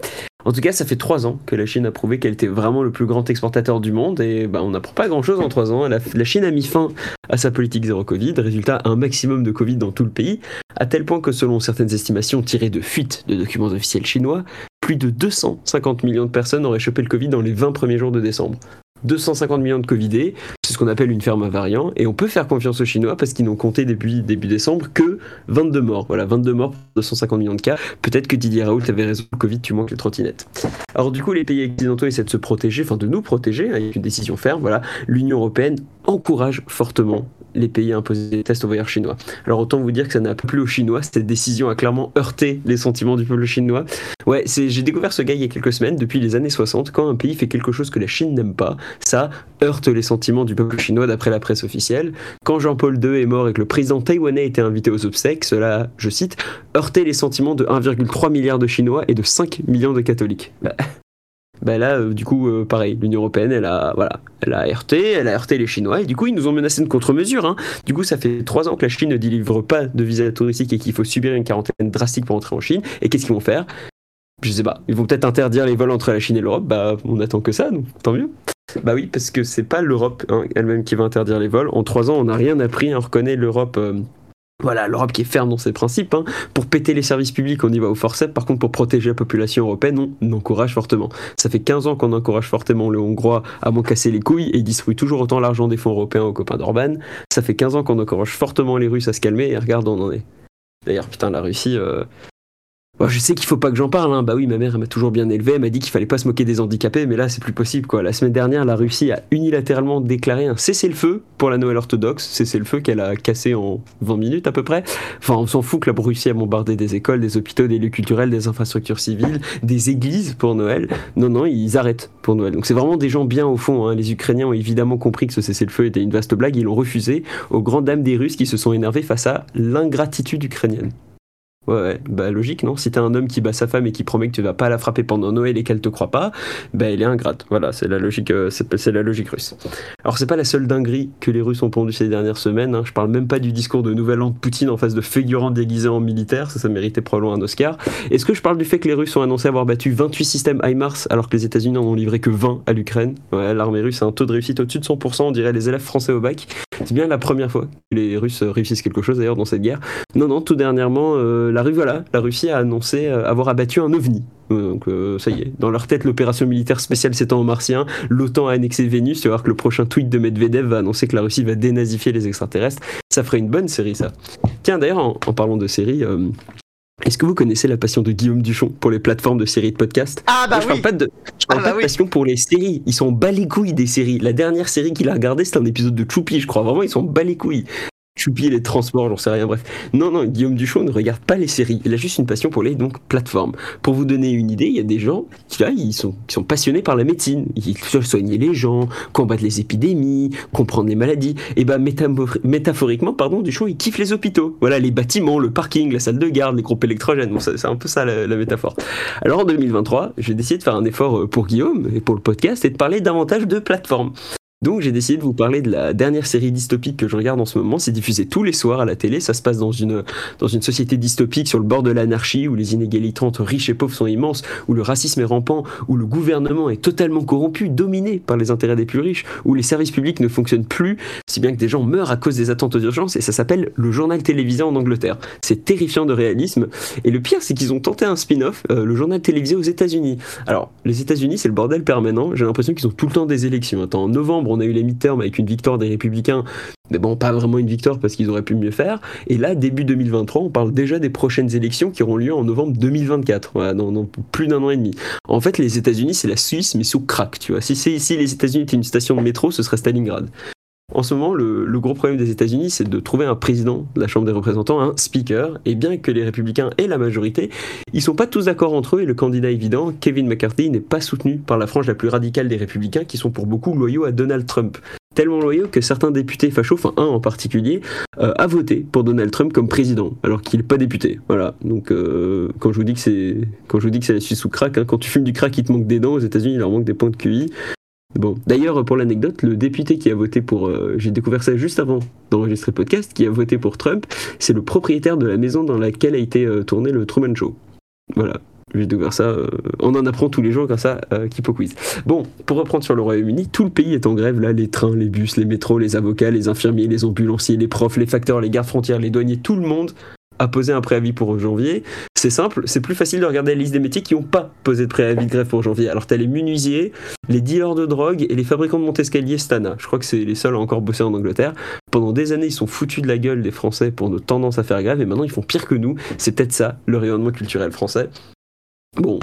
Speaker 3: En tout cas, ça fait trois ans que la Chine a prouvé qu'elle était vraiment le plus grand exportateur du monde et bah, on n'apprend pas grand-chose en trois ans. La, la Chine a mis fin à sa politique zéro Covid, résultat un maximum de Covid dans tout le pays, à tel point que selon certaines estimations tirées de fuites de documents officiels chinois, plus de 250 millions de personnes auraient chopé le Covid dans les 20 premiers jours de décembre. 250 millions de Covidés, c'est ce qu'on appelle une ferme à variant, et on peut faire confiance aux Chinois parce qu'ils n'ont compté depuis début décembre que 22 morts. Voilà, 22 morts pour 250 millions de cas. Peut-être que Didier Raoult avait raison, le Covid, tu manques les trottinettes. Alors du coup, les pays occidentaux essaient de se protéger, enfin de nous protéger, hein, avec une décision ferme. Voilà, l'Union Européenne encourage fortement les pays à imposer des tests aux voyageurs chinois. Alors autant vous dire que ça n'a pas plu aux Chinois, cette décision a clairement heurté les sentiments du peuple chinois. Ouais, c'est- j'ai découvert ce gars il y a quelques semaines, depuis les années 60, quand un pays fait quelque chose que la Chine n'aime pas, ça heurte les sentiments du peuple chinois d'après la presse officielle. Quand Jean-Paul II est mort et que le président taïwanais était invité aux obsèques, cela, je cite, heurtait les sentiments de 1,3 milliard de Chinois et de 5 millions de catholiques. Bah, bah là, euh, du coup, euh, pareil, l'Union Européenne, elle a, voilà, elle a heurté, elle a heurté les Chinois, et du coup, ils nous ont menacé de contre-mesures. hein. Du coup, ça fait trois ans que la Chine ne délivre pas de visa touristique et qu'il faut subir une quarantaine drastique pour entrer en Chine. Et qu'est-ce qu'ils vont faire Je sais pas, ils vont peut-être interdire les vols entre la Chine et l'Europe, bah on attend que ça, donc tant mieux. Bah oui, parce que c'est pas l'Europe hein, elle-même qui va interdire les vols. En trois ans, on n'a rien appris, hein, on reconnaît l'Europe. euh, voilà, l'Europe qui est ferme dans ses principes. hein. Pour péter les services publics, on y va au forceps. Par contre, pour protéger la population européenne, on encourage fortement. Ça fait 15 ans qu'on encourage fortement le Hongrois à m'en casser les couilles et il distribue toujours autant l'argent des fonds européens aux copains d'Orban. Ça fait 15 ans qu'on encourage fortement les Russes à se calmer et regarde, où on en est. D'ailleurs, putain, la Russie. euh, Ouais, je sais qu'il faut pas que j'en parle, hein. bah oui, ma mère elle m'a toujours bien élevé, elle m'a dit qu'il fallait pas se moquer des handicapés, mais là c'est plus possible quoi. La semaine dernière, la Russie a unilatéralement déclaré un cessez-le-feu pour la Noël orthodoxe, cessez-le-feu qu'elle a cassé en 20 minutes à peu près. Enfin, on s'en fout que la Russie a bombardé des écoles, des hôpitaux, des lieux culturels, des infrastructures civiles, des églises pour Noël. Non, non, ils arrêtent pour Noël. Donc c'est vraiment des gens bien au fond. hein. Les Ukrainiens ont évidemment compris que ce cessez-le-feu était une vaste blague, ils l'ont refusé aux grandes dames des Russes qui se sont énervées face à l'ingratitude ukrainienne. Ouais, ouais, bah logique, non Si t'es un homme qui bat sa femme et qui promet que tu vas pas la frapper pendant Noël et qu'elle te croit pas, bah elle est ingrate. Voilà, c'est la logique, euh, c'est c'est la logique russe. Alors c'est pas la seule dinguerie que les Russes ont pondue ces dernières semaines. hein. Je parle même pas du discours de Nouvel An de Poutine en face de figurants déguisés en militaires. Ça, ça méritait probablement un Oscar. Est-ce que je parle du fait que les Russes ont annoncé avoir battu 28 systèmes HIMARS alors que les États-Unis en ont livré que 20 à l'Ukraine Ouais, l'armée russe a un taux de réussite au-dessus de 100%. On dirait les élèves français au bac. C'est bien la première fois que les Russes euh, réussissent quelque chose d'ailleurs dans cette guerre. Non, non, tout dernièrement, euh, la, Ru- voilà, la Russie a annoncé euh, avoir abattu un ovni. Euh, Donc euh, ça y est, dans leur tête, l'opération militaire spéciale s'étend aux Martiens, l'OTAN a annexé Vénus, tu vas voir que le prochain tweet de Medvedev va annoncer que la Russie va dénazifier les extraterrestres. Ça ferait une bonne série ça. Tiens d'ailleurs, en, en parlant de série, euh, est-ce que vous connaissez la passion de Guillaume Duchon pour les plateformes de séries de podcast
Speaker 2: Ah bah
Speaker 3: je parle
Speaker 2: oui.
Speaker 3: pas de, je parle pas de passion pour les séries. Ils sont bas les couilles des séries. La dernière série qu'il a regardée, c'était un épisode de Choupi, je crois. Vraiment, ils sont bas les couilles. Choupi, les transports, j'en sais rien, bref. Non, non, Guillaume Duchon ne regarde pas les séries. Il a juste une passion pour les donc, plateformes. Pour vous donner une idée, il y a des gens qui, là, ils sont, qui sont passionnés par la médecine. Ils veulent soigner les gens, combattre les épidémies, comprendre les maladies. Et ben métamo- métaphoriquement, pardon, Duchon, il kiffe les hôpitaux. Voilà, les bâtiments, le parking, la salle de garde, les groupes électrogènes. Bon, ça- c'est un peu ça la, la métaphore. Alors en 2023, j'ai décidé de faire un effort euh, pour Guillaume et pour le podcast et de parler davantage de plateformes. Donc j'ai décidé de vous parler de la dernière série dystopique que je regarde en ce moment. C'est diffusé tous les soirs à la télé. Ça se passe dans une, dans une société dystopique sur le bord de l'anarchie où les inégalités entre riches et pauvres sont immenses, où le racisme est rampant, où le gouvernement est totalement corrompu, dominé par les intérêts des plus riches, où les services publics ne fonctionnent plus, si bien que des gens meurent à cause des attentes aux urgences. Et ça s'appelle le journal télévisé en Angleterre. C'est terrifiant de réalisme. Et le pire, c'est qu'ils ont tenté un spin-off, euh, le journal télévisé aux États-Unis. Alors, les États-Unis, c'est le bordel permanent. J'ai l'impression qu'ils ont tout le temps des élections. Attends, en novembre, on a eu les midterms avec une victoire des Républicains, mais bon, pas vraiment une victoire parce qu'ils auraient pu mieux faire. Et là, début 2023, on parle déjà des prochaines élections qui auront lieu en novembre 2024, voilà, dans, dans plus d'un an et demi. En fait, les États-Unis, c'est la Suisse, mais sous crack, tu vois. Si c'est ici, les États-Unis étaient une station de métro, ce serait Stalingrad. En ce moment, le, le gros problème des États-Unis, c'est de trouver un président de la Chambre des représentants, un speaker. Et bien que les républicains aient la majorité, ils sont pas tous d'accord entre eux. Et le candidat évident, Kevin McCarthy, n'est pas soutenu par la frange la plus radicale des républicains, qui sont pour beaucoup loyaux à Donald Trump. Tellement loyaux que certains députés fachos, enfin un en particulier, euh, a voté pour Donald Trump comme président, alors qu'il n'est pas député. Voilà. Donc euh, quand je vous dis que c'est quand je vous dis que c'est la Suisse sous crack, hein, quand tu fumes du crack, il te manque des dents. Aux États-Unis, il leur manque des points de QI. Bon, d'ailleurs, pour l'anecdote, le député qui a voté pour. euh, J'ai découvert ça juste avant d'enregistrer le podcast, qui a voté pour Trump, c'est le propriétaire de la maison dans laquelle a été euh, tourné le Truman Show. Voilà. J'ai découvert ça. euh, on en apprend tous les jours comme ça, euh, Kipo Quiz. Bon, pour reprendre sur le Royaume-Uni, tout le pays est en grève là les trains, les bus, les métros, les avocats, les infirmiers, les ambulanciers, les profs, les facteurs, les gardes frontières, les douaniers, tout le monde a posé un préavis pour janvier. C'est simple, c'est plus facile de regarder la liste des métiers qui n'ont pas posé de préavis de grève pour janvier. Alors t'as les menuisiers, les dealers de drogue et les fabricants de Montescalier Stana. Je crois que c'est les seuls à encore bosser en Angleterre. Pendant des années, ils sont foutus de la gueule des Français pour nos tendances à faire grève et maintenant ils font pire que nous. C'est peut-être ça, le rayonnement culturel français. Bon,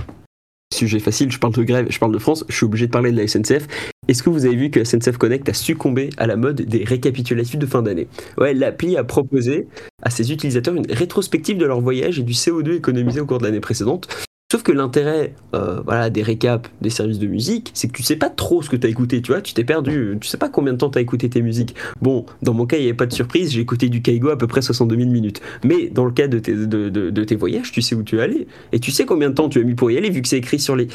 Speaker 3: sujet facile, je parle de grève, je parle de France, je suis obligé de parler de la SNCF. Est-ce que vous avez vu que la SNCF Connect a succombé à la mode des récapitulatifs de fin d'année Ouais, l'appli a proposé à ses utilisateurs une rétrospective de leur voyage et du CO2 économisé au cours de l'année précédente. Sauf que l'intérêt euh, voilà, des récaps des services de musique, c'est que tu sais pas trop ce que t'as écouté, tu vois, tu t'es perdu, tu sais pas combien de temps t'as écouté tes musiques. Bon, dans mon cas, il n'y avait pas de surprise, j'ai écouté du Kaigo à peu près 62 000 minutes. Mais dans le cas de tes, de, de- de tes voyages, tu sais où tu es allé, et tu sais combien de temps tu as mis pour y aller, vu que c'est écrit sur les...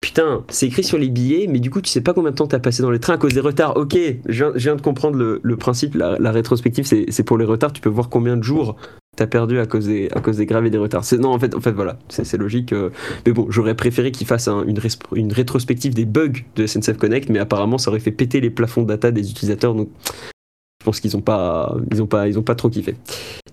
Speaker 3: Putain, c'est écrit sur les billets, mais du coup, tu sais pas combien de temps t'as passé dans les trains à cause des retards. Ok, je viens, je viens de comprendre le, le principe, la, la rétrospective, c'est c'est pour les retards, tu peux voir combien de jours t'as perdu à cause des, à cause des graves et des retards. C'est, non, en fait, en fait, voilà, c'est, c'est logique. euh, mais bon, j'aurais préféré qu'ils fassent un- une, res- une rétrospective des bugs de SNCF Connect, mais apparemment, ça aurait fait péter les plafonds data des utilisateurs, donc je pense qu'ils ont pas, ils ont pas, ils ont pas trop kiffé.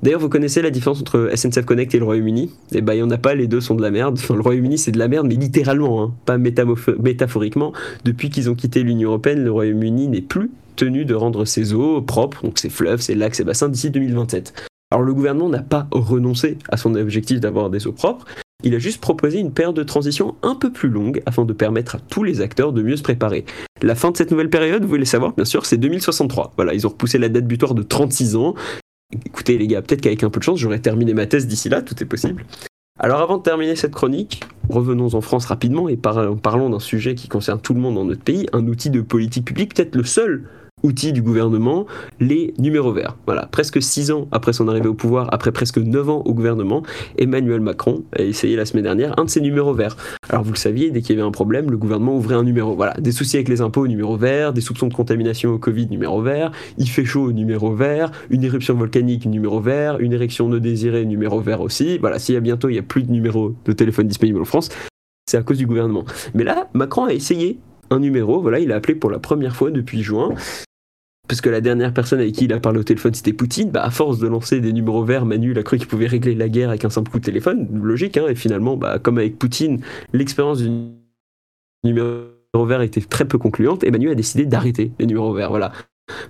Speaker 3: D'ailleurs, vous connaissez la différence entre SNCF Connect et le Royaume-Uni Eh ben, il y en a pas. Les deux sont de la merde. Enfin, le Royaume-Uni, c'est de la merde, mais littéralement, hein, pas métamorph- métaphoriquement. Depuis qu'ils ont quitté l'Union européenne, le Royaume-Uni n'est plus tenu de rendre ses eaux propres, donc ses fleuves, ses lacs, ses bassins, d'ici 2027. Alors, le gouvernement n'a pas renoncé à son objectif d'avoir des eaux propres. Il a juste proposé une période de transition un peu plus longue afin de permettre à tous les acteurs de mieux se préparer. La fin de cette nouvelle période, vous voulez savoir, bien sûr, c'est 2063. Voilà, ils ont repoussé la date butoir de 36 ans. Écoutez les gars, peut-être qu'avec un peu de chance, j'aurais terminé ma thèse d'ici là, tout est possible. Alors avant de terminer cette chronique, revenons en France rapidement et par- parlons d'un sujet qui concerne tout le monde dans notre pays, un outil de politique publique, peut-être le seul outil du gouvernement, les numéros verts. Voilà, presque 6 ans après son arrivée au pouvoir, après presque 9 ans au gouvernement, Emmanuel Macron a essayé la semaine dernière un de ses numéros verts. Alors vous le saviez, dès qu'il y avait un problème, le gouvernement ouvrait un numéro. Voilà, des soucis avec les impôts, numéro vert, des soupçons de contamination au Covid, numéro vert, il fait chaud, numéro vert, une éruption volcanique, numéro vert, une érection non désirée, numéro vert aussi. Voilà, s'il y a bientôt, il n'y a plus de numéro de téléphone disponible en France, c'est à cause du gouvernement. Mais là, Macron a essayé un numéro, voilà, il a appelé pour la première fois depuis juin parce que la dernière personne avec qui il a parlé au téléphone c'était Poutine, bah à force de lancer des numéros verts, Manu il a cru qu'il pouvait régler la guerre avec un simple coup de téléphone, logique, hein, et finalement, bah, comme avec Poutine, l'expérience du numéro vert était très peu concluante, et Manu a décidé d'arrêter les numéros verts, voilà.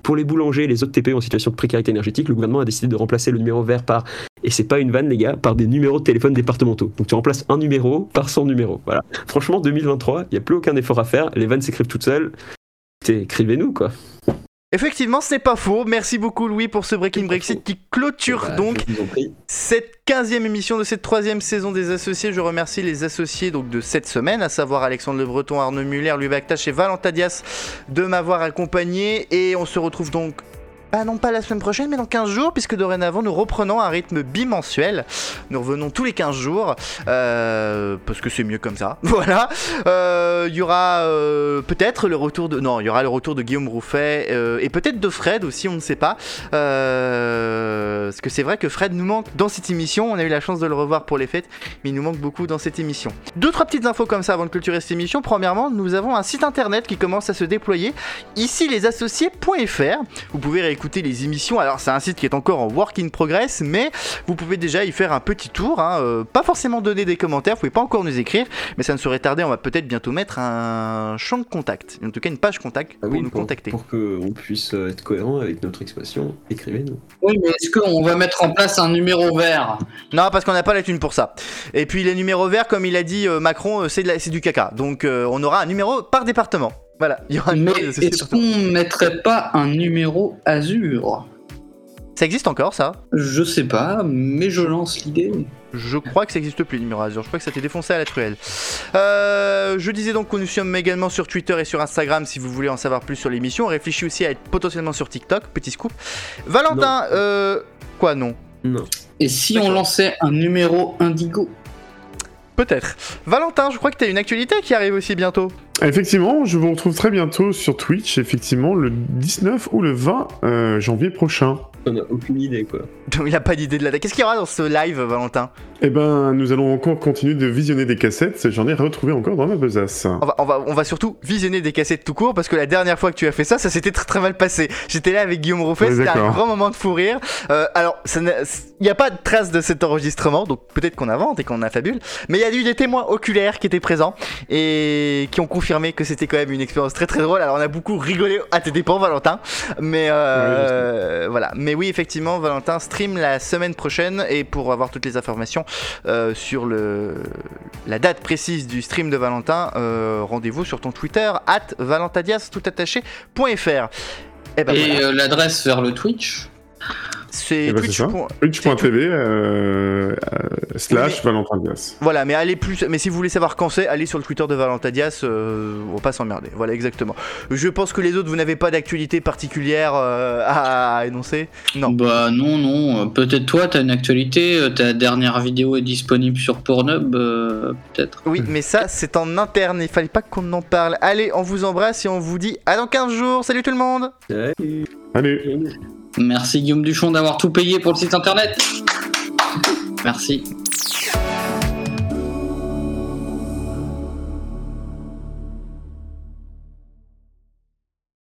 Speaker 3: Pour les boulangers et les autres TPE en situation de précarité énergétique, le gouvernement a décidé de remplacer le numéro vert par, et c'est pas une vanne les gars, par des numéros de téléphone départementaux. Donc tu remplaces un numéro par 100 numéros. Voilà. Franchement, 2023, il n'y a plus aucun effort à faire, les vannes s'écrivent toutes seules. Putain, Écrivez-nous quoi.
Speaker 2: Effectivement, ce n'est pas faux. Merci beaucoup Louis pour ce Breaking Brexit qui clôture Bah, donc cette 15e émission de cette troisième saison des associés. Je remercie les associés donc de cette semaine, à savoir Alexandre Le Breton, Arnaud Muller, Louis Bactache et Valentin Dias de m'avoir accompagné. Et on se retrouve donc Bah non pas la semaine prochaine, mais dans 15 jours, puisque dorénavant nous reprenons un rythme bimensuel. Nous revenons tous les 15 jours, euh, parce que c'est mieux comme ça. Voilà. Euh, Il y aura euh, peut-être le retour de... Non, il y aura le retour de Guillaume Rouffet, euh, et peut-être de Fred aussi, on ne sait pas. Euh, parce que c'est vrai que Fred nous manque dans cette émission. On a eu la chance de le revoir pour les fêtes, mais il nous manque beaucoup dans cette émission. Deux, trois petites infos comme ça avant de clôturer cette émission. Premièrement, nous avons un site internet qui commence à se déployer, ici lesassociés.fr. Vous pouvez réécouter les émissions. Alors, c'est un site qui est encore en work in progress, mais vous pouvez déjà y faire un petit tour. hein. Euh, pas forcément donner des commentaires, vous pouvez pas encore nous écrire, mais ça ne serait tardé. On va peut-être bientôt mettre un champ de contact, en tout cas une page contact
Speaker 3: Ah
Speaker 2: pour
Speaker 3: oui,
Speaker 2: nous
Speaker 3: pour,
Speaker 2: contacter.
Speaker 3: pour qu'on puisse euh, être cohérent avec notre expression, écrivez-nous.
Speaker 2: Oui, mais est-ce qu'on va mettre en place un numéro vert Non, parce qu'on n'a pas la thune pour ça. Et puis les numéros verts, comme il a dit euh, Macron, euh, c'est de la- c'est du caca. Donc euh, on aura un numéro par département. Voilà, il y aura un numéro des associés
Speaker 15: Est-ce
Speaker 2: par département.
Speaker 15: qu'on mettrait pas un numéro Azur
Speaker 2: Ça existe encore ça
Speaker 15: Je sais pas, mais je lance l'idée.
Speaker 2: Je crois que ça existe plus, les numéros Azure. Je crois que ça t'est défoncé à la truelle. Euh, je disais donc qu'on nous sommes également sur Twitter et sur Instagram si vous voulez en savoir plus sur l'émission. On réfléchit aussi à être potentiellement sur TikTok. Petit scoop. Valentin, euh, quoi non
Speaker 3: Non.
Speaker 15: Et si on lançait un numéro Indigo
Speaker 2: Peut-être. Valentin, je crois que t'as une actualité qui arrive aussi bientôt.
Speaker 5: Effectivement, je vous retrouve très bientôt sur Twitch, effectivement, le 19 ou le 20 euh, janvier prochain.
Speaker 3: On n'a aucune idée, quoi.
Speaker 2: Donc, Il a pas d'idée de la date. Qu'est-ce qu'il y aura dans ce live, Valentin
Speaker 5: Eh ben, nous allons encore continuer de visionner des cassettes, j'en ai retrouvé encore dans ma besace.
Speaker 2: on va, on, va, on va surtout visionner des cassettes tout court parce que la dernière fois que tu as fait ça, ça s'était très très mal passé. J'étais là avec Guillaume Rouffet,
Speaker 5: Ouais,
Speaker 2: c'était un
Speaker 5: d'accord.
Speaker 2: grand moment de fou rire. Euh, alors, ça n'a- il n'y a pas de trace de cet enregistrement, donc peut-être qu'on invente et qu'on affabule, mais il y a eu des témoins oculaires qui étaient présents et qui ont confirmé que c'était quand même une expérience très très drôle. Alors, on a beaucoup rigolé à tes dépens, Valentin, mais euh, voilà. Mais oui, effectivement, Valentin stream la semaine prochaine et pour avoir toutes les informations euh, sur le, la date précise du stream de Valentin, euh, rendez-vous sur ton Twitter, at valentadias tout attaché, point fr. Eh ben
Speaker 15: Et
Speaker 2: voilà.
Speaker 15: euh, l'adresse vers le Twitch
Speaker 2: C'est
Speaker 5: Eh ben, c'est
Speaker 2: Twitch.
Speaker 5: ça.
Speaker 2: point-
Speaker 5: Twitch.tv euh, euh, slash Valentin Dias.
Speaker 2: Voilà, mais allez plus. Mais si vous voulez savoir quand c'est, allez sur le Twitter de Valentadias. euh, on va pas s'emmerder. Voilà, exactement. Je pense que les autres, vous n'avez pas d'actualité particulière euh, à énoncer. Non.
Speaker 15: Bah non, non. euh, Peut-être toi, t'as une actualité. euh, Ta dernière vidéo est disponible sur Pornhub, euh, peut-être.
Speaker 5: Hmm.
Speaker 2: Oui, mais ça, c'est en interne. Il fallait pas qu'on en parle. Allez, on vous embrasse et on vous dit à dans 15 jours. Salut tout le monde.
Speaker 5: Allez.
Speaker 15: Merci Guillaume Duchon d'avoir tout payé pour le site internet. Merci.